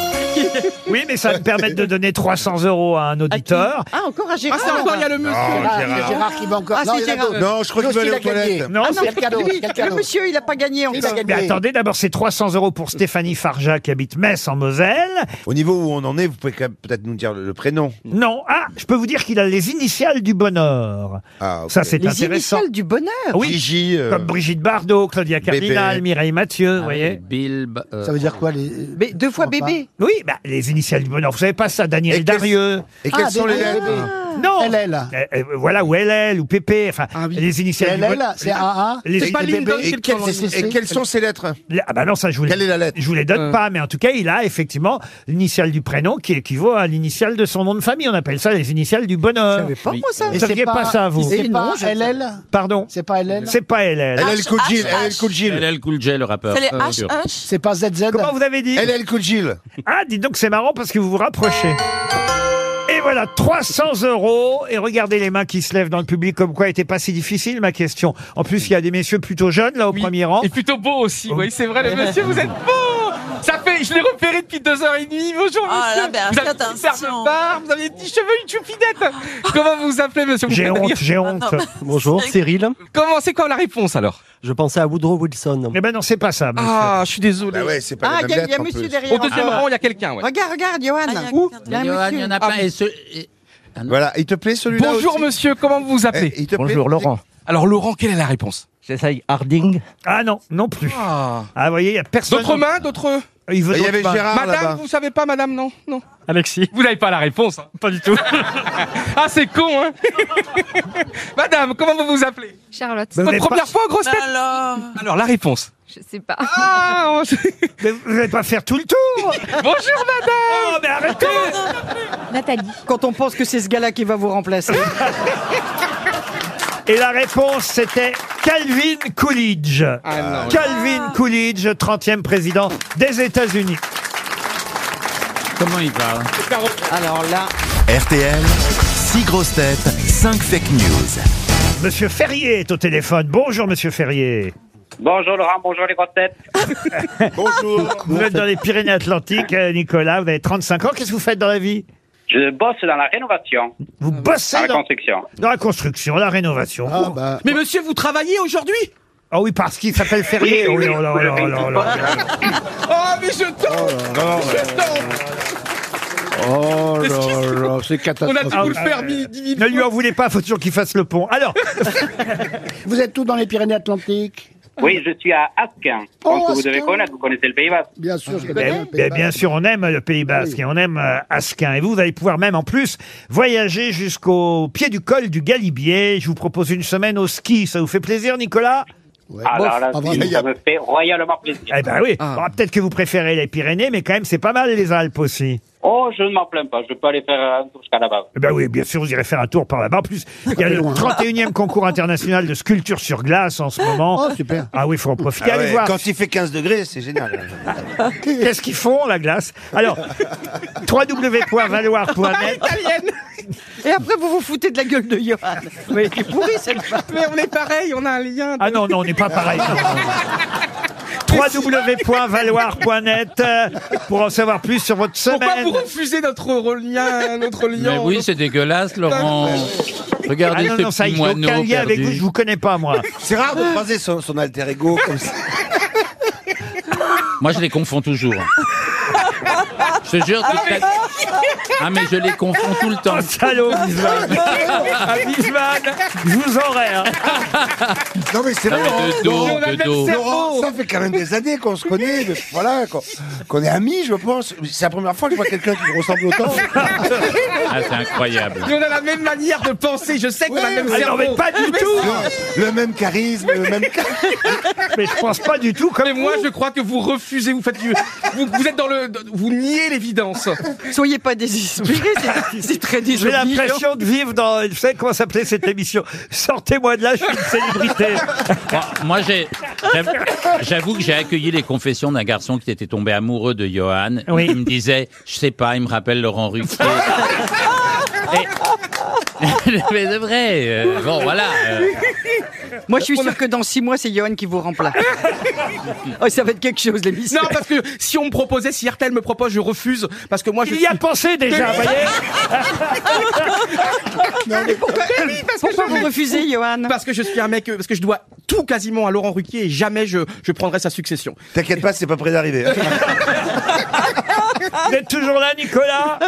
[SPEAKER 2] Oui, mais ça va me permettre de donner 300 euros à un auditeur.
[SPEAKER 3] Ah, encore à Gérard.
[SPEAKER 7] Ah, c'est encore, il y a le monsieur.
[SPEAKER 2] Gérard.
[SPEAKER 9] C'est Gérard qui va encore.
[SPEAKER 3] Ah,
[SPEAKER 9] Non,
[SPEAKER 3] c'est
[SPEAKER 9] il y en a
[SPEAKER 3] Gérard.
[SPEAKER 9] d'autres.
[SPEAKER 2] Non, je crois qu'il
[SPEAKER 9] Lui
[SPEAKER 2] va aller
[SPEAKER 9] aussi, il a
[SPEAKER 2] aux
[SPEAKER 9] gagné.
[SPEAKER 2] toilettes. Non,
[SPEAKER 3] Ah
[SPEAKER 9] c'est quelqu'un d'autre,
[SPEAKER 3] lui,
[SPEAKER 9] quelqu'un
[SPEAKER 3] le
[SPEAKER 9] d'autre.
[SPEAKER 3] monsieur, il n'a pas gagné encore.
[SPEAKER 2] Mais attendez, d'abord, c'est 300 euros pour Stéphanie Farja qui habite Metz en Moselle.
[SPEAKER 6] Au niveau où on en est, vous pouvez quand même peut-être nous dire le le prénom.
[SPEAKER 2] Non, ah, je peux vous dire qu'il a les initiales du bonheur.
[SPEAKER 6] Ah,
[SPEAKER 2] Ça, c'est
[SPEAKER 3] Les
[SPEAKER 2] intéressant.
[SPEAKER 3] initiales du bonheur.
[SPEAKER 2] Oui,
[SPEAKER 6] Gigi, euh,
[SPEAKER 2] comme Brigitte Bardot, Claudia Cardinal,
[SPEAKER 6] Bébé.
[SPEAKER 2] Mireille Mathieu, vous voyez.
[SPEAKER 4] Bill.
[SPEAKER 9] Ça veut dire quoi les...
[SPEAKER 3] Mais deux fois bébé.
[SPEAKER 2] Oui, bah, les initiales du bonheur. Vous savez pas ça, Daniel Darieux.
[SPEAKER 6] et quelles sont les lettres
[SPEAKER 3] Ah.
[SPEAKER 2] Non.
[SPEAKER 9] LL.
[SPEAKER 2] Euh, euh, voilà, ou LL, ou PP, enfin,
[SPEAKER 9] Ah
[SPEAKER 2] les initiales du
[SPEAKER 9] LL,
[SPEAKER 2] bonheur.
[SPEAKER 9] c'est AA.
[SPEAKER 2] Les-
[SPEAKER 9] C'est pas
[SPEAKER 2] les-
[SPEAKER 9] Lyndon,
[SPEAKER 2] et
[SPEAKER 9] c'est le
[SPEAKER 2] quelles-
[SPEAKER 9] colon-
[SPEAKER 2] et
[SPEAKER 9] c'est-
[SPEAKER 6] Quelles sont ces lettres
[SPEAKER 2] Les- Ah bah non, ça je vous les,
[SPEAKER 6] Quelle est la lettre
[SPEAKER 2] je vous les donne
[SPEAKER 6] Euh.
[SPEAKER 2] pas, mais en tout cas, il a effectivement l'initiale du prénom qui équivaut à l'initiale de son nom de famille. On appelle ça les initiales du bonheur.
[SPEAKER 3] savais pas, moi, Oh, ça. Eh
[SPEAKER 2] Vous
[SPEAKER 9] Et c'est
[SPEAKER 2] saviez pas, ça, vous
[SPEAKER 9] C'est pas
[SPEAKER 3] je-
[SPEAKER 9] LL
[SPEAKER 2] Pardon
[SPEAKER 9] C'est pas LL
[SPEAKER 2] C'est pas LL.
[SPEAKER 6] LL Cool J, LL Cool J.
[SPEAKER 4] LL Cool J, le
[SPEAKER 6] Euh,
[SPEAKER 4] rappeur. Ah, bien sûr.
[SPEAKER 9] C'est pas ZZ
[SPEAKER 2] Comment vous avez dit
[SPEAKER 6] LL Cool J.
[SPEAKER 2] Ah, dites donc, c'est marrant parce que vous vous rapprochez. Et voilà, 300 euros. Et regardez les mains qui se lèvent dans le public, comme quoi était pas si difficile ma question. En plus, il y a des messieurs plutôt jeunes là au premier rang. Oh.
[SPEAKER 7] Et plutôt beau aussi, oui, c'est
[SPEAKER 2] Eh
[SPEAKER 7] vrai,
[SPEAKER 2] ben,
[SPEAKER 7] le monsieur, vous êtes beau Ça fait, je l'ai repéré depuis deux heures et demie, bonjour
[SPEAKER 8] Ah là,
[SPEAKER 7] monsieur
[SPEAKER 8] ben,
[SPEAKER 7] Vous avez une
[SPEAKER 8] attention.
[SPEAKER 7] superbe barbe, vous avez des petits cheveux, une choupinette Comment vous vous appelez monsieur
[SPEAKER 2] J'ai
[SPEAKER 7] Vous faites
[SPEAKER 2] honte,
[SPEAKER 7] rire.
[SPEAKER 2] j'ai honte.
[SPEAKER 16] Bonjour, Cyril.
[SPEAKER 7] Comment, c'est quoi la réponse alors
[SPEAKER 16] Je pensais à Woodrow Wilson.
[SPEAKER 2] Eh ben non, c'est pas ça. monsieur.
[SPEAKER 7] Ah, je suis désolé.
[SPEAKER 6] Bah ouais, c'est pas
[SPEAKER 3] Ah,
[SPEAKER 6] les
[SPEAKER 3] il y, a-
[SPEAKER 6] mêmes
[SPEAKER 3] il y a
[SPEAKER 6] lettres. en
[SPEAKER 3] monsieur
[SPEAKER 6] plus.
[SPEAKER 3] derrière. Ah.
[SPEAKER 7] Au deuxième rang, il y a quelqu'un, ouais.
[SPEAKER 3] Regarde, regarde, Johan. Où Il y a un
[SPEAKER 4] Johan, il y en a
[SPEAKER 3] monsieur. Ah
[SPEAKER 4] plein. Et ce- et-
[SPEAKER 6] Ah, Voilà, il te plaît celui-là
[SPEAKER 7] Bonjour
[SPEAKER 6] aussi
[SPEAKER 7] monsieur, comment vous vous appelez
[SPEAKER 6] Eh, il te plaît Bonjour, Laurent.
[SPEAKER 7] Alors Laurent, quelle est la réponse
[SPEAKER 16] J'essaye Harding.
[SPEAKER 2] Ah non, non plus.
[SPEAKER 7] Ah.
[SPEAKER 2] Ah, vous voyez, il y a personne.
[SPEAKER 7] D'autres mains, d'autres...
[SPEAKER 2] Il veut
[SPEAKER 6] Il y
[SPEAKER 2] d'autres
[SPEAKER 6] avait
[SPEAKER 2] mains.
[SPEAKER 6] Gérard
[SPEAKER 7] Madame,
[SPEAKER 6] là-bas.
[SPEAKER 7] vous savez pas madame, non Non.
[SPEAKER 16] Alexis.
[SPEAKER 7] Vous n'avez pas la réponse, hein.
[SPEAKER 16] Pas du tout.
[SPEAKER 7] Ah, c'est con, hein Madame, comment vous vous appelez
[SPEAKER 17] Charlotte.
[SPEAKER 2] Mais vous
[SPEAKER 7] Votre
[SPEAKER 2] n'avez pas-
[SPEAKER 7] première fois, grosse tête
[SPEAKER 8] Alors,
[SPEAKER 7] Alors, la réponse.
[SPEAKER 17] Je sais pas.
[SPEAKER 7] Ah, on-
[SPEAKER 2] Mais vous n'allez pas faire tout le tour
[SPEAKER 7] Bonjour madame
[SPEAKER 2] Oh, mais arrêtez
[SPEAKER 17] Nathalie.
[SPEAKER 3] Quand on pense que c'est ce gars-là qui va vous remplacer.
[SPEAKER 2] Et la réponse, c'était Calvin Coolidge.
[SPEAKER 7] Ah non.
[SPEAKER 2] Calvin Coolidge, 30e président des États-Unis.
[SPEAKER 4] Comment il parle
[SPEAKER 3] Alors là,
[SPEAKER 1] RTL, 6 grosses têtes, 5 fake news.
[SPEAKER 2] Monsieur Ferrier est au téléphone. Bonjour, monsieur Ferrier.
[SPEAKER 14] Bonjour Laurent, bonjour les grosses têtes.
[SPEAKER 6] Bonjour.
[SPEAKER 2] Vous êtes dans les Pyrénées-Atlantiques, euh, Nicolas. Vous avez 35 ans. Qu'est-ce que vous faites dans la vie
[SPEAKER 14] Je bosse dans la rénovation,
[SPEAKER 2] Vous bossez
[SPEAKER 14] dans la
[SPEAKER 2] dans,
[SPEAKER 14] construction.
[SPEAKER 2] dans la construction, la rénovation.
[SPEAKER 9] Ah,
[SPEAKER 2] Ah,
[SPEAKER 9] bah.
[SPEAKER 7] Mais monsieur, vous travaillez aujourd'hui
[SPEAKER 2] oui, parce qu'il s'appelle Ferrier.
[SPEAKER 14] Oui, oui,
[SPEAKER 2] Oh là
[SPEAKER 14] oui,
[SPEAKER 2] là là
[SPEAKER 14] oui.
[SPEAKER 2] là là là.
[SPEAKER 7] Oh, mais je tente Je tente
[SPEAKER 9] Oh là là, c'est
[SPEAKER 7] On a dû
[SPEAKER 9] catastrophique.
[SPEAKER 7] vous le faire mille, dix mille
[SPEAKER 2] Ne lui en voulez pas, faut toujours qu'il fasse le pont. Alors,
[SPEAKER 9] Vous êtes tous dans les Pyrénées-Atlantiques
[SPEAKER 14] Oui, je suis à Asquin. Je pense
[SPEAKER 9] Oh,
[SPEAKER 14] que vous devez
[SPEAKER 9] Asquin.
[SPEAKER 14] connaître, vous connaissez le Pays Basque.
[SPEAKER 9] Bien sûr, je
[SPEAKER 2] Eh,
[SPEAKER 9] connais. le
[SPEAKER 2] eh, bien,
[SPEAKER 9] Pays Basque.
[SPEAKER 2] sûr, on aime le Pays Basque et on aime euh, Asquin. Et vous, vous allez pouvoir même en plus voyager jusqu'au pied du col du Galibier. Je vous propose une semaine au ski. Ça vous fait plaisir, Nicolas
[SPEAKER 9] Ouais,
[SPEAKER 14] Ah
[SPEAKER 9] bof,
[SPEAKER 14] là là,
[SPEAKER 9] pas
[SPEAKER 14] si,
[SPEAKER 9] vraiment.
[SPEAKER 14] ça me fait royalement plaisir.
[SPEAKER 2] Eh ben oui.
[SPEAKER 7] Ah.
[SPEAKER 2] Bon, Peut-être que vous préférez les Pyrénées, mais quand même, c'est pas mal les Alpes aussi.
[SPEAKER 14] Oh, je ne m'en plains pas, je peux aller faire un tour jusqu'à là-bas.
[SPEAKER 2] Eh ben oui, bien sûr, vous irez faire un tour par là-bas. En plus, il y a
[SPEAKER 9] Pas
[SPEAKER 2] le
[SPEAKER 9] loin.
[SPEAKER 2] 31e concours international de sculpture sur glace en ce moment.
[SPEAKER 9] Oh, super.
[SPEAKER 2] Ah oui, il faut en profiter.
[SPEAKER 6] Ah
[SPEAKER 2] Allez
[SPEAKER 6] ouais,
[SPEAKER 2] voir.
[SPEAKER 6] Quand il fait 15 degrés, c'est génial.
[SPEAKER 2] Qu'est-ce qu'ils font, la glace Alors, www.valoir.net.
[SPEAKER 7] Italienne
[SPEAKER 3] et après vous vous foutez de la gueule de Johan. Mais c'est pourri cette femme.
[SPEAKER 7] Mais on est pareil, on a un lien.
[SPEAKER 2] Ah non, non, on n'est pas pareil. www.valoir.net euh, pour en savoir plus sur votre
[SPEAKER 7] Pourquoi vous
[SPEAKER 2] semaine.
[SPEAKER 7] refusez notre lien, notre
[SPEAKER 4] Mais
[SPEAKER 7] lien
[SPEAKER 4] oui, c'est dégueulasse, Laurent.
[SPEAKER 2] Ah
[SPEAKER 4] Regardez
[SPEAKER 2] non,
[SPEAKER 4] ce
[SPEAKER 2] non, ça,
[SPEAKER 4] petit
[SPEAKER 2] il n'y a
[SPEAKER 4] moineau
[SPEAKER 2] aucun lien avec vous, je
[SPEAKER 4] perdu.
[SPEAKER 2] vous connais pas, moi.
[SPEAKER 6] C'est rare de croiser son, son alter ego comme ça.
[SPEAKER 4] Moi, je les confonds toujours. je te jure, toute la, Ah, mais je les confonds tout le temps.
[SPEAKER 2] salaud, Wiesmann. Ah, Wiesmann, je vous aurais. hein.
[SPEAKER 6] Non mais c'est
[SPEAKER 2] Non,
[SPEAKER 6] vrai.
[SPEAKER 2] Ah, mais de dos, On a le de même dos. cerveau.
[SPEAKER 6] Laurent, ça fait quand même des années qu'on se connaît, de- voilà, qu'on qu'on est amis, je pense. C'est la première fois que je vois quelqu'un qui me ressemble autant.
[SPEAKER 4] Ah, c'est incroyable.
[SPEAKER 7] Mais on a la même manière de penser, je sais qu'on a le même
[SPEAKER 2] Ah non,
[SPEAKER 7] cerveau.
[SPEAKER 2] mais pas du
[SPEAKER 7] Mais
[SPEAKER 2] tout.
[SPEAKER 7] si.
[SPEAKER 6] Le même charisme, le même
[SPEAKER 2] Mais je pense pas du tout comme
[SPEAKER 7] Mais moi, je crois que vous refusez, vous faites du- vous, vous êtes dans le vous niez l'évidence.
[SPEAKER 3] Soyez pas désespérés, c'est- c'est très
[SPEAKER 2] J'ai
[SPEAKER 3] désobligeant.
[SPEAKER 6] hein.
[SPEAKER 2] l'impression de vivre dans. Vous savez comment s'appelait cette émission Sortez-moi de là, je suis une célébrité.
[SPEAKER 4] Bon, moi, j'ai, j'avoue- j'avoue que j'ai accueilli les confessions d'un garçon qui était tombé amoureux de Johan.
[SPEAKER 2] Oui.
[SPEAKER 4] Il me disait, je sais pas, il me rappelle Laurent Ruquier. Et- Mais c'est vrai. euh, bon, voilà. euh,
[SPEAKER 3] Moi, je suis sûr que dans six mois, c'est Johan qui vous remplace. oh, ça va être quelque chose, l'émission.
[SPEAKER 7] Non, parce que si on me proposait, si RTL me propose, je refuse. Parce que moi, je.
[SPEAKER 2] Il y a pensé déjà, vous voyez
[SPEAKER 7] Mais oui, parce que
[SPEAKER 3] Pourquoi
[SPEAKER 7] je-
[SPEAKER 3] vous refusez, Johan
[SPEAKER 7] Parce que je suis un mec, euh, parce que je dois tout quasiment à Laurent Ruquier et jamais je, je prendrai sa succession.
[SPEAKER 6] T'inquiète pas, c'est pas près d'arriver.
[SPEAKER 2] Vous êtes toujours là, Nicolas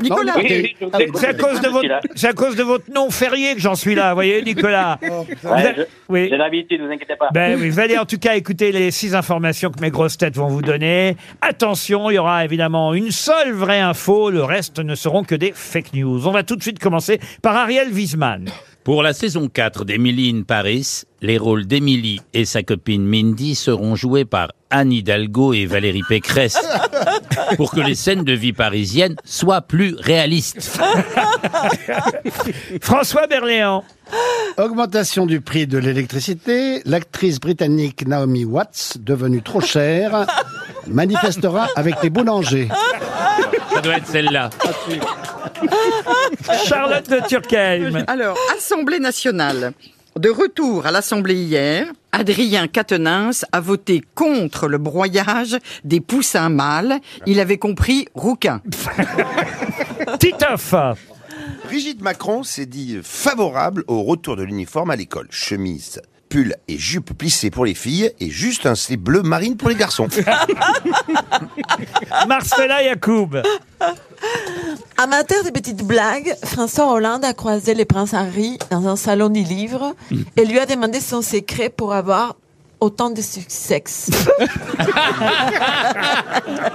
[SPEAKER 3] Nicolas,
[SPEAKER 2] Oui, oui, je vous écoute. C'est à cause de votre, c'est à cause de votre nom férié que j'en suis là, vous voyez, Nicolas.
[SPEAKER 6] Oh,
[SPEAKER 2] Vous
[SPEAKER 14] Ouais,
[SPEAKER 2] êtes-
[SPEAKER 14] je-
[SPEAKER 2] oui.
[SPEAKER 14] J'ai l'habitude, ne vous inquiétez pas.
[SPEAKER 2] Ben oui, vous allez en tout cas écouter les six informations que mes grosses têtes vont vous donner. Attention, il y aura évidemment une seule vraie info, le reste ne seront que des fake news. On va tout de suite commencer par Ariel Wiesman.
[SPEAKER 4] Pour la saison 4 d'Emily in Paris, les rôles d'Emily et sa copine Mindy seront joués par Anne Hidalgo et Valérie Pécresse pour que les scènes de vie parisienne soient plus réalistes.
[SPEAKER 2] François Berléand.
[SPEAKER 9] Augmentation du prix de l'électricité, l'actrice britannique Naomi Watts, devenue trop chère, manifestera avec les boulangers.
[SPEAKER 4] Ça doit être celle-là.
[SPEAKER 2] Charlotte de Turckheim.
[SPEAKER 3] Alors, Assemblée nationale. De retour à l'Assemblée hier, Adrien Quatennens a voté contre le broyage des poussins mâles. Il avait compris rouquin.
[SPEAKER 2] Titoff.
[SPEAKER 6] Brigitte Macron s'est dit favorable au retour de l'uniforme à l'école. Chemise, pull et jupe plissée pour les filles et juste un slip bleu marine pour les garçons.
[SPEAKER 2] Marcella Yacoub.
[SPEAKER 8] Amateur des petites blagues, François Hollande a croisé le prince Harry dans un salon du livre
[SPEAKER 2] Hmm.
[SPEAKER 8] et lui a demandé son secret pour avoir autant de succès.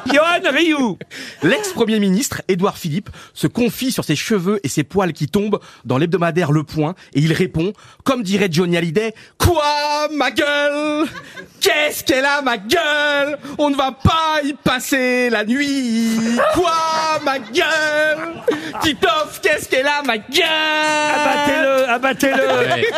[SPEAKER 2] Johan Rioux.
[SPEAKER 7] L'ex-premier ministre Édouard Philippe se confie sur ses cheveux et ses poils qui tombent dans l'hebdomadaire Le Point et il répond, comme dirait Johnny Hallyday, Quoi, ma gueule Qu'est-ce qu'elle a, ma gueule On ne va pas y passer la nuit. Quoi, ma gueule Titoff, qu'est-ce qu'elle a, ma gueule
[SPEAKER 2] Abattez-le, abattez-le.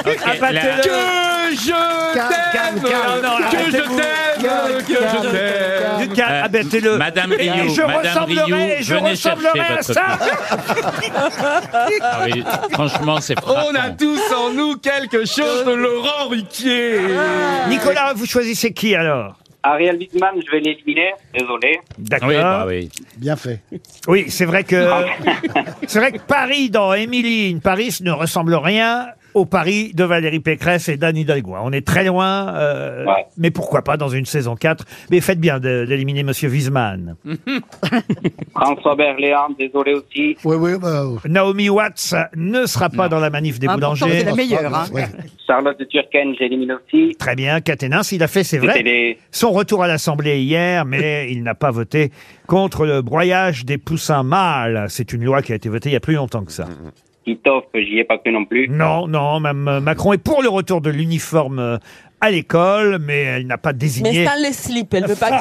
[SPEAKER 4] Ouais, ok,
[SPEAKER 2] abattez-le.
[SPEAKER 7] Que je t'aime
[SPEAKER 2] calme, non,
[SPEAKER 7] Que je
[SPEAKER 2] arrêtez-vous.
[SPEAKER 7] t'aime Que je t'aime
[SPEAKER 2] Dites qu'à-
[SPEAKER 4] Euh,
[SPEAKER 2] abattez-le.
[SPEAKER 4] Madame
[SPEAKER 2] Et
[SPEAKER 4] Rioux,
[SPEAKER 2] je
[SPEAKER 4] Madame Rioux,
[SPEAKER 2] ressemblerai, et je
[SPEAKER 4] venez
[SPEAKER 2] ressemblerai
[SPEAKER 4] chercher
[SPEAKER 2] à
[SPEAKER 4] votre
[SPEAKER 2] ça.
[SPEAKER 4] Ah oui, franchement, c'est
[SPEAKER 7] On a
[SPEAKER 4] frappant.
[SPEAKER 7] tous en nous quelque chose de Laurent Ruquier.
[SPEAKER 2] Nicolas, vous choisissez qui alors
[SPEAKER 14] Ariel Wittmann, je vais l'éliminer, désolé.
[SPEAKER 2] D'accord.
[SPEAKER 4] Oui, bah oui.
[SPEAKER 9] Bien fait.
[SPEAKER 2] Oui, c'est vrai que c'est vrai que Paris dans Émilie in Paris ne ressemble rien au Paris de Valérie Pécresse et d'Anne Hidalgo. hein. On est très loin, euh,
[SPEAKER 14] Ouais.
[SPEAKER 2] mais pourquoi pas dans une saison 4 Mais faites bien de- d'éliminer Monsieur Wiesmann.
[SPEAKER 14] François Berléand, désolé aussi.
[SPEAKER 9] Oui, oui, bah,
[SPEAKER 2] Naomi Watts ne sera pas dans la manif des
[SPEAKER 3] Ah, pourtant,
[SPEAKER 2] boulangers. Ah,
[SPEAKER 3] c'est la meilleure. hein.
[SPEAKER 9] bah, ouais.
[SPEAKER 14] Charlotte de Turckheim, j'élimine aussi.
[SPEAKER 2] Très bien, Caténin, s'il a fait, c'est
[SPEAKER 14] C'était
[SPEAKER 2] vrai,
[SPEAKER 14] les-
[SPEAKER 2] son retour à l'Assemblée hier, mais il n'a pas voté contre le broyage des poussins mâles. C'est une loi qui a été votée il y a plus longtemps que ça.
[SPEAKER 6] Mm-hmm.
[SPEAKER 14] Titoff, j'y ai pas cru non plus.
[SPEAKER 2] Non, non, même euh, Macron est pour le retour de l'uniforme euh, à l'école, mais elle n'a pas
[SPEAKER 8] Mais
[SPEAKER 2] désigné.
[SPEAKER 8] sans les slips, elle veut pas.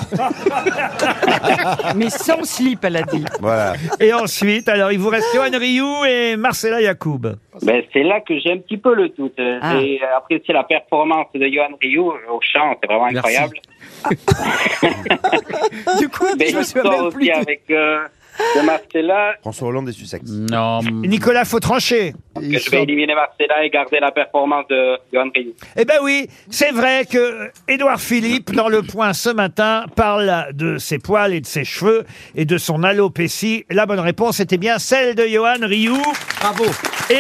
[SPEAKER 8] que-
[SPEAKER 3] Mais sans slip, elle a dit.
[SPEAKER 6] Voilà.
[SPEAKER 2] Et ensuite, alors, il vous reste Johan Rioux et Marcella Yacoub.
[SPEAKER 14] Ben, c'est là que j'ai un petit peu le doute.
[SPEAKER 3] Ah.
[SPEAKER 14] J'ai apprécié la performance de Johan Rioux au chant, c'est vraiment
[SPEAKER 7] Merci.
[SPEAKER 14] incroyable.
[SPEAKER 3] Du coup,
[SPEAKER 14] Mais
[SPEAKER 3] je me souviens
[SPEAKER 14] l'histoire
[SPEAKER 3] même plus.
[SPEAKER 14] aussi
[SPEAKER 3] du-
[SPEAKER 14] avec euh, de Marcella,
[SPEAKER 6] François Hollande est sussex.
[SPEAKER 4] Non.
[SPEAKER 2] Nicolas, faut trancher.
[SPEAKER 14] que
[SPEAKER 9] Ils
[SPEAKER 14] je vais
[SPEAKER 9] sont-
[SPEAKER 14] éliminer Marcella et garder la performance de Johan Rioux.
[SPEAKER 2] Eh ben oui, c'est vrai que Édouard Philippe, dans Le Point ce matin, parle de ses poils et de ses cheveux et de son alopécie. La bonne réponse était bien celle de Johan Rioux.
[SPEAKER 7] Bravo.
[SPEAKER 2] Et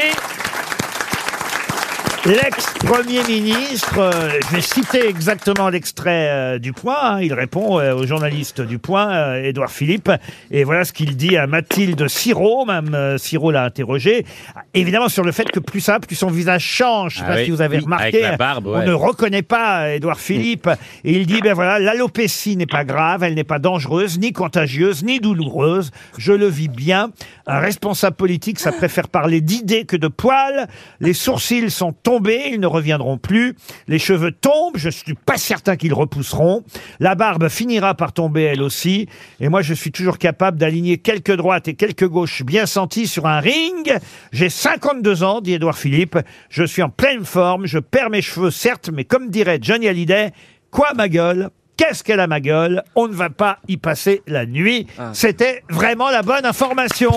[SPEAKER 2] L'ex-premier ministre, euh, je vais citer exactement l'extrait euh, du point, hein, il répond euh, au journaliste du point, euh, Édouard Philippe, et voilà ce qu'il dit à Mathilde Sirot, Mme euh, Sirot l'a interrogé, évidemment sur le fait que plus ça, plus son visage change, je sais
[SPEAKER 4] Ah
[SPEAKER 2] pas
[SPEAKER 4] oui,
[SPEAKER 2] si vous avez
[SPEAKER 4] oui,
[SPEAKER 2] remarqué,
[SPEAKER 4] avec la barbe, ouais.
[SPEAKER 2] on ne reconnaît pas euh, Édouard Philippe, et il dit, ben voilà, l'alopécie n'est pas grave, elle n'est pas dangereuse, ni contagieuse, ni douloureuse, je le vis bien, un responsable politique, ça préfère parler d'idées que de poils, les sourcils sont tombés, ils ne reviendront plus, les cheveux tombent, je suis pas certain qu'ils repousseront, la barbe finira par tomber elle aussi, et moi je suis toujours capable d'aligner quelques droites et quelques gauches bien senties sur un ring, j'ai 52 ans, dit Édouard Philippe, je suis en pleine forme, je perds mes cheveux certes, mais comme dirait Johnny Hallyday, quoi ma gueule Qu'est-ce qu'elle a ma gueule On ne va pas y passer la nuit. C'était vraiment la bonne information.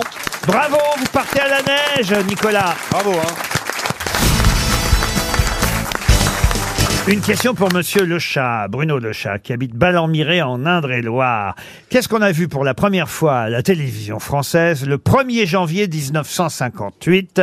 [SPEAKER 2] Bravo, vous partez à la neige, Nicolas. Bravo. Une question pour Monsieur Le Chat, Bruno Le Chat, qui habite Ballan-Miré en Indre-et-Loire. Qu'est-ce qu'on a vu pour la première fois à la télévision française le 1er janvier 1958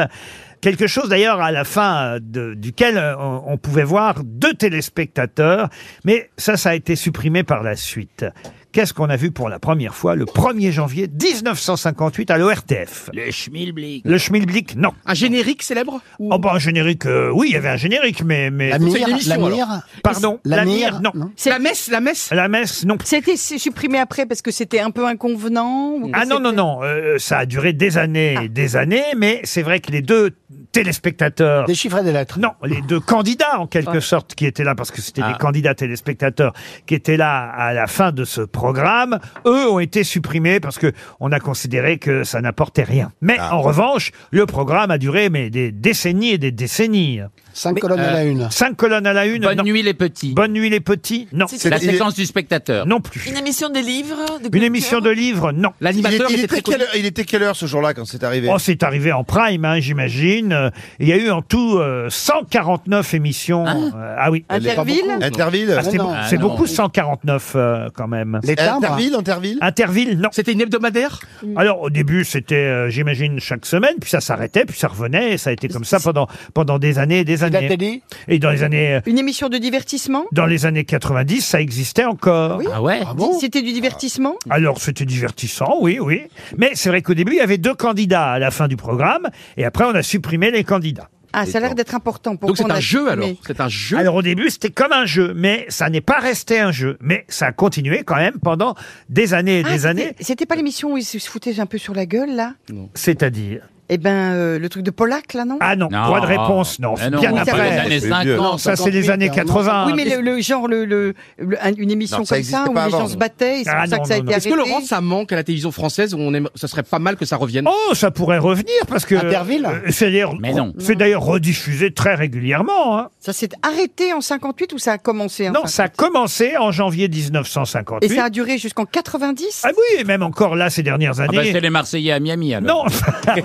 [SPEAKER 2] Quelque chose d'ailleurs à la fin euh, de- duquel euh, on, on pouvait voir deux téléspectateurs, mais ça, ça a été supprimé par la suite. Qu'est-ce qu'on a vu pour la première fois le 1er janvier 1958 à l'ORTF
[SPEAKER 4] Le schmilblick.
[SPEAKER 2] Le Schmilblick, non. Un générique célèbre Oh, bah, un générique, euh, oui, il y avait un générique, mais. mais...
[SPEAKER 9] La mire, la mire
[SPEAKER 2] alors. Pardon,
[SPEAKER 9] La
[SPEAKER 2] la,
[SPEAKER 9] mire,
[SPEAKER 2] mire, non. La messe, la messe La messe, non.
[SPEAKER 3] C'était supprimé après parce que c'était un peu inconvenant ou que
[SPEAKER 2] Ah non, non, non, euh, ça a duré des années et des années, mais c'est vrai que les deux téléspectateurs... Des chiffres et des lettres. Non, les deux candidats, en quelque sorte, qui étaient là, parce que c'était des candidats téléspectateurs qui étaient là à la fin de ce programme, eux ont été supprimés parce que on a considéré que ça n'apportait rien. Mais en revanche, le programme a duré mais des décennies et des décennies. Cinq
[SPEAKER 9] colonnes à la une.
[SPEAKER 2] euh, Cinq colonnes à la une.
[SPEAKER 4] Bonne
[SPEAKER 2] nuit
[SPEAKER 4] les petits.
[SPEAKER 2] Bonne nuit les petits. Non.
[SPEAKER 4] C'est- La séquence du spectateur.
[SPEAKER 2] Non plus.
[SPEAKER 8] Une émission de livres de
[SPEAKER 2] Une
[SPEAKER 8] culture
[SPEAKER 2] émission de livres, non.
[SPEAKER 6] il, il était quelle heure, il était quelle heure ce jour-là quand c'est arrivé
[SPEAKER 2] Oh, c'est arrivé en prime, hein, j'imagine. Euh, Il y a eu en tout euh, 149 émissions. Euh, ah oui.
[SPEAKER 6] Interville
[SPEAKER 2] Elle est pas beaucoup.
[SPEAKER 6] Interville
[SPEAKER 2] Ah, C'est
[SPEAKER 6] Ah
[SPEAKER 2] beau-
[SPEAKER 6] non.
[SPEAKER 2] c'est
[SPEAKER 6] Ah non.
[SPEAKER 2] beaucoup 149 euh, quand même.
[SPEAKER 6] Les timbres Interville,
[SPEAKER 2] Interville Interville, non. C'était une hebdomadaire Alors au début, c'était, euh, j'imagine, chaque semaine, puis ça s'arrêtait, puis ça revenait, et ça a été comme ça pendant, pendant des années et des années.
[SPEAKER 3] la télé
[SPEAKER 2] Et dans les années... euh,
[SPEAKER 3] Une émission de divertissement
[SPEAKER 2] Dans les années 90, ça existait encore. Ah ouais
[SPEAKER 3] C'était du divertissement
[SPEAKER 2] alors, c'était divertissant, oui, oui. Mais c'est vrai qu'au début, il y avait deux candidats à la fin du programme, et après, on a supprimé les candidats.
[SPEAKER 3] Ah, ça a l'air d'être important. pour
[SPEAKER 2] Donc,
[SPEAKER 3] qu'on
[SPEAKER 2] c'est un
[SPEAKER 3] a-
[SPEAKER 2] jeu, alors
[SPEAKER 3] mais-
[SPEAKER 2] C'est un jeu Alors, au début, c'était comme un jeu, mais ça n'est pas resté un jeu. Mais ça a continué quand même pendant des années et
[SPEAKER 3] Ah,
[SPEAKER 2] des
[SPEAKER 3] c'était-
[SPEAKER 2] années.
[SPEAKER 3] C'était pas l'émission où ils se foutaient un peu sur la gueule, là
[SPEAKER 2] C'est-à-dire
[SPEAKER 3] Eh ben, euh, le truc de Pollack, là, non
[SPEAKER 2] Ah non, droit de réponse, non.
[SPEAKER 4] Eh non,
[SPEAKER 2] bien
[SPEAKER 4] c'est
[SPEAKER 2] après.
[SPEAKER 4] les années 50,
[SPEAKER 2] Non, ça, c'est les
[SPEAKER 4] 58,
[SPEAKER 2] années
[SPEAKER 4] hein.
[SPEAKER 2] 80.
[SPEAKER 3] Oui, mais le, le genre, le, le- le- un- une émission
[SPEAKER 7] Non, ça
[SPEAKER 3] comme ça,
[SPEAKER 7] existait
[SPEAKER 3] où les
[SPEAKER 7] pas avant,
[SPEAKER 3] gens se battaient, et
[SPEAKER 2] Ah,
[SPEAKER 3] c'est pour ça que ça a été
[SPEAKER 7] Est-ce que
[SPEAKER 3] arrêté.
[SPEAKER 7] Laurent, ça manque à la télévision française où on aime... Ça serait pas mal que ça revienne.
[SPEAKER 2] Oh, ça pourrait revenir parce que.
[SPEAKER 7] Interville
[SPEAKER 2] Euh, C'est d'ailleurs, c'est d'ailleurs rediffusé très régulièrement. hein.
[SPEAKER 3] Ça s'est arrêté en 58 ou ça a commencé en
[SPEAKER 2] Non, ça a commencé en janvier 1958.
[SPEAKER 3] Et ça a duré jusqu'en 90
[SPEAKER 2] Ah oui, et même encore là ces dernières
[SPEAKER 4] Ah
[SPEAKER 2] années.
[SPEAKER 4] bah, c'est les Marseillais à Miami, alors.
[SPEAKER 2] Non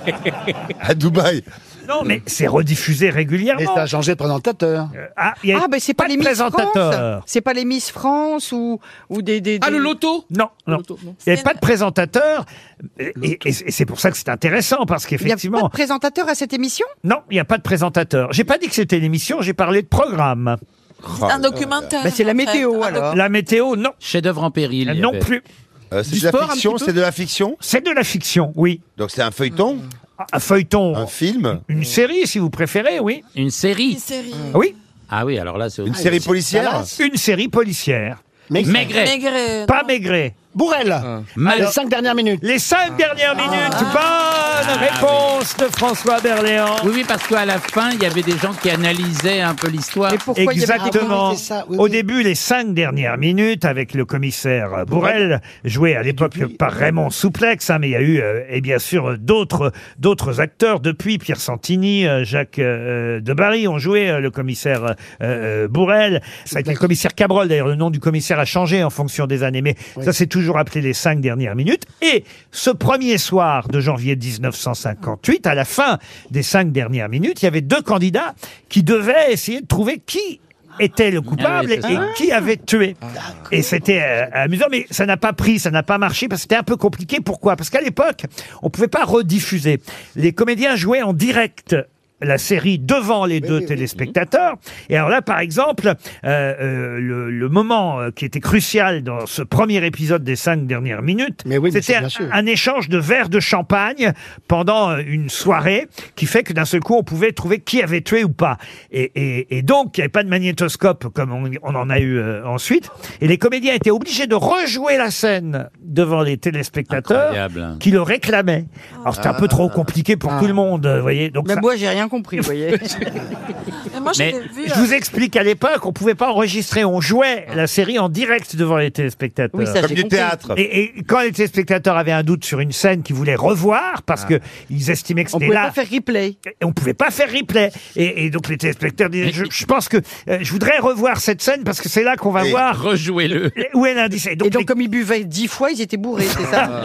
[SPEAKER 2] À Dubaï. Non, mais c'est rediffusé régulièrement.
[SPEAKER 9] Et ça a changé de présentateur.
[SPEAKER 2] Ah, il y a
[SPEAKER 3] Ah, ben c'est pas,
[SPEAKER 2] pas
[SPEAKER 3] les
[SPEAKER 2] de
[SPEAKER 3] Miss France
[SPEAKER 2] présentateur.
[SPEAKER 3] C'est pas les Miss France ou, ou des, des, Ah, le
[SPEAKER 7] loto
[SPEAKER 2] Non, non. Il n'y avait pas de présentateur. Et, et- et c'est pour ça que c'est intéressant, parce
[SPEAKER 3] Il n'y a pas de
[SPEAKER 2] qu'effectivement.
[SPEAKER 3] présentateur à cette émission
[SPEAKER 2] Non, il n'y a pas de présentateur. J'ai pas dit que c'était l'émission, j'ai parlé de programme.
[SPEAKER 6] Oh
[SPEAKER 2] Ah,
[SPEAKER 8] Un documentaire.
[SPEAKER 3] Bah, c'est la météo, alors.
[SPEAKER 2] La météo, non.
[SPEAKER 4] Chef-d'œuvre en péril.
[SPEAKER 2] Non plus.
[SPEAKER 6] Euh, c'est de la fiction, c'est de la fiction
[SPEAKER 2] C'est de la fiction, oui.
[SPEAKER 6] Donc c'est un feuilleton
[SPEAKER 2] Un feuilleton.
[SPEAKER 6] Un film
[SPEAKER 2] Une série, si vous préférez, oui.
[SPEAKER 4] Une série.
[SPEAKER 2] Oui.
[SPEAKER 4] Ah oui, alors là, c'est
[SPEAKER 6] Une série policière
[SPEAKER 2] Une série policière.
[SPEAKER 4] Maigret. Maigret.
[SPEAKER 8] Maigret,
[SPEAKER 2] Pas Maigret. Bourrel.
[SPEAKER 9] Les cinq dernières minutes. Ah.
[SPEAKER 2] Les cinq dernières minutes.
[SPEAKER 4] Ah.
[SPEAKER 2] Bonne réponse de François Berléand.
[SPEAKER 4] Oui, oui, parce qu'à la fin, il y avait des gens qui analysaient un peu l'histoire.
[SPEAKER 2] Exactement. Au début, les cinq dernières minutes avec le commissaire Bourrel, joué à l'époque par Raymond Souplex, hein, mais il y a eu, euh, et bien sûr, euh, d'autres, d'autres acteurs depuis. Pierre Santini, euh, Jacques euh, Debarry ont joué euh, le commissaire euh, euh, Bourrel. Ça a été le commissaire Cabrol, d'ailleurs, le nom du commissaire a changé en fonction des années, mais ça s'est toujours appelé les cinq dernières minutes. Et ce premier soir de janvier 1958, à la fin des cinq dernières minutes, il y avait deux candidats qui devaient essayer de trouver qui était le coupable
[SPEAKER 4] Ah oui, c'est
[SPEAKER 2] et
[SPEAKER 4] ça. Ah.
[SPEAKER 2] qui avait tué. Et c'était euh, amusant, mais ça n'a pas pris, ça n'a pas marché, parce que c'était un peu compliqué. Pourquoi Parce qu'à l'époque, on pouvait pas rediffuser. Les comédiens jouaient en direct la série devant les deux téléspectateurs. Et alors là, par exemple, euh, euh, le, le moment euh, qui était crucial dans ce premier épisode des cinq dernières minutes, c'était un, un échange de verres de champagne pendant euh, une soirée qui fait que d'un seul coup, on pouvait trouver qui avait tué ou pas. Et, et- et donc, il n'y avait pas de magnétoscope comme on, on en a eu euh, ensuite. Et les comédiens étaient obligés de rejouer la scène devant les téléspectateurs
[SPEAKER 4] Incroyable.
[SPEAKER 2] qui le réclamaient. Alors, c'était un peu trop compliqué pour tout le monde, euh, vous voyez. Donc,
[SPEAKER 3] Mais
[SPEAKER 2] ça-
[SPEAKER 3] moi, j'ai rien compris, vous voyez.
[SPEAKER 2] mais je vous explique à l'époque, on pouvait pas enregistrer, on jouait la série en direct devant les téléspectateurs.
[SPEAKER 3] Ah. Oui, ça, Comme j'ai du compris. théâtre.
[SPEAKER 2] Et, et quand les téléspectateurs avaient un doute sur une scène qu'ils voulaient revoir, parce que ils estimaient que
[SPEAKER 3] Ah. On
[SPEAKER 2] c'était
[SPEAKER 3] pouvait
[SPEAKER 2] là.
[SPEAKER 3] pas faire replay.
[SPEAKER 2] Et on pouvait pas faire replay. Et, et donc les téléspectateurs disaient, je, je pense que euh, je voudrais revoir cette scène parce que c'est là qu'on va
[SPEAKER 4] Et
[SPEAKER 2] voir.
[SPEAKER 4] Rejouez-le.
[SPEAKER 2] Où est l'indice Et donc,
[SPEAKER 3] comme ils buvaient dix fois, ils étaient bourrés, c'est ça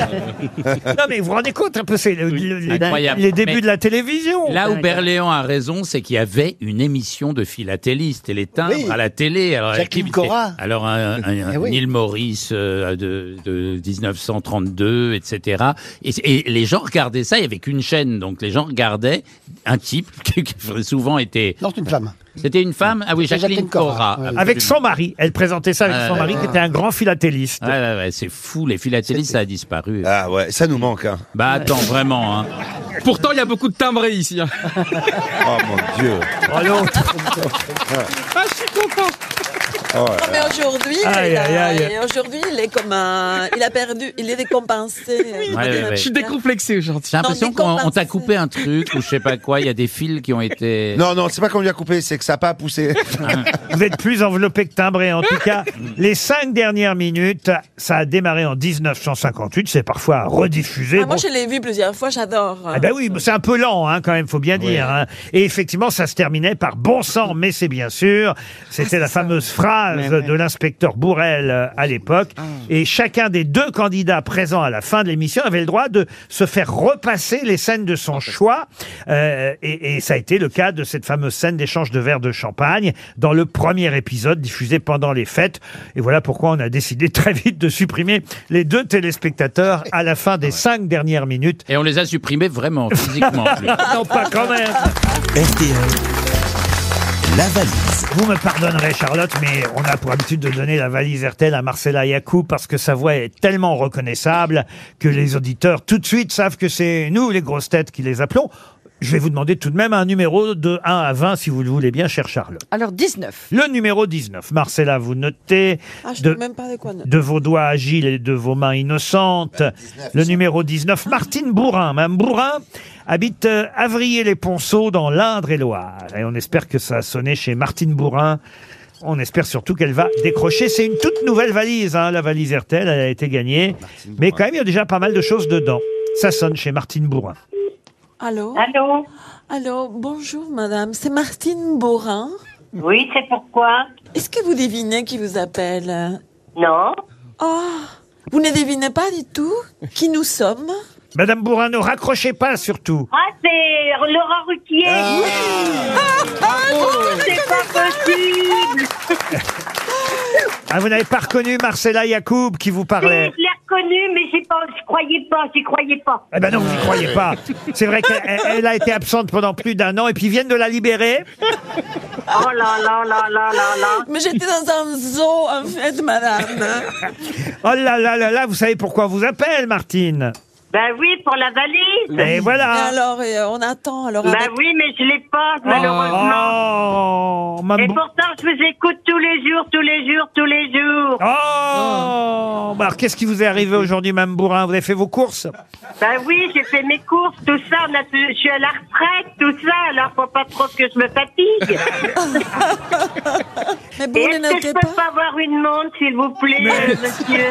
[SPEAKER 2] non mais vous vous rendez compte un peu, c'est le- le- le-
[SPEAKER 4] Incroyable.
[SPEAKER 2] les débuts
[SPEAKER 4] Mais
[SPEAKER 2] de la télévision.
[SPEAKER 4] Là où Berléand a raison, c'est qu'il y avait une émission de philatéliste et les timbres
[SPEAKER 2] Oui.
[SPEAKER 4] à la télé. Alors,
[SPEAKER 2] Jacqueline
[SPEAKER 4] qui- qui-
[SPEAKER 2] Cora.
[SPEAKER 4] Alors, un, un-
[SPEAKER 2] Eh oui.
[SPEAKER 4] Neil Maurice euh, de, de 1932, etc. Et, et les gens regardaient ça, il n'y avait qu'une chaîne. Donc, les gens regardaient un type qui, qui souvent était...
[SPEAKER 9] Non, c'est une femme.
[SPEAKER 4] C'était une femme Ah oui,
[SPEAKER 2] C'était
[SPEAKER 4] Jacqueline,
[SPEAKER 2] Jacqueline Cora,
[SPEAKER 4] Cora.
[SPEAKER 2] ouais. Avec son mari. Elle présentait ça avec
[SPEAKER 4] Ah,
[SPEAKER 2] son
[SPEAKER 4] ouais.
[SPEAKER 2] mari qui était un grand philatéliste.
[SPEAKER 4] Ouais, ouais, ouais, c'est fou, les philatélistes, ça a disparu. Ah ouais, ça nous manque. Bah attends, vraiment. Hein.
[SPEAKER 7] Pourtant, il y a beaucoup de timbrés ici. hein.
[SPEAKER 6] Oh mon dieu.
[SPEAKER 2] Oh non.
[SPEAKER 8] Ah, je suis content. mais aujourd'hui,
[SPEAKER 7] Aïe,
[SPEAKER 8] il a-
[SPEAKER 7] aïe, aïe.
[SPEAKER 8] aujourd'hui, il est comme un, il a perdu, il est décompensé. Ah,
[SPEAKER 4] Ouais, ouais, ouais.
[SPEAKER 7] Je suis décomplexé aujourd'hui.
[SPEAKER 4] J'ai l'impression qu'on on t'a coupé un truc ou je sais pas quoi, il y a des fils qui ont été...
[SPEAKER 6] Non, non, c'est pas qu'on lui a coupé, c'est que ça n'a pas poussé.
[SPEAKER 2] Vous êtes plus enveloppé que timbré. En tout cas, les cinq dernières minutes, ça a démarré en 1958. C'est parfois rediffusé.
[SPEAKER 8] Ah, moi,
[SPEAKER 2] Bon.
[SPEAKER 8] je l'ai vu plusieurs fois, j'adore.
[SPEAKER 2] Ah ben oui, c'est un peu lent hein, quand même, faut bien dire. hein. Et effectivement, ça se terminait par bon sang, mais c'est bien sûr. C'était la fameuse phrase de l'inspecteur Bourrel euh, à l'époque. Et chacun des deux candidats présents à la fin de l'émission avait le droit de se faire repasser les scènes de son choix. Euh, et, et ça a été le cas de cette fameuse scène d'échange de verres de champagne dans le premier épisode diffusé pendant les fêtes. Et voilà pourquoi on a décidé très vite de supprimer les deux téléspectateurs à la fin des cinq dernières minutes.
[SPEAKER 4] Et on les a supprimés vraiment, physiquement. en plus.
[SPEAKER 2] Ah, non, pas quand même.
[SPEAKER 1] La valise.
[SPEAKER 2] Vous me pardonnerez, Charlotte, mais on a pour habitude de donner la valise RTL à Marcella Yakou parce que sa voix est tellement reconnaissable que les auditeurs tout de suite savent que c'est nous, les grosses têtes, qui les appelons. Je vais vous demander tout de même un numéro de 1 à 20, si vous le voulez bien, cher Charlotte.
[SPEAKER 3] Alors, 19.
[SPEAKER 2] Le numéro 19. Marcella, vous notez.
[SPEAKER 8] Ah, je
[SPEAKER 2] de-
[SPEAKER 8] sais même pas de quoi. noter.
[SPEAKER 2] de vos doigts agiles et de vos mains innocentes. le numéro 19, Martine Bourrin. Mme Bourrin habite euh, Avrier-les-Ponceaux dans l'Indre-et-Loire. Et on espère que ça a sonné chez Martine Bourrin. On espère surtout qu'elle va décrocher. C'est une toute nouvelle valise, hein, la valise RTL. Elle a été gagnée. Mais quand même, il y a déjà pas mal de choses dedans. Ça sonne chez Martine Bourrin.
[SPEAKER 8] Allô. Allô. Allô. Bonjour, madame. C'est Martine Borin.
[SPEAKER 17] Oui, c'est pourquoi
[SPEAKER 8] Est-ce que vous devinez qui vous appelle
[SPEAKER 17] Non.
[SPEAKER 8] Oh, vous ne devinez pas du tout qui nous sommes
[SPEAKER 2] Madame Bourrin, ne raccrochez pas surtout.
[SPEAKER 17] Ah, c'est Laurent Ruquier
[SPEAKER 2] Ah.
[SPEAKER 17] Oui Oh, C'est pas possible
[SPEAKER 2] Ah, vous n'avez pas reconnu Marcella Yacoub qui vous parlait.
[SPEAKER 17] Si, Je l'ai reconnu, mais j'ai pas, je croyais pas, j'y croyais pas.
[SPEAKER 2] Eh ben non, vous n'y croyez pas. C'est vrai qu'elle elle- elle a été absente pendant plus d'un an et puis ils viennent de la libérer.
[SPEAKER 17] Oh là là là là là là
[SPEAKER 8] Mais j'étais dans un zoo, en fait, madame.
[SPEAKER 2] Oh là là là là, vous savez pourquoi on vous appelle, Martine
[SPEAKER 17] Ben oui, pour la valise
[SPEAKER 2] Et voilà.
[SPEAKER 8] Et alors, euh, on attend. Alors,
[SPEAKER 17] Ben
[SPEAKER 8] avec- Oh.
[SPEAKER 17] oui, mais je l'ai pas, malheureusement
[SPEAKER 2] Oh, ma
[SPEAKER 17] Et
[SPEAKER 2] bou-
[SPEAKER 17] pourtant, je vous écoute tous les jours, tous les jours, tous les jours
[SPEAKER 2] Oh Bah, alors, qu'est-ce qui vous est arrivé aujourd'hui, Mme Bourrin Vous avez fait vos courses
[SPEAKER 17] Ben oui, j'ai fait mes courses, tout ça, on a- je suis à la retraite, tout ça, alors faut pas trop que je me fatigue.
[SPEAKER 8] Mais
[SPEAKER 17] Et Est-ce que je peux pas avoir une montre, s'il vous plaît, monsieur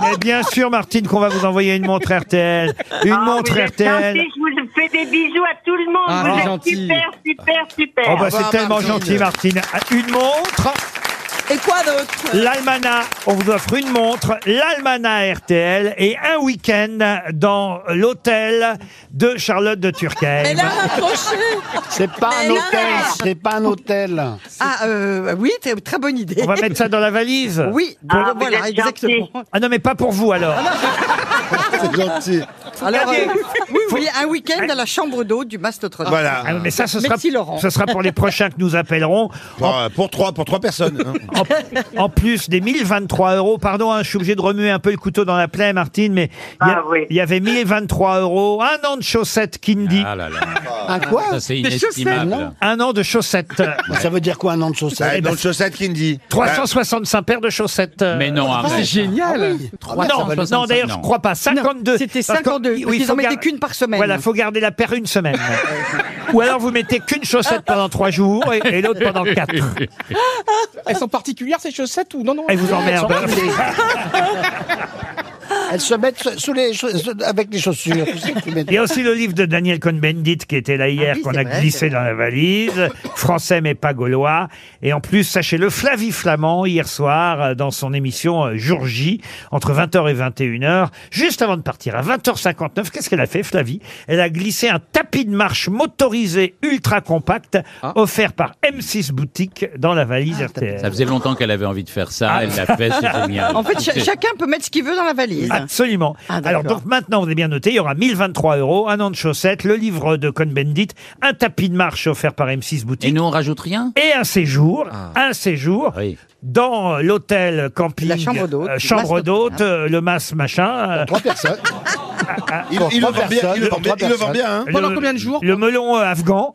[SPEAKER 2] Mais bien sûr, Martine, qu'on va vous envoyer une montre RTL. Une
[SPEAKER 17] Ah,
[SPEAKER 2] montre
[SPEAKER 17] vous êtes
[SPEAKER 2] RTL.
[SPEAKER 17] gentil, je vous fais des bisous à tout le monde.
[SPEAKER 2] Ah,
[SPEAKER 17] vous
[SPEAKER 2] c'est
[SPEAKER 17] êtes
[SPEAKER 2] gentil.
[SPEAKER 17] super, super, super.
[SPEAKER 2] Oh,
[SPEAKER 6] Ah,
[SPEAKER 2] bah, c'est tellement gentil, Martine. Ah, Une montre.
[SPEAKER 8] Et quoi d'autre
[SPEAKER 2] L'Almana, on vous offre une montre, l'Almana RTL et un week-end dans l'hôtel de Charlotte de
[SPEAKER 8] Mais
[SPEAKER 2] Turckheim.
[SPEAKER 8] là, rapprochez.
[SPEAKER 9] C'est pas
[SPEAKER 8] Mais
[SPEAKER 9] un
[SPEAKER 8] là-
[SPEAKER 9] hôtel, c'est pas un hôtel.
[SPEAKER 3] Ah, euh, oui, très- très bonne idée.
[SPEAKER 2] On va mettre ça dans la valise.
[SPEAKER 3] Oui, Ah, voilà, vous voilà, êtes gentil. exactement.
[SPEAKER 2] Ah non, mais pas pour vous alors.
[SPEAKER 9] C'est gentil.
[SPEAKER 3] Alors, euh, oui, Faut y- un week-end à la chambre d'eau du Mastodron.
[SPEAKER 6] Voilà.
[SPEAKER 2] Ah oui, mais ça, ce sera,
[SPEAKER 3] Merci, Laurent.
[SPEAKER 2] ce sera pour les prochains que nous appellerons.
[SPEAKER 9] euh,
[SPEAKER 6] pour trois, pour trois personnes.
[SPEAKER 9] hein.
[SPEAKER 2] En, en plus des 1023 euros, pardon, hein, je suis obligé de remuer un peu le couteau dans la plaie, Martine, mais il y
[SPEAKER 3] Ah,
[SPEAKER 2] a- il y avait 1023 euros, un an de chaussettes Kindy.
[SPEAKER 4] Ah là là.
[SPEAKER 9] Un quoi
[SPEAKER 4] Ça, c'est inestimable.
[SPEAKER 2] Un an de chaussettes.
[SPEAKER 9] Ça veut dire quoi un an de chaussettes
[SPEAKER 2] Eh ben,
[SPEAKER 6] chaussettes Kindy.
[SPEAKER 3] Bah,
[SPEAKER 2] 365 paires de chaussettes. euh,
[SPEAKER 4] Mais non, arrête.
[SPEAKER 3] Ah
[SPEAKER 9] génial.
[SPEAKER 2] non, non, d'ailleurs, je crois pas. 52.
[SPEAKER 3] C'était
[SPEAKER 2] Parce que-
[SPEAKER 3] 52.
[SPEAKER 2] oui,
[SPEAKER 3] ils
[SPEAKER 2] faut
[SPEAKER 3] en mettaient
[SPEAKER 2] gar-
[SPEAKER 3] qu'une par semaine.
[SPEAKER 2] Voilà, faut garder la paire une semaine. Ou alors vous mettez qu'une chaussette pendant trois jours et, et l'autre pendant quatre.
[SPEAKER 3] euh,
[SPEAKER 7] Elles sont particulières ces chaussettes ou non non
[SPEAKER 2] Elles vous emmerdent.
[SPEAKER 9] Elles se mettent sous- sous les chauss- sous- avec les chaussures. tu sais, tu mets-
[SPEAKER 2] Il y a aussi le livre de Daniel Cohn-Bendit qui était là hier,
[SPEAKER 9] Ah oui,
[SPEAKER 2] qu'on
[SPEAKER 9] c'est
[SPEAKER 2] a
[SPEAKER 9] vrai,
[SPEAKER 2] glissé
[SPEAKER 9] c'est
[SPEAKER 2] dans la valise. Français mais pas gaulois. Et en plus, sachez-le, Flavie Flamand, hier soir, euh, dans son émission euh, Jour J, entre 20h et 21h, juste avant de partir, à 20h59, qu'est-ce qu'elle a fait, Flavie Elle a glissé un tapis de marche motorisé ultra compact,
[SPEAKER 9] Ah.
[SPEAKER 2] offert par M6 Boutique dans la valise RTL.
[SPEAKER 4] Ça faisait longtemps qu'elle avait envie de faire
[SPEAKER 6] Ah.
[SPEAKER 4] ça. Elle l'a fait, c'est génial.
[SPEAKER 3] En fait, cha-
[SPEAKER 4] C'est-
[SPEAKER 3] chacun peut mettre ce qu'il veut dans la valise.
[SPEAKER 2] Absolument.
[SPEAKER 3] Ah, d'accord.
[SPEAKER 2] Alors donc maintenant, vous avez bien noté, il y aura 1023 euros, un an de chaussettes, le livre de Cohn-Bendit, un tapis de marche offert par M6 Boutique. Et
[SPEAKER 4] nous, on rajoute rien Ah.
[SPEAKER 2] Et un séjour, un séjour dans l'hôtel camping,
[SPEAKER 3] La chambre d'hôte.
[SPEAKER 2] euh, chambre
[SPEAKER 3] Masse-
[SPEAKER 2] d'hôte, euh, le mas machin. euh, Ah,
[SPEAKER 9] Trois personnes.
[SPEAKER 6] Il,
[SPEAKER 2] pour
[SPEAKER 6] il le
[SPEAKER 2] trois
[SPEAKER 6] vend bien,
[SPEAKER 2] personnes,
[SPEAKER 6] il le vend
[SPEAKER 2] pour
[SPEAKER 6] bien,
[SPEAKER 2] trois
[SPEAKER 6] il le vend
[SPEAKER 2] personnes.
[SPEAKER 6] bien, hein.
[SPEAKER 2] Le- Le melon euh, afghan.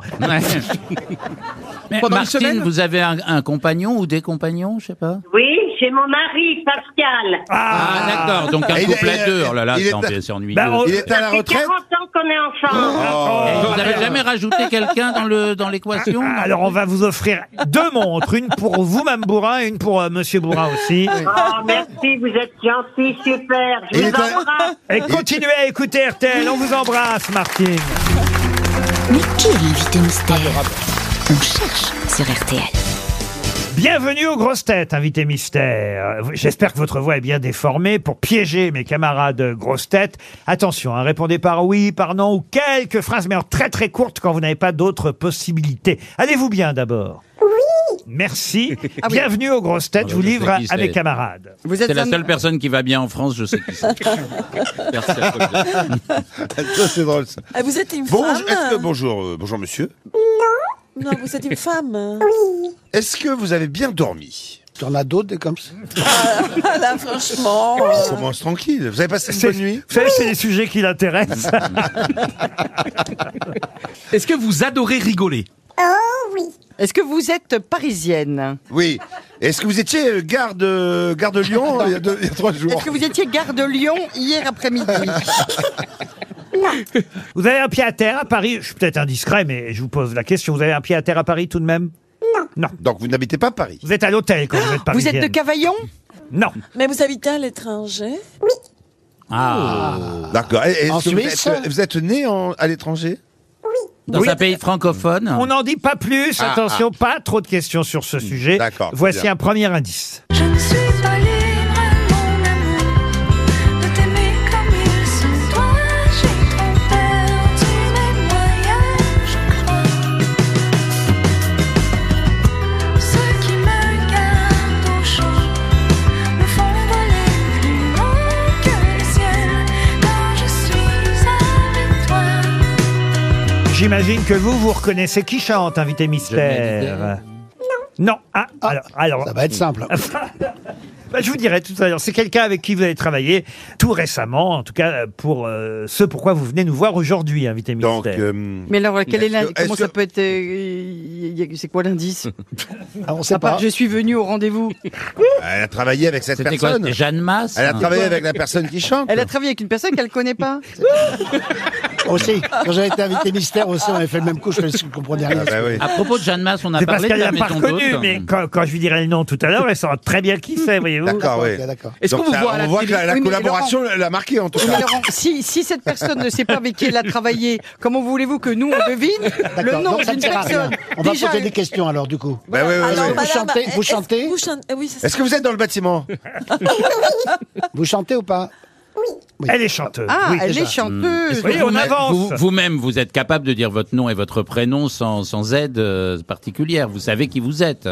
[SPEAKER 4] Mais
[SPEAKER 2] Pendant une
[SPEAKER 4] Martine,
[SPEAKER 2] semaine
[SPEAKER 4] vous avez un, un compagnon ou des compagnons, je sais pas
[SPEAKER 17] Oui, j'ai mon mari, Pascal.
[SPEAKER 4] Ah, d'accord, donc un
[SPEAKER 6] Et il
[SPEAKER 4] couple
[SPEAKER 6] est-
[SPEAKER 4] à deux. Oh là là,
[SPEAKER 6] il est
[SPEAKER 4] c'est en-
[SPEAKER 6] à-
[SPEAKER 4] c'est ennuyeux.
[SPEAKER 2] Ah,
[SPEAKER 6] Bah, on- Oh. il est à la
[SPEAKER 17] Ça fait
[SPEAKER 6] retraite
[SPEAKER 17] 40 ans qu'on est ensemble.
[SPEAKER 4] Et
[SPEAKER 2] Oh.
[SPEAKER 4] Eh, vous n'avez jamais rajouté quelqu'un dans le dans l'équation non
[SPEAKER 2] Ah, Alors on va vous offrir deux montres, une pour vous, Mme Bourrin, et une pour euh, Monsieur Bourrin aussi.
[SPEAKER 17] Oh, merci, vous êtes gentil, super. Je
[SPEAKER 2] Il
[SPEAKER 17] vous
[SPEAKER 2] est à-
[SPEAKER 17] embrasse.
[SPEAKER 2] Et continuez à écouter RTL, on vous embrasse Martine.
[SPEAKER 11] Mais qui est l'invité mystère On cherche sur RTL.
[SPEAKER 2] Bienvenue aux grosses têtes, invité mystère. Euh, J'espère que votre voix est bien déformée pour piéger mes camarades grosses têtes. Attention, hein, répondez par oui, par non ou quelques phrases, mais en très très courtes quand vous n'avez pas d'autres possibilités. Allez-vous bien d'abord Oui Merci.
[SPEAKER 4] Ah
[SPEAKER 2] Bienvenue aux grosses têtes, je vous
[SPEAKER 4] je sais
[SPEAKER 2] livre à,
[SPEAKER 4] qui
[SPEAKER 2] à mes
[SPEAKER 4] c'est.
[SPEAKER 2] camarades.
[SPEAKER 4] C'est la seule personne qui va bien en France, je sais qui c'est. Merci à toi.
[SPEAKER 6] Ah, Ça, c'est drôle, ça.
[SPEAKER 8] Ah, Vous êtes une
[SPEAKER 6] Bonjour, est-ce que-
[SPEAKER 8] femme
[SPEAKER 6] bonjour, euh, bonjour, monsieur.
[SPEAKER 8] Non, vous êtes une femme. Oui.
[SPEAKER 6] Est-ce que vous avez bien dormi
[SPEAKER 9] T'en as d'autres des comme ça
[SPEAKER 8] Ah, Là, franchement.
[SPEAKER 6] On commence tranquille. Vous avez passé une bonne nuit
[SPEAKER 2] Vous savez, Oh. c'est les sujets qui l'intéressent.
[SPEAKER 7] Est-ce que vous adorez rigoler
[SPEAKER 3] Est-ce que vous êtes parisienne
[SPEAKER 6] Oui. Est-ce que vous étiez euh, garde, euh, garde Lyon il y, a deux- il y a trois jours
[SPEAKER 3] Est-ce que vous étiez gare de Lyon hier après-midi
[SPEAKER 2] Vous avez un pied à terre à Paris Je suis peut-être indiscret, mais je vous pose la question. Vous avez un pied à terre à Paris tout de même Non.
[SPEAKER 6] Donc vous n'habitez pas Paris
[SPEAKER 2] Vous êtes à l'hôtel quand vous êtes
[SPEAKER 8] Ah,
[SPEAKER 3] Vous
[SPEAKER 2] parisienne.
[SPEAKER 3] êtes de Cavaillon
[SPEAKER 2] Non.
[SPEAKER 8] Mais vous habitez à l'étranger
[SPEAKER 4] Ah.
[SPEAKER 6] Oh. D'accord. Et- Est-ce
[SPEAKER 9] En
[SPEAKER 6] que vous êtes,
[SPEAKER 9] Suisse
[SPEAKER 6] euh, vous êtes né en- à l'étranger
[SPEAKER 4] Dans un pays francophone
[SPEAKER 2] On n'en dit pas plus.
[SPEAKER 6] Ah, Hmm,
[SPEAKER 2] Attention, pas trop de questions sur ce sujet.
[SPEAKER 6] D'accord,
[SPEAKER 2] Voici
[SPEAKER 6] bien.
[SPEAKER 2] un premier indice.
[SPEAKER 18] Je ne suis pas libre, mon amour, de t'aimer comme il se doit. J'ai trop perdu mes moyens, je crois. Ceux qui me gardent au chaud me font voler plus loin que le ciel quand je suis avec toi.
[SPEAKER 2] J'imagine que vous, vous reconnaissez qui chante, invité
[SPEAKER 4] hein.
[SPEAKER 2] mystère. Non. Ah, alors, alors.
[SPEAKER 9] Ça va être simple.
[SPEAKER 2] Bah, je vous dirai tout à l'heure. C'est quelqu'un avec qui vous avez travaillé tout récemment, en tout cas euh, pour euh, ce pourquoi vous venez nous voir aujourd'hui, invité mystère.
[SPEAKER 6] Donc, euh,
[SPEAKER 3] Mais alors, quel est
[SPEAKER 6] Est-ce que-
[SPEAKER 3] l'indice Comment
[SPEAKER 6] est-ce
[SPEAKER 3] ça
[SPEAKER 6] que-
[SPEAKER 3] peut être euh, y- y- C'est quoi l'indice
[SPEAKER 9] Ah, on
[SPEAKER 3] À
[SPEAKER 9] sait
[SPEAKER 3] part,
[SPEAKER 9] pas.
[SPEAKER 3] je suis venu au rendez-vous.
[SPEAKER 6] Elle a travaillé avec cette
[SPEAKER 4] C'était quoi
[SPEAKER 6] personne.
[SPEAKER 4] c'était Jeanne Masse
[SPEAKER 6] Elle a travaillé avec la personne qui chante.
[SPEAKER 3] Elle a travaillé avec une personne qu'elle connaît pas.
[SPEAKER 9] Aussi, quand j'avais été invité mystère aussi, on avait fait le même coup, je ne comprenais rien.
[SPEAKER 6] Ah, bah oui.
[SPEAKER 4] À propos de Jeanne Masse, on a
[SPEAKER 2] C'est parce
[SPEAKER 4] parlé de
[SPEAKER 2] qu'elle
[SPEAKER 4] la
[SPEAKER 2] l'a pas
[SPEAKER 4] maison
[SPEAKER 2] reconnu,
[SPEAKER 4] d'hôte.
[SPEAKER 2] mais quand, quand je lui dirai le nom tout à l'heure, elle saura très bien qui c'est, voyez-vous.
[SPEAKER 6] D'accord, oui.
[SPEAKER 9] Ok, d'accord.
[SPEAKER 7] Est-ce qu'on
[SPEAKER 6] Donc,
[SPEAKER 7] vous
[SPEAKER 6] ça,
[SPEAKER 7] voit à la
[SPEAKER 6] on voit
[SPEAKER 7] télé
[SPEAKER 6] que la, la
[SPEAKER 3] Oui, mais
[SPEAKER 6] collaboration l'a marqué en tout
[SPEAKER 3] Oui, mais
[SPEAKER 6] cas.
[SPEAKER 3] Laurent, si, si cette personne ne sait pas avec qui elle a travaillé, comment voulez-vous que nous on devine le
[SPEAKER 9] D'accord,
[SPEAKER 3] nom
[SPEAKER 9] donc ça
[SPEAKER 3] d'une
[SPEAKER 9] ne sert à rien.
[SPEAKER 3] personne
[SPEAKER 9] On va
[SPEAKER 3] Déjà,
[SPEAKER 9] poser des questions alors, du coup.
[SPEAKER 6] Bah oui, oui, oui.
[SPEAKER 8] Alors,
[SPEAKER 9] Vous
[SPEAKER 8] madame,
[SPEAKER 9] chantez- vous
[SPEAKER 8] est-ce que
[SPEAKER 9] chantez
[SPEAKER 8] vous chantez- Oui, c'est ça.
[SPEAKER 6] Est-ce que vous êtes dans le bâtiment
[SPEAKER 9] Vous chantez ou pas
[SPEAKER 2] Elle est chanteuse.
[SPEAKER 3] Ah,
[SPEAKER 2] oui.
[SPEAKER 3] elle
[SPEAKER 9] déjà. Mmh.
[SPEAKER 3] est chanteuse.
[SPEAKER 2] Oui, on avance.
[SPEAKER 4] Hmm. Vous- Vous-même, vous, êtes capable de dire votre nom et votre prénom sans, sans aide euh, particulière. Vous savez qui vous êtes.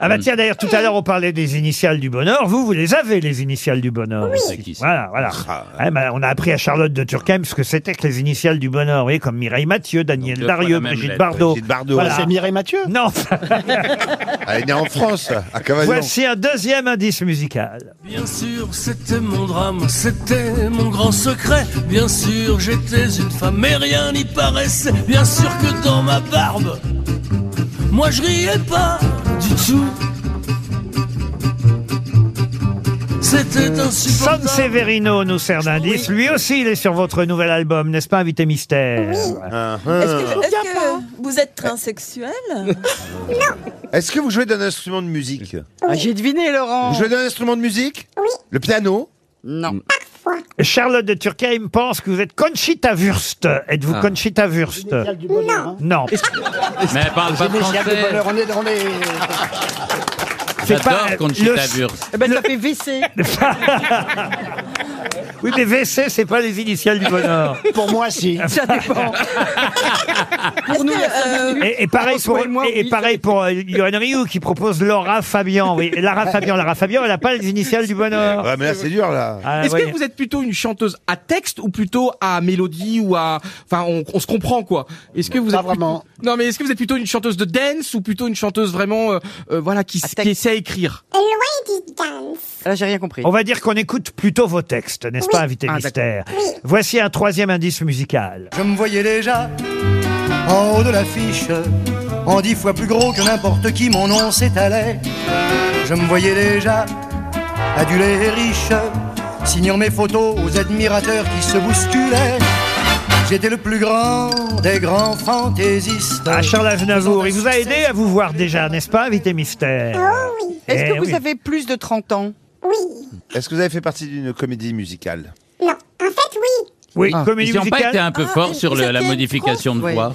[SPEAKER 2] Ah bah tiens, d'ailleurs, tout à l'heure, on parlait des initiales du bonheur. Vous, vous les avez, les initiales du bonheur.
[SPEAKER 18] Oui. C'est qui, ça
[SPEAKER 2] Voilà, voilà.
[SPEAKER 6] Ah.
[SPEAKER 2] Ouais, bah, on a appris à Charlotte de Turckheim ce que c'était que les initiales du bonheur. Vous voyez, comme Mireille Mathieu, Daniel
[SPEAKER 6] deux fois la
[SPEAKER 2] Darieux,
[SPEAKER 6] même
[SPEAKER 2] Brigitte
[SPEAKER 6] lettre.
[SPEAKER 2] Bardot.
[SPEAKER 6] Brigitte Bardot. Ah, c'est
[SPEAKER 2] Mireille Mathieu Non.
[SPEAKER 6] Elle est née en France, Ah, à Cavaillon.
[SPEAKER 2] Voici un deuxième indice musical.
[SPEAKER 5] Bien sûr, c'était mon drame, c'était mon grand secret. Bien sûr, j'étais une femme, mais rien n'y paraissait. Bien sûr que dans ma barbe, moi je riais pas du tout. C'était
[SPEAKER 2] San
[SPEAKER 5] insupportable.
[SPEAKER 2] Severino nous sert d'indice. Lui aussi, il est sur votre nouvel album, n'est-ce pas, Invité Mystère Ah.
[SPEAKER 8] Est-ce que, est-ce que vous êtes transsexuel
[SPEAKER 6] Est-ce que vous jouez d'un instrument de musique
[SPEAKER 3] Ah, J'ai deviné, Laurent.
[SPEAKER 6] Vous jouez d'un instrument de musique Oui. Le piano
[SPEAKER 7] Mm.
[SPEAKER 3] Non.
[SPEAKER 2] Mm. Charlotte de Turckheim pense que vous êtes Conchita Wurst. Êtes-vous
[SPEAKER 6] Ah.
[SPEAKER 2] Conchita Wurst
[SPEAKER 9] Non.
[SPEAKER 2] Non.
[SPEAKER 3] Ah,
[SPEAKER 9] hein.
[SPEAKER 4] Mais elle parle pas
[SPEAKER 9] Génésial de
[SPEAKER 4] français.
[SPEAKER 9] bonheur, on est, on est...
[SPEAKER 2] C'est
[SPEAKER 4] J'adore
[SPEAKER 2] pas-
[SPEAKER 4] Conchita
[SPEAKER 2] le-
[SPEAKER 4] Wurst.
[SPEAKER 3] Eh ben, ça fait WC.
[SPEAKER 2] Oui, mais WC, c'est pas les initiales du bonheur.
[SPEAKER 9] Pour moi, si.
[SPEAKER 2] Ça
[SPEAKER 3] dépend. Pour nous, la seule minute.
[SPEAKER 2] Et, et pareil pour, et, et pareil pour euh, Yoann Rioux qui propose Laura Fabian. Oui, Lara Fabian, Lara Fabian, elle n'a pas les initiales du bonheur.
[SPEAKER 6] Ouais, mais là, c'est dur, là.
[SPEAKER 2] Ah,
[SPEAKER 7] Est-ce
[SPEAKER 2] oui.
[SPEAKER 7] que vous êtes plutôt une chanteuse à texte ou plutôt à mélodie ou à enfin on, on se comprend quoi Est-ce que vous êtes
[SPEAKER 9] vraiment
[SPEAKER 7] Non mais est-ce que vous êtes plutôt une chanteuse de dance ou plutôt une chanteuse vraiment euh, euh, voilà qui, s- qui sait écrire
[SPEAKER 3] Là, Ah, j'ai rien compris. Ah,
[SPEAKER 2] On va dire qu'on écoute plutôt vos textes, n'est-ce pas, invité mystère Voici un troisième indice musical.
[SPEAKER 19] Je me voyais déjà en haut de l'affiche, en dix fois plus gros que n'importe qui, mon nom s'étalait. Je me voyais déjà adulé et riche, signant mes photos aux admirateurs qui se bousculaient. J'étais le plus grand des grands fantaisistes.
[SPEAKER 2] Ah, Charles Aznavour, il vous a aidé à vous voir déjà, n'est-ce pas, invité mystère
[SPEAKER 3] Ah oui. Est-ce
[SPEAKER 2] Eh
[SPEAKER 3] que vous
[SPEAKER 2] oui.
[SPEAKER 3] avez plus de 30 ans Oui.
[SPEAKER 6] Est-ce que vous avez fait partie d'une comédie musicale
[SPEAKER 17] Non, en fait, oui.
[SPEAKER 2] Oui,
[SPEAKER 6] Ah.
[SPEAKER 2] comédie
[SPEAKER 4] Ils n'ont pas
[SPEAKER 2] musicale.
[SPEAKER 4] été un peu forts sur le- la modification de
[SPEAKER 3] ouais.
[SPEAKER 4] voix.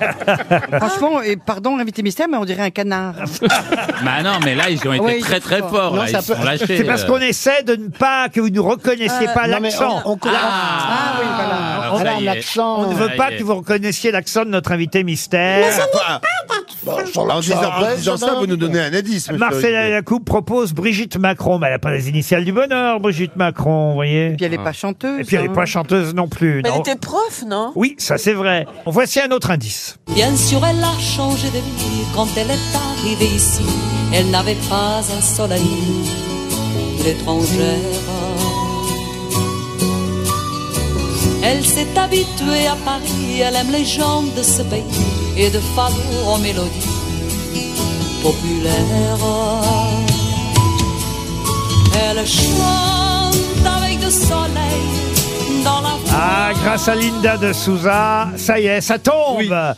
[SPEAKER 2] Ah.
[SPEAKER 3] Franchement, et pardon l'invité mystère, mais on dirait un canard.
[SPEAKER 4] Bah non, mais là, ils ont été
[SPEAKER 3] Ouais, ils
[SPEAKER 4] très
[SPEAKER 3] sont
[SPEAKER 4] très
[SPEAKER 3] forts.
[SPEAKER 4] forts.
[SPEAKER 3] Non,
[SPEAKER 4] là,
[SPEAKER 3] c'est
[SPEAKER 4] ils
[SPEAKER 3] un
[SPEAKER 4] se
[SPEAKER 3] peu-
[SPEAKER 4] sont lâchés.
[SPEAKER 2] C'est parce
[SPEAKER 4] euh.
[SPEAKER 2] qu'on essaie de ne pas que vous ne reconnaissiez
[SPEAKER 9] Euh,
[SPEAKER 2] pas
[SPEAKER 9] non, mais
[SPEAKER 2] l'accent.
[SPEAKER 9] on- on- Ah, oui, voilà.
[SPEAKER 2] Ah,
[SPEAKER 9] Voilà,
[SPEAKER 2] ça y est.
[SPEAKER 9] l'accent.
[SPEAKER 2] On ne veut
[SPEAKER 9] Ça
[SPEAKER 2] pas
[SPEAKER 9] y est.
[SPEAKER 2] que vous reconnaissiez l'accent de notre invité mystère.
[SPEAKER 6] En disant, en disant ça, vous nous donnez un indice, monsieur.
[SPEAKER 2] Marcella Yacoub propose Brigitte Macron. Mais elle n'a pas les initiales du bonheur, Brigitte Macron, vous voyez. Et puis
[SPEAKER 3] elle n'est
[SPEAKER 6] Ah.
[SPEAKER 3] pas chanteuse.
[SPEAKER 2] Et puis elle n'est
[SPEAKER 3] hein.
[SPEAKER 2] pas chanteuse non plus.
[SPEAKER 8] Mais Elle
[SPEAKER 2] non.
[SPEAKER 8] était prof, non
[SPEAKER 2] Oui, ça c'est vrai. Voici un autre indice.
[SPEAKER 20] Bien sûr, elle a changé de vie quand elle est arrivée ici. Elle n'avait pas un seul ami, l'étrangère. Elle s'est habituée à Paris, elle aime les gens de ce pays et de Fado en mélodie populaire. Elle chante avec du soleil dans la voix.
[SPEAKER 2] Ah, grâce à Linda de Souza, ça y est, ça tombe.
[SPEAKER 3] Ah,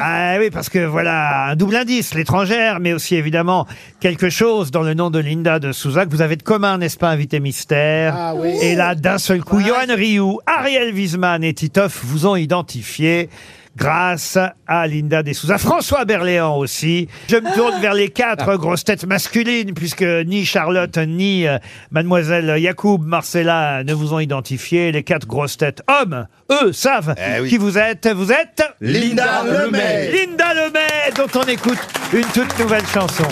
[SPEAKER 2] Ah oui, parce que voilà, un double indice, l'étrangère, mais aussi évidemment quelque chose dans le nom de Linda de Souza que vous avez de commun, n'est-ce pas, invité mystère
[SPEAKER 9] Ah oui.
[SPEAKER 2] Et là, d'un seul coup, Johan Rioux, Ariel Wiesman et Titoff vous ont identifié. Grâce à Linda de Souza. François Berléand aussi. Je me tourne vers les quatre grosses têtes masculines, puisque ni Charlotte, ni euh, Mademoiselle Yacoub, Marcella ne vous ont identifié. Les quatre grosses têtes hommes, eux, savent qui vous êtes. Vous êtes
[SPEAKER 6] Eh Linda Lemay.
[SPEAKER 2] Linda Lemay, dont on écoute une toute nouvelle chanson.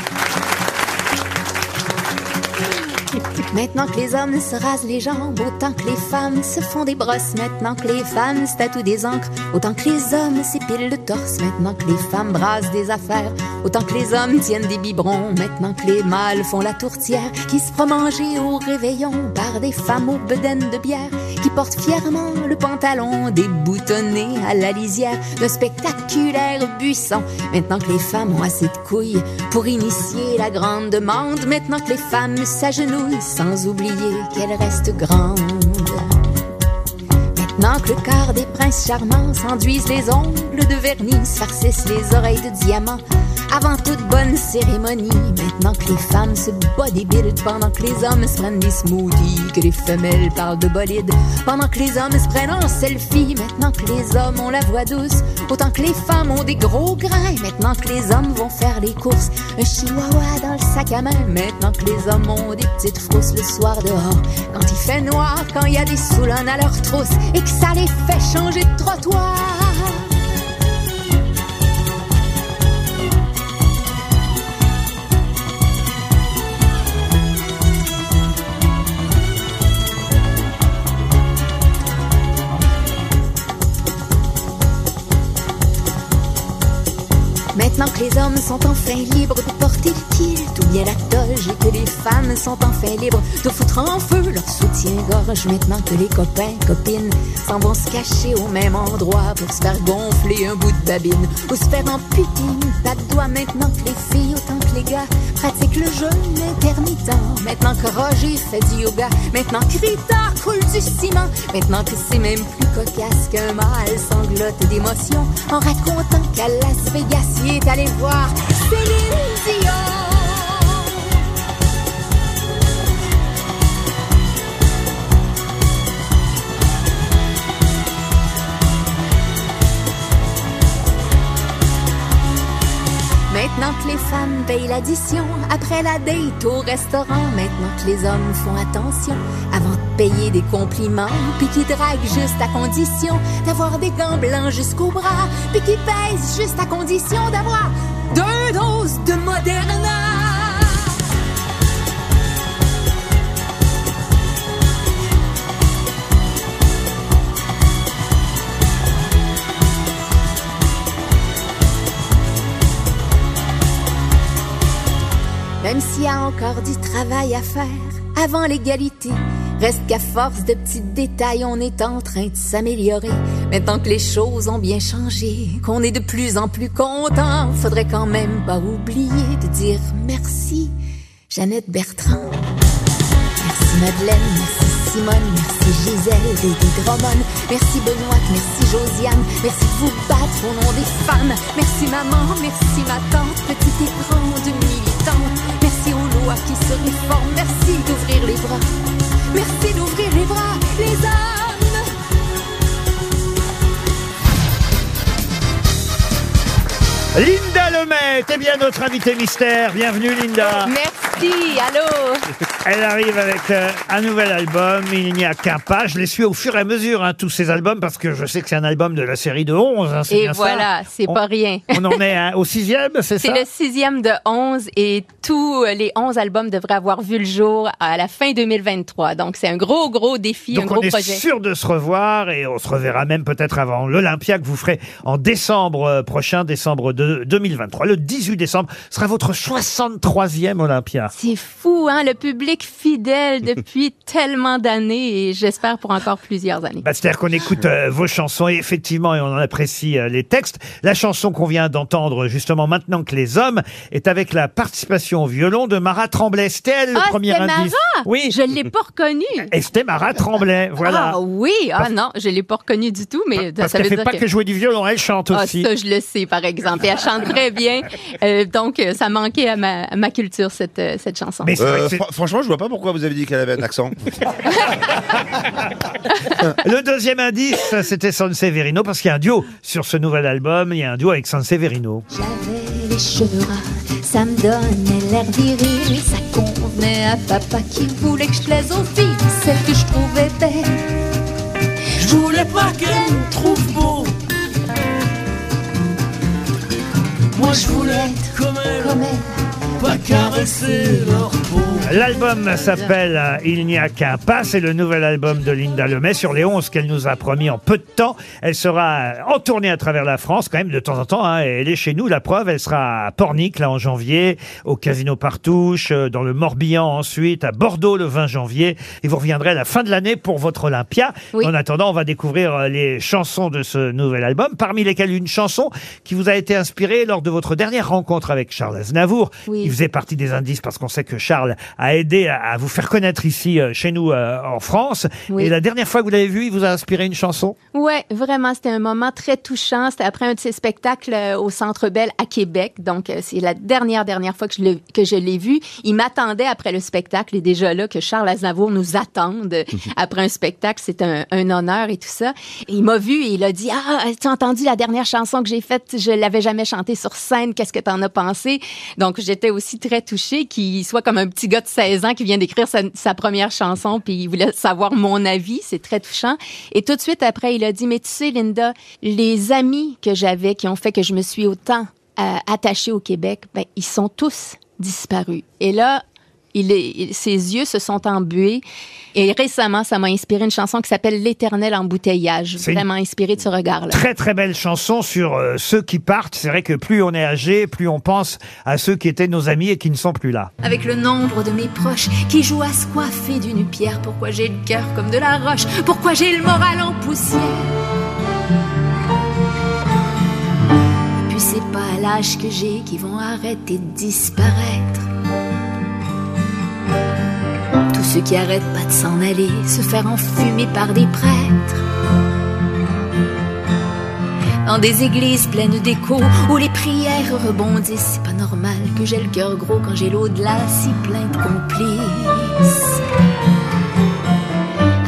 [SPEAKER 21] Maintenant que les hommes se rasent les jambes, autant que les femmes se font des brosses. Maintenant que les femmes se tatouent des encres, autant que les hommes s'épilent le torse. Maintenant que les femmes brassent des affaires, autant que les hommes tiennent des biberons. Maintenant que les mâles font la tourtière, qui se fera manger au réveillon par des femmes aux bedaines de bière, qui portent fièrement le pantalon déboutonné à la lisière d'un spectaculaire buisson. Maintenant que les femmes ont assez de couilles pour initier la grande demande, maintenant que les femmes s'agenouillent sans oublier qu'elles restent grandes. Maintenant que le corps des princes charmants s'enduisent les ongles de vernis, se farcissent les oreilles de diamants. Avant toute bonne cérémonie, maintenant que les femmes se bodybuildent, pendant que les hommes se prennent des smoothies, que les femelles parlent de bolides, pendant que les hommes se prennent en selfie, maintenant que les hommes ont la voix douce, autant que les femmes ont des gros grains, et maintenant que les hommes vont faire les courses, un chihuahua dans le sac à main, maintenant que les hommes ont des petites frousses le soir dehors, quand il fait noir, quand il y a des soulons à leur trousse, et que ça les fait changer de trottoir. Maintenant que les hommes sont enfin libres de porter le kilt ou bien la toge et que les femmes sont enfin libres de foutre en feu leur soutien-gorge. Maintenant que les copains, copines s'en vont se cacher au même endroit pour se faire gonfler un bout de babine ou se faire amputer une patte doigt. Maintenant que les filles, autant que les gars, pratiquent le jeûne intermittent. Maintenant que Roger fait du yoga, maintenant que Rita coule du ciment, maintenant que c'est même plus cocasse qu'un mâle sanglote d'émotion en racontant qu'à Las Vegas, il est allé voir Céline Dion. Maintenant que les femmes payent l'addition, après la date au restaurant, maintenant que les hommes font attention, avant de payer des compliments, puis qui draguent juste à condition d'avoir des gants blancs jusqu'aux bras, puis qui pèsent juste à condition d'avoir deux doses de Moderna. Même s'il y a encore du travail à faire avant l'égalité, reste qu'à force de petits détails, on est en train de s'améliorer. Maintenant que les choses ont bien changé, qu'on est de plus en plus content, faudrait quand même pas oublier de dire merci, Jeannette Bertrand. Merci Madeleine, merci Simone, merci Gisèle, Dédé Drummond, merci Benoît, merci Josiane, merci de vous battre au nom des femmes, merci maman, merci ma tante, petite et grande militante, merci aux lois qui se réforment, merci d'ouvrir les bras, merci d'ouvrir les bras, les hommes.
[SPEAKER 2] Linda Lemay est bien notre invitée mystère. Bienvenue Linda.
[SPEAKER 10] Merci, allô
[SPEAKER 2] Elle arrive avec euh, un nouvel album, il n'y a qu'un pas. Je les suis au fur et à mesure, hein, tous ces albums, parce que je sais que c'est un album de la série de 11. hein, c'est
[SPEAKER 10] Et
[SPEAKER 2] bien ça.
[SPEAKER 10] voilà, c'est
[SPEAKER 2] On-
[SPEAKER 10] pas rien.
[SPEAKER 2] On en est hein, au sixième, c'est ça
[SPEAKER 10] C'est le sixième de 11 et tous euh, les 11 albums devraient avoir vu le jour à la fin 2023. Donc, c'est un gros, gros défi, un
[SPEAKER 2] Donc
[SPEAKER 10] gros
[SPEAKER 2] on est
[SPEAKER 10] projet.
[SPEAKER 2] sûr de se revoir et on se reverra même peut-être avant l'Olympia que vous ferez en décembre euh, prochain, décembre de 2023. Le 18 décembre sera votre 63e Olympia.
[SPEAKER 10] C'est fou, hein, le public fidèle depuis tellement d'années et j'espère pour encore plusieurs années.
[SPEAKER 2] Bah, C'est-à-dire qu'on écoute euh, vos chansons, et effectivement, et on en apprécie euh, les textes. La chanson qu'on vient d'entendre, justement, maintenant que les hommes, est avec la participation au violon de Marat Tremblay. C'était elle, le
[SPEAKER 10] ah,
[SPEAKER 2] premier
[SPEAKER 10] c'était
[SPEAKER 2] indice.
[SPEAKER 10] Marat!
[SPEAKER 2] Oui.
[SPEAKER 10] Je l'ai pas reconnu.
[SPEAKER 2] Et c'était Marat Tremblay, voilà.
[SPEAKER 10] Ah oui, ah
[SPEAKER 2] Parce-
[SPEAKER 10] non, je l'ai pas reconnu du tout, mais
[SPEAKER 2] Parce
[SPEAKER 10] ça
[SPEAKER 2] qu'elle
[SPEAKER 10] veut
[SPEAKER 2] fait
[SPEAKER 10] dire
[SPEAKER 2] pas
[SPEAKER 10] que...
[SPEAKER 2] que... jouer du violon, elle chante
[SPEAKER 10] Ah,
[SPEAKER 2] aussi.
[SPEAKER 10] ça, je le sais, par exemple. Et elle chante très bien. Euh, donc, euh, ça manquait à ma, à ma culture, cette, euh, cette chanson.
[SPEAKER 6] Euh, fran- franchement, je vois pas pourquoi vous avez dit qu'elle avait un accent.
[SPEAKER 2] Le deuxième indice, c'était Sanseverino, parce qu'il y a un duo sur ce nouvel album, il y a un duo avec Sanseverino.
[SPEAKER 21] J'avais les cheveux ras, ça me donnait l'air viril, ça convenait à papa qui voulait que je plaise aux filles, celles que je trouvais belles.
[SPEAKER 5] Je voulais pas qu'elle me trouve beau. Moi je voulais être comme elle, pas caresser leur peau.
[SPEAKER 2] L'album s'appelle euh, Il n'y a qu'un pas, c'est le nouvel album de Linda Lemay sur les 11 qu'elle nous a promis en peu de temps. Elle sera euh, en tournée à travers la France quand même de temps en temps, hein, et elle est chez nous, la preuve, elle sera à Pornic là en janvier, au Casino Partouche, euh, dans le Morbihan ensuite, à Bordeaux le 20 janvier, et vous reviendrez à la fin de l'année pour votre Olympia. En attendant, on va découvrir euh, les chansons de ce nouvel album, parmi lesquelles une chanson qui vous a été inspirée lors de votre dernière rencontre avec Charles Aznavour.
[SPEAKER 10] Oui.
[SPEAKER 2] Il faisait partie des indices parce qu'on sait que Charles a aidé à, à vous faire connaître ici, euh, chez nous, euh, en France.
[SPEAKER 10] Oui.
[SPEAKER 2] Et la dernière fois que vous l'avez vu, il vous a inspiré une chanson.
[SPEAKER 10] Ouais, vraiment, c'était un moment très touchant. C'était après un de ses spectacles euh, au Centre Bell à Québec. Donc, euh, c'est la dernière, dernière fois que je l'ai, que je l'ai vu. Il m'attendait après le spectacle et déjà là, que Charles Aznavour nous attende euh, après un spectacle, c'est un, un honneur et tout ça. Et il m'a vu et il a dit, ah, tu as entendu la dernière chanson que j'ai faite? Je l'avais jamais chantée sur scène. Qu'est-ce que t'en as pensé? Donc, j'étais aussi très touchée qu'il soit comme un petit gars de 16 ans qui vient d'écrire sa, sa première chanson, puis il voulait savoir mon avis. C'est très touchant. Et tout de suite après, il a dit, mais tu sais, Linda, les amis que j'avais qui ont fait que je me suis autant euh, attachée au Québec, ben, ils sont tous disparus. Et là, il est- il- ses yeux se sont embués. Et récemment, ça m'a inspiré une chanson qui s'appelle L'éternel embouteillage.
[SPEAKER 2] C'est une-
[SPEAKER 10] Vraiment inspirée de ce regard-là.
[SPEAKER 2] Très très belle chanson sur euh, ceux qui partent. C'est vrai que plus on est âgé, plus on pense à ceux qui étaient nos amis et qui ne sont plus là.
[SPEAKER 21] Avec le nombre de mes proches qui jouent à se coiffer d'une pierre, pourquoi j'ai le cœur comme de la roche, pourquoi j'ai le moral en poussière. Et puis c'est pas à l'âge que j'ai qui vont arrêter de disparaître. Tous ceux qui arrêtent pas de s'en aller, se faire enfumer par des prêtres. Dans des églises pleines d'échos où les prières rebondissent, c'est pas normal que j'ai le cœur gros quand j'ai l'au-delà si plein de complices.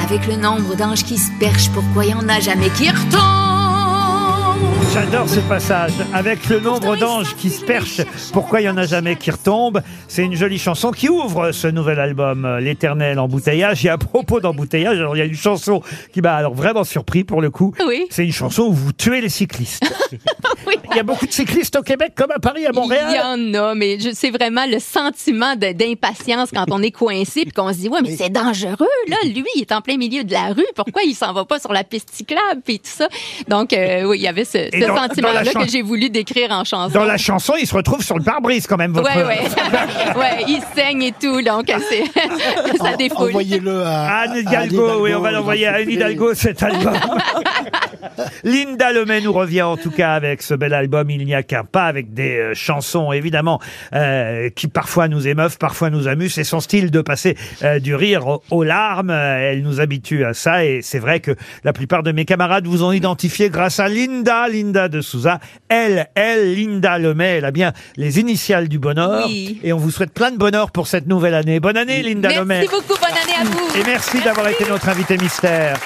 [SPEAKER 21] Avec le nombre d'anges qui se perchent, pourquoi y en a jamais qui retombent
[SPEAKER 2] J'adore ce passage. Avec le nombre d'anges qui se perchent, pourquoi il n'y en a jamais qui retombent C'est une jolie chanson qui ouvre ce nouvel album, euh, L'éternel embouteillage. Et à propos d'embouteillage, alors il y a une chanson qui m'a alors vraiment surpris pour le coup. C'est une chanson où vous tuez les cyclistes. Il y a beaucoup de cyclistes au Québec comme à Paris, à Montréal.
[SPEAKER 10] Il y en a, mais je- c'est vraiment le sentiment de- d'impatience quand on est coincé puis qu'on se dit ouais mais c'est dangereux là, lui il est en plein milieu de la rue, pourquoi il s'en va pas sur la piste cyclable puis tout ça. Donc euh, oui, il y avait ce,
[SPEAKER 2] Et
[SPEAKER 10] ce
[SPEAKER 2] dans- dans la
[SPEAKER 10] sentiment-là
[SPEAKER 2] chan-
[SPEAKER 10] que j'ai voulu décrire en chanson.
[SPEAKER 2] Dans la chanson, il se retrouve sur le pare-brise quand même.
[SPEAKER 10] Ouais,
[SPEAKER 2] Votre...
[SPEAKER 10] ouais. ouais, il saigne et tout, donc c'est, ça défoule.
[SPEAKER 9] Envoyez-le à
[SPEAKER 2] Anne Hidalgo, oui, on va l'envoyer à Anne Hidalgo cet album. Linda Lemay nous revient en tout cas avec ce bel album Il n'y a qu'un pas, avec des euh, chansons évidemment euh, qui parfois nous émeuvent, parfois nous amusent. C'est son style de passer euh, du rire au- aux larmes. Euh, Elle nous habitue à ça et c'est vrai que la plupart de mes camarades vous ont identifié grâce à Linda, Linda de Souza. Elle, elle, Linda Lemay, elle a bien les initiales du bonheur.
[SPEAKER 10] Oui.
[SPEAKER 2] Et on vous souhaite plein de bonheur pour cette nouvelle année. Bonne année Linda Lemay.
[SPEAKER 10] Merci beaucoup, bonne année à vous.
[SPEAKER 2] Et merci d'avoir été notre invité mystère.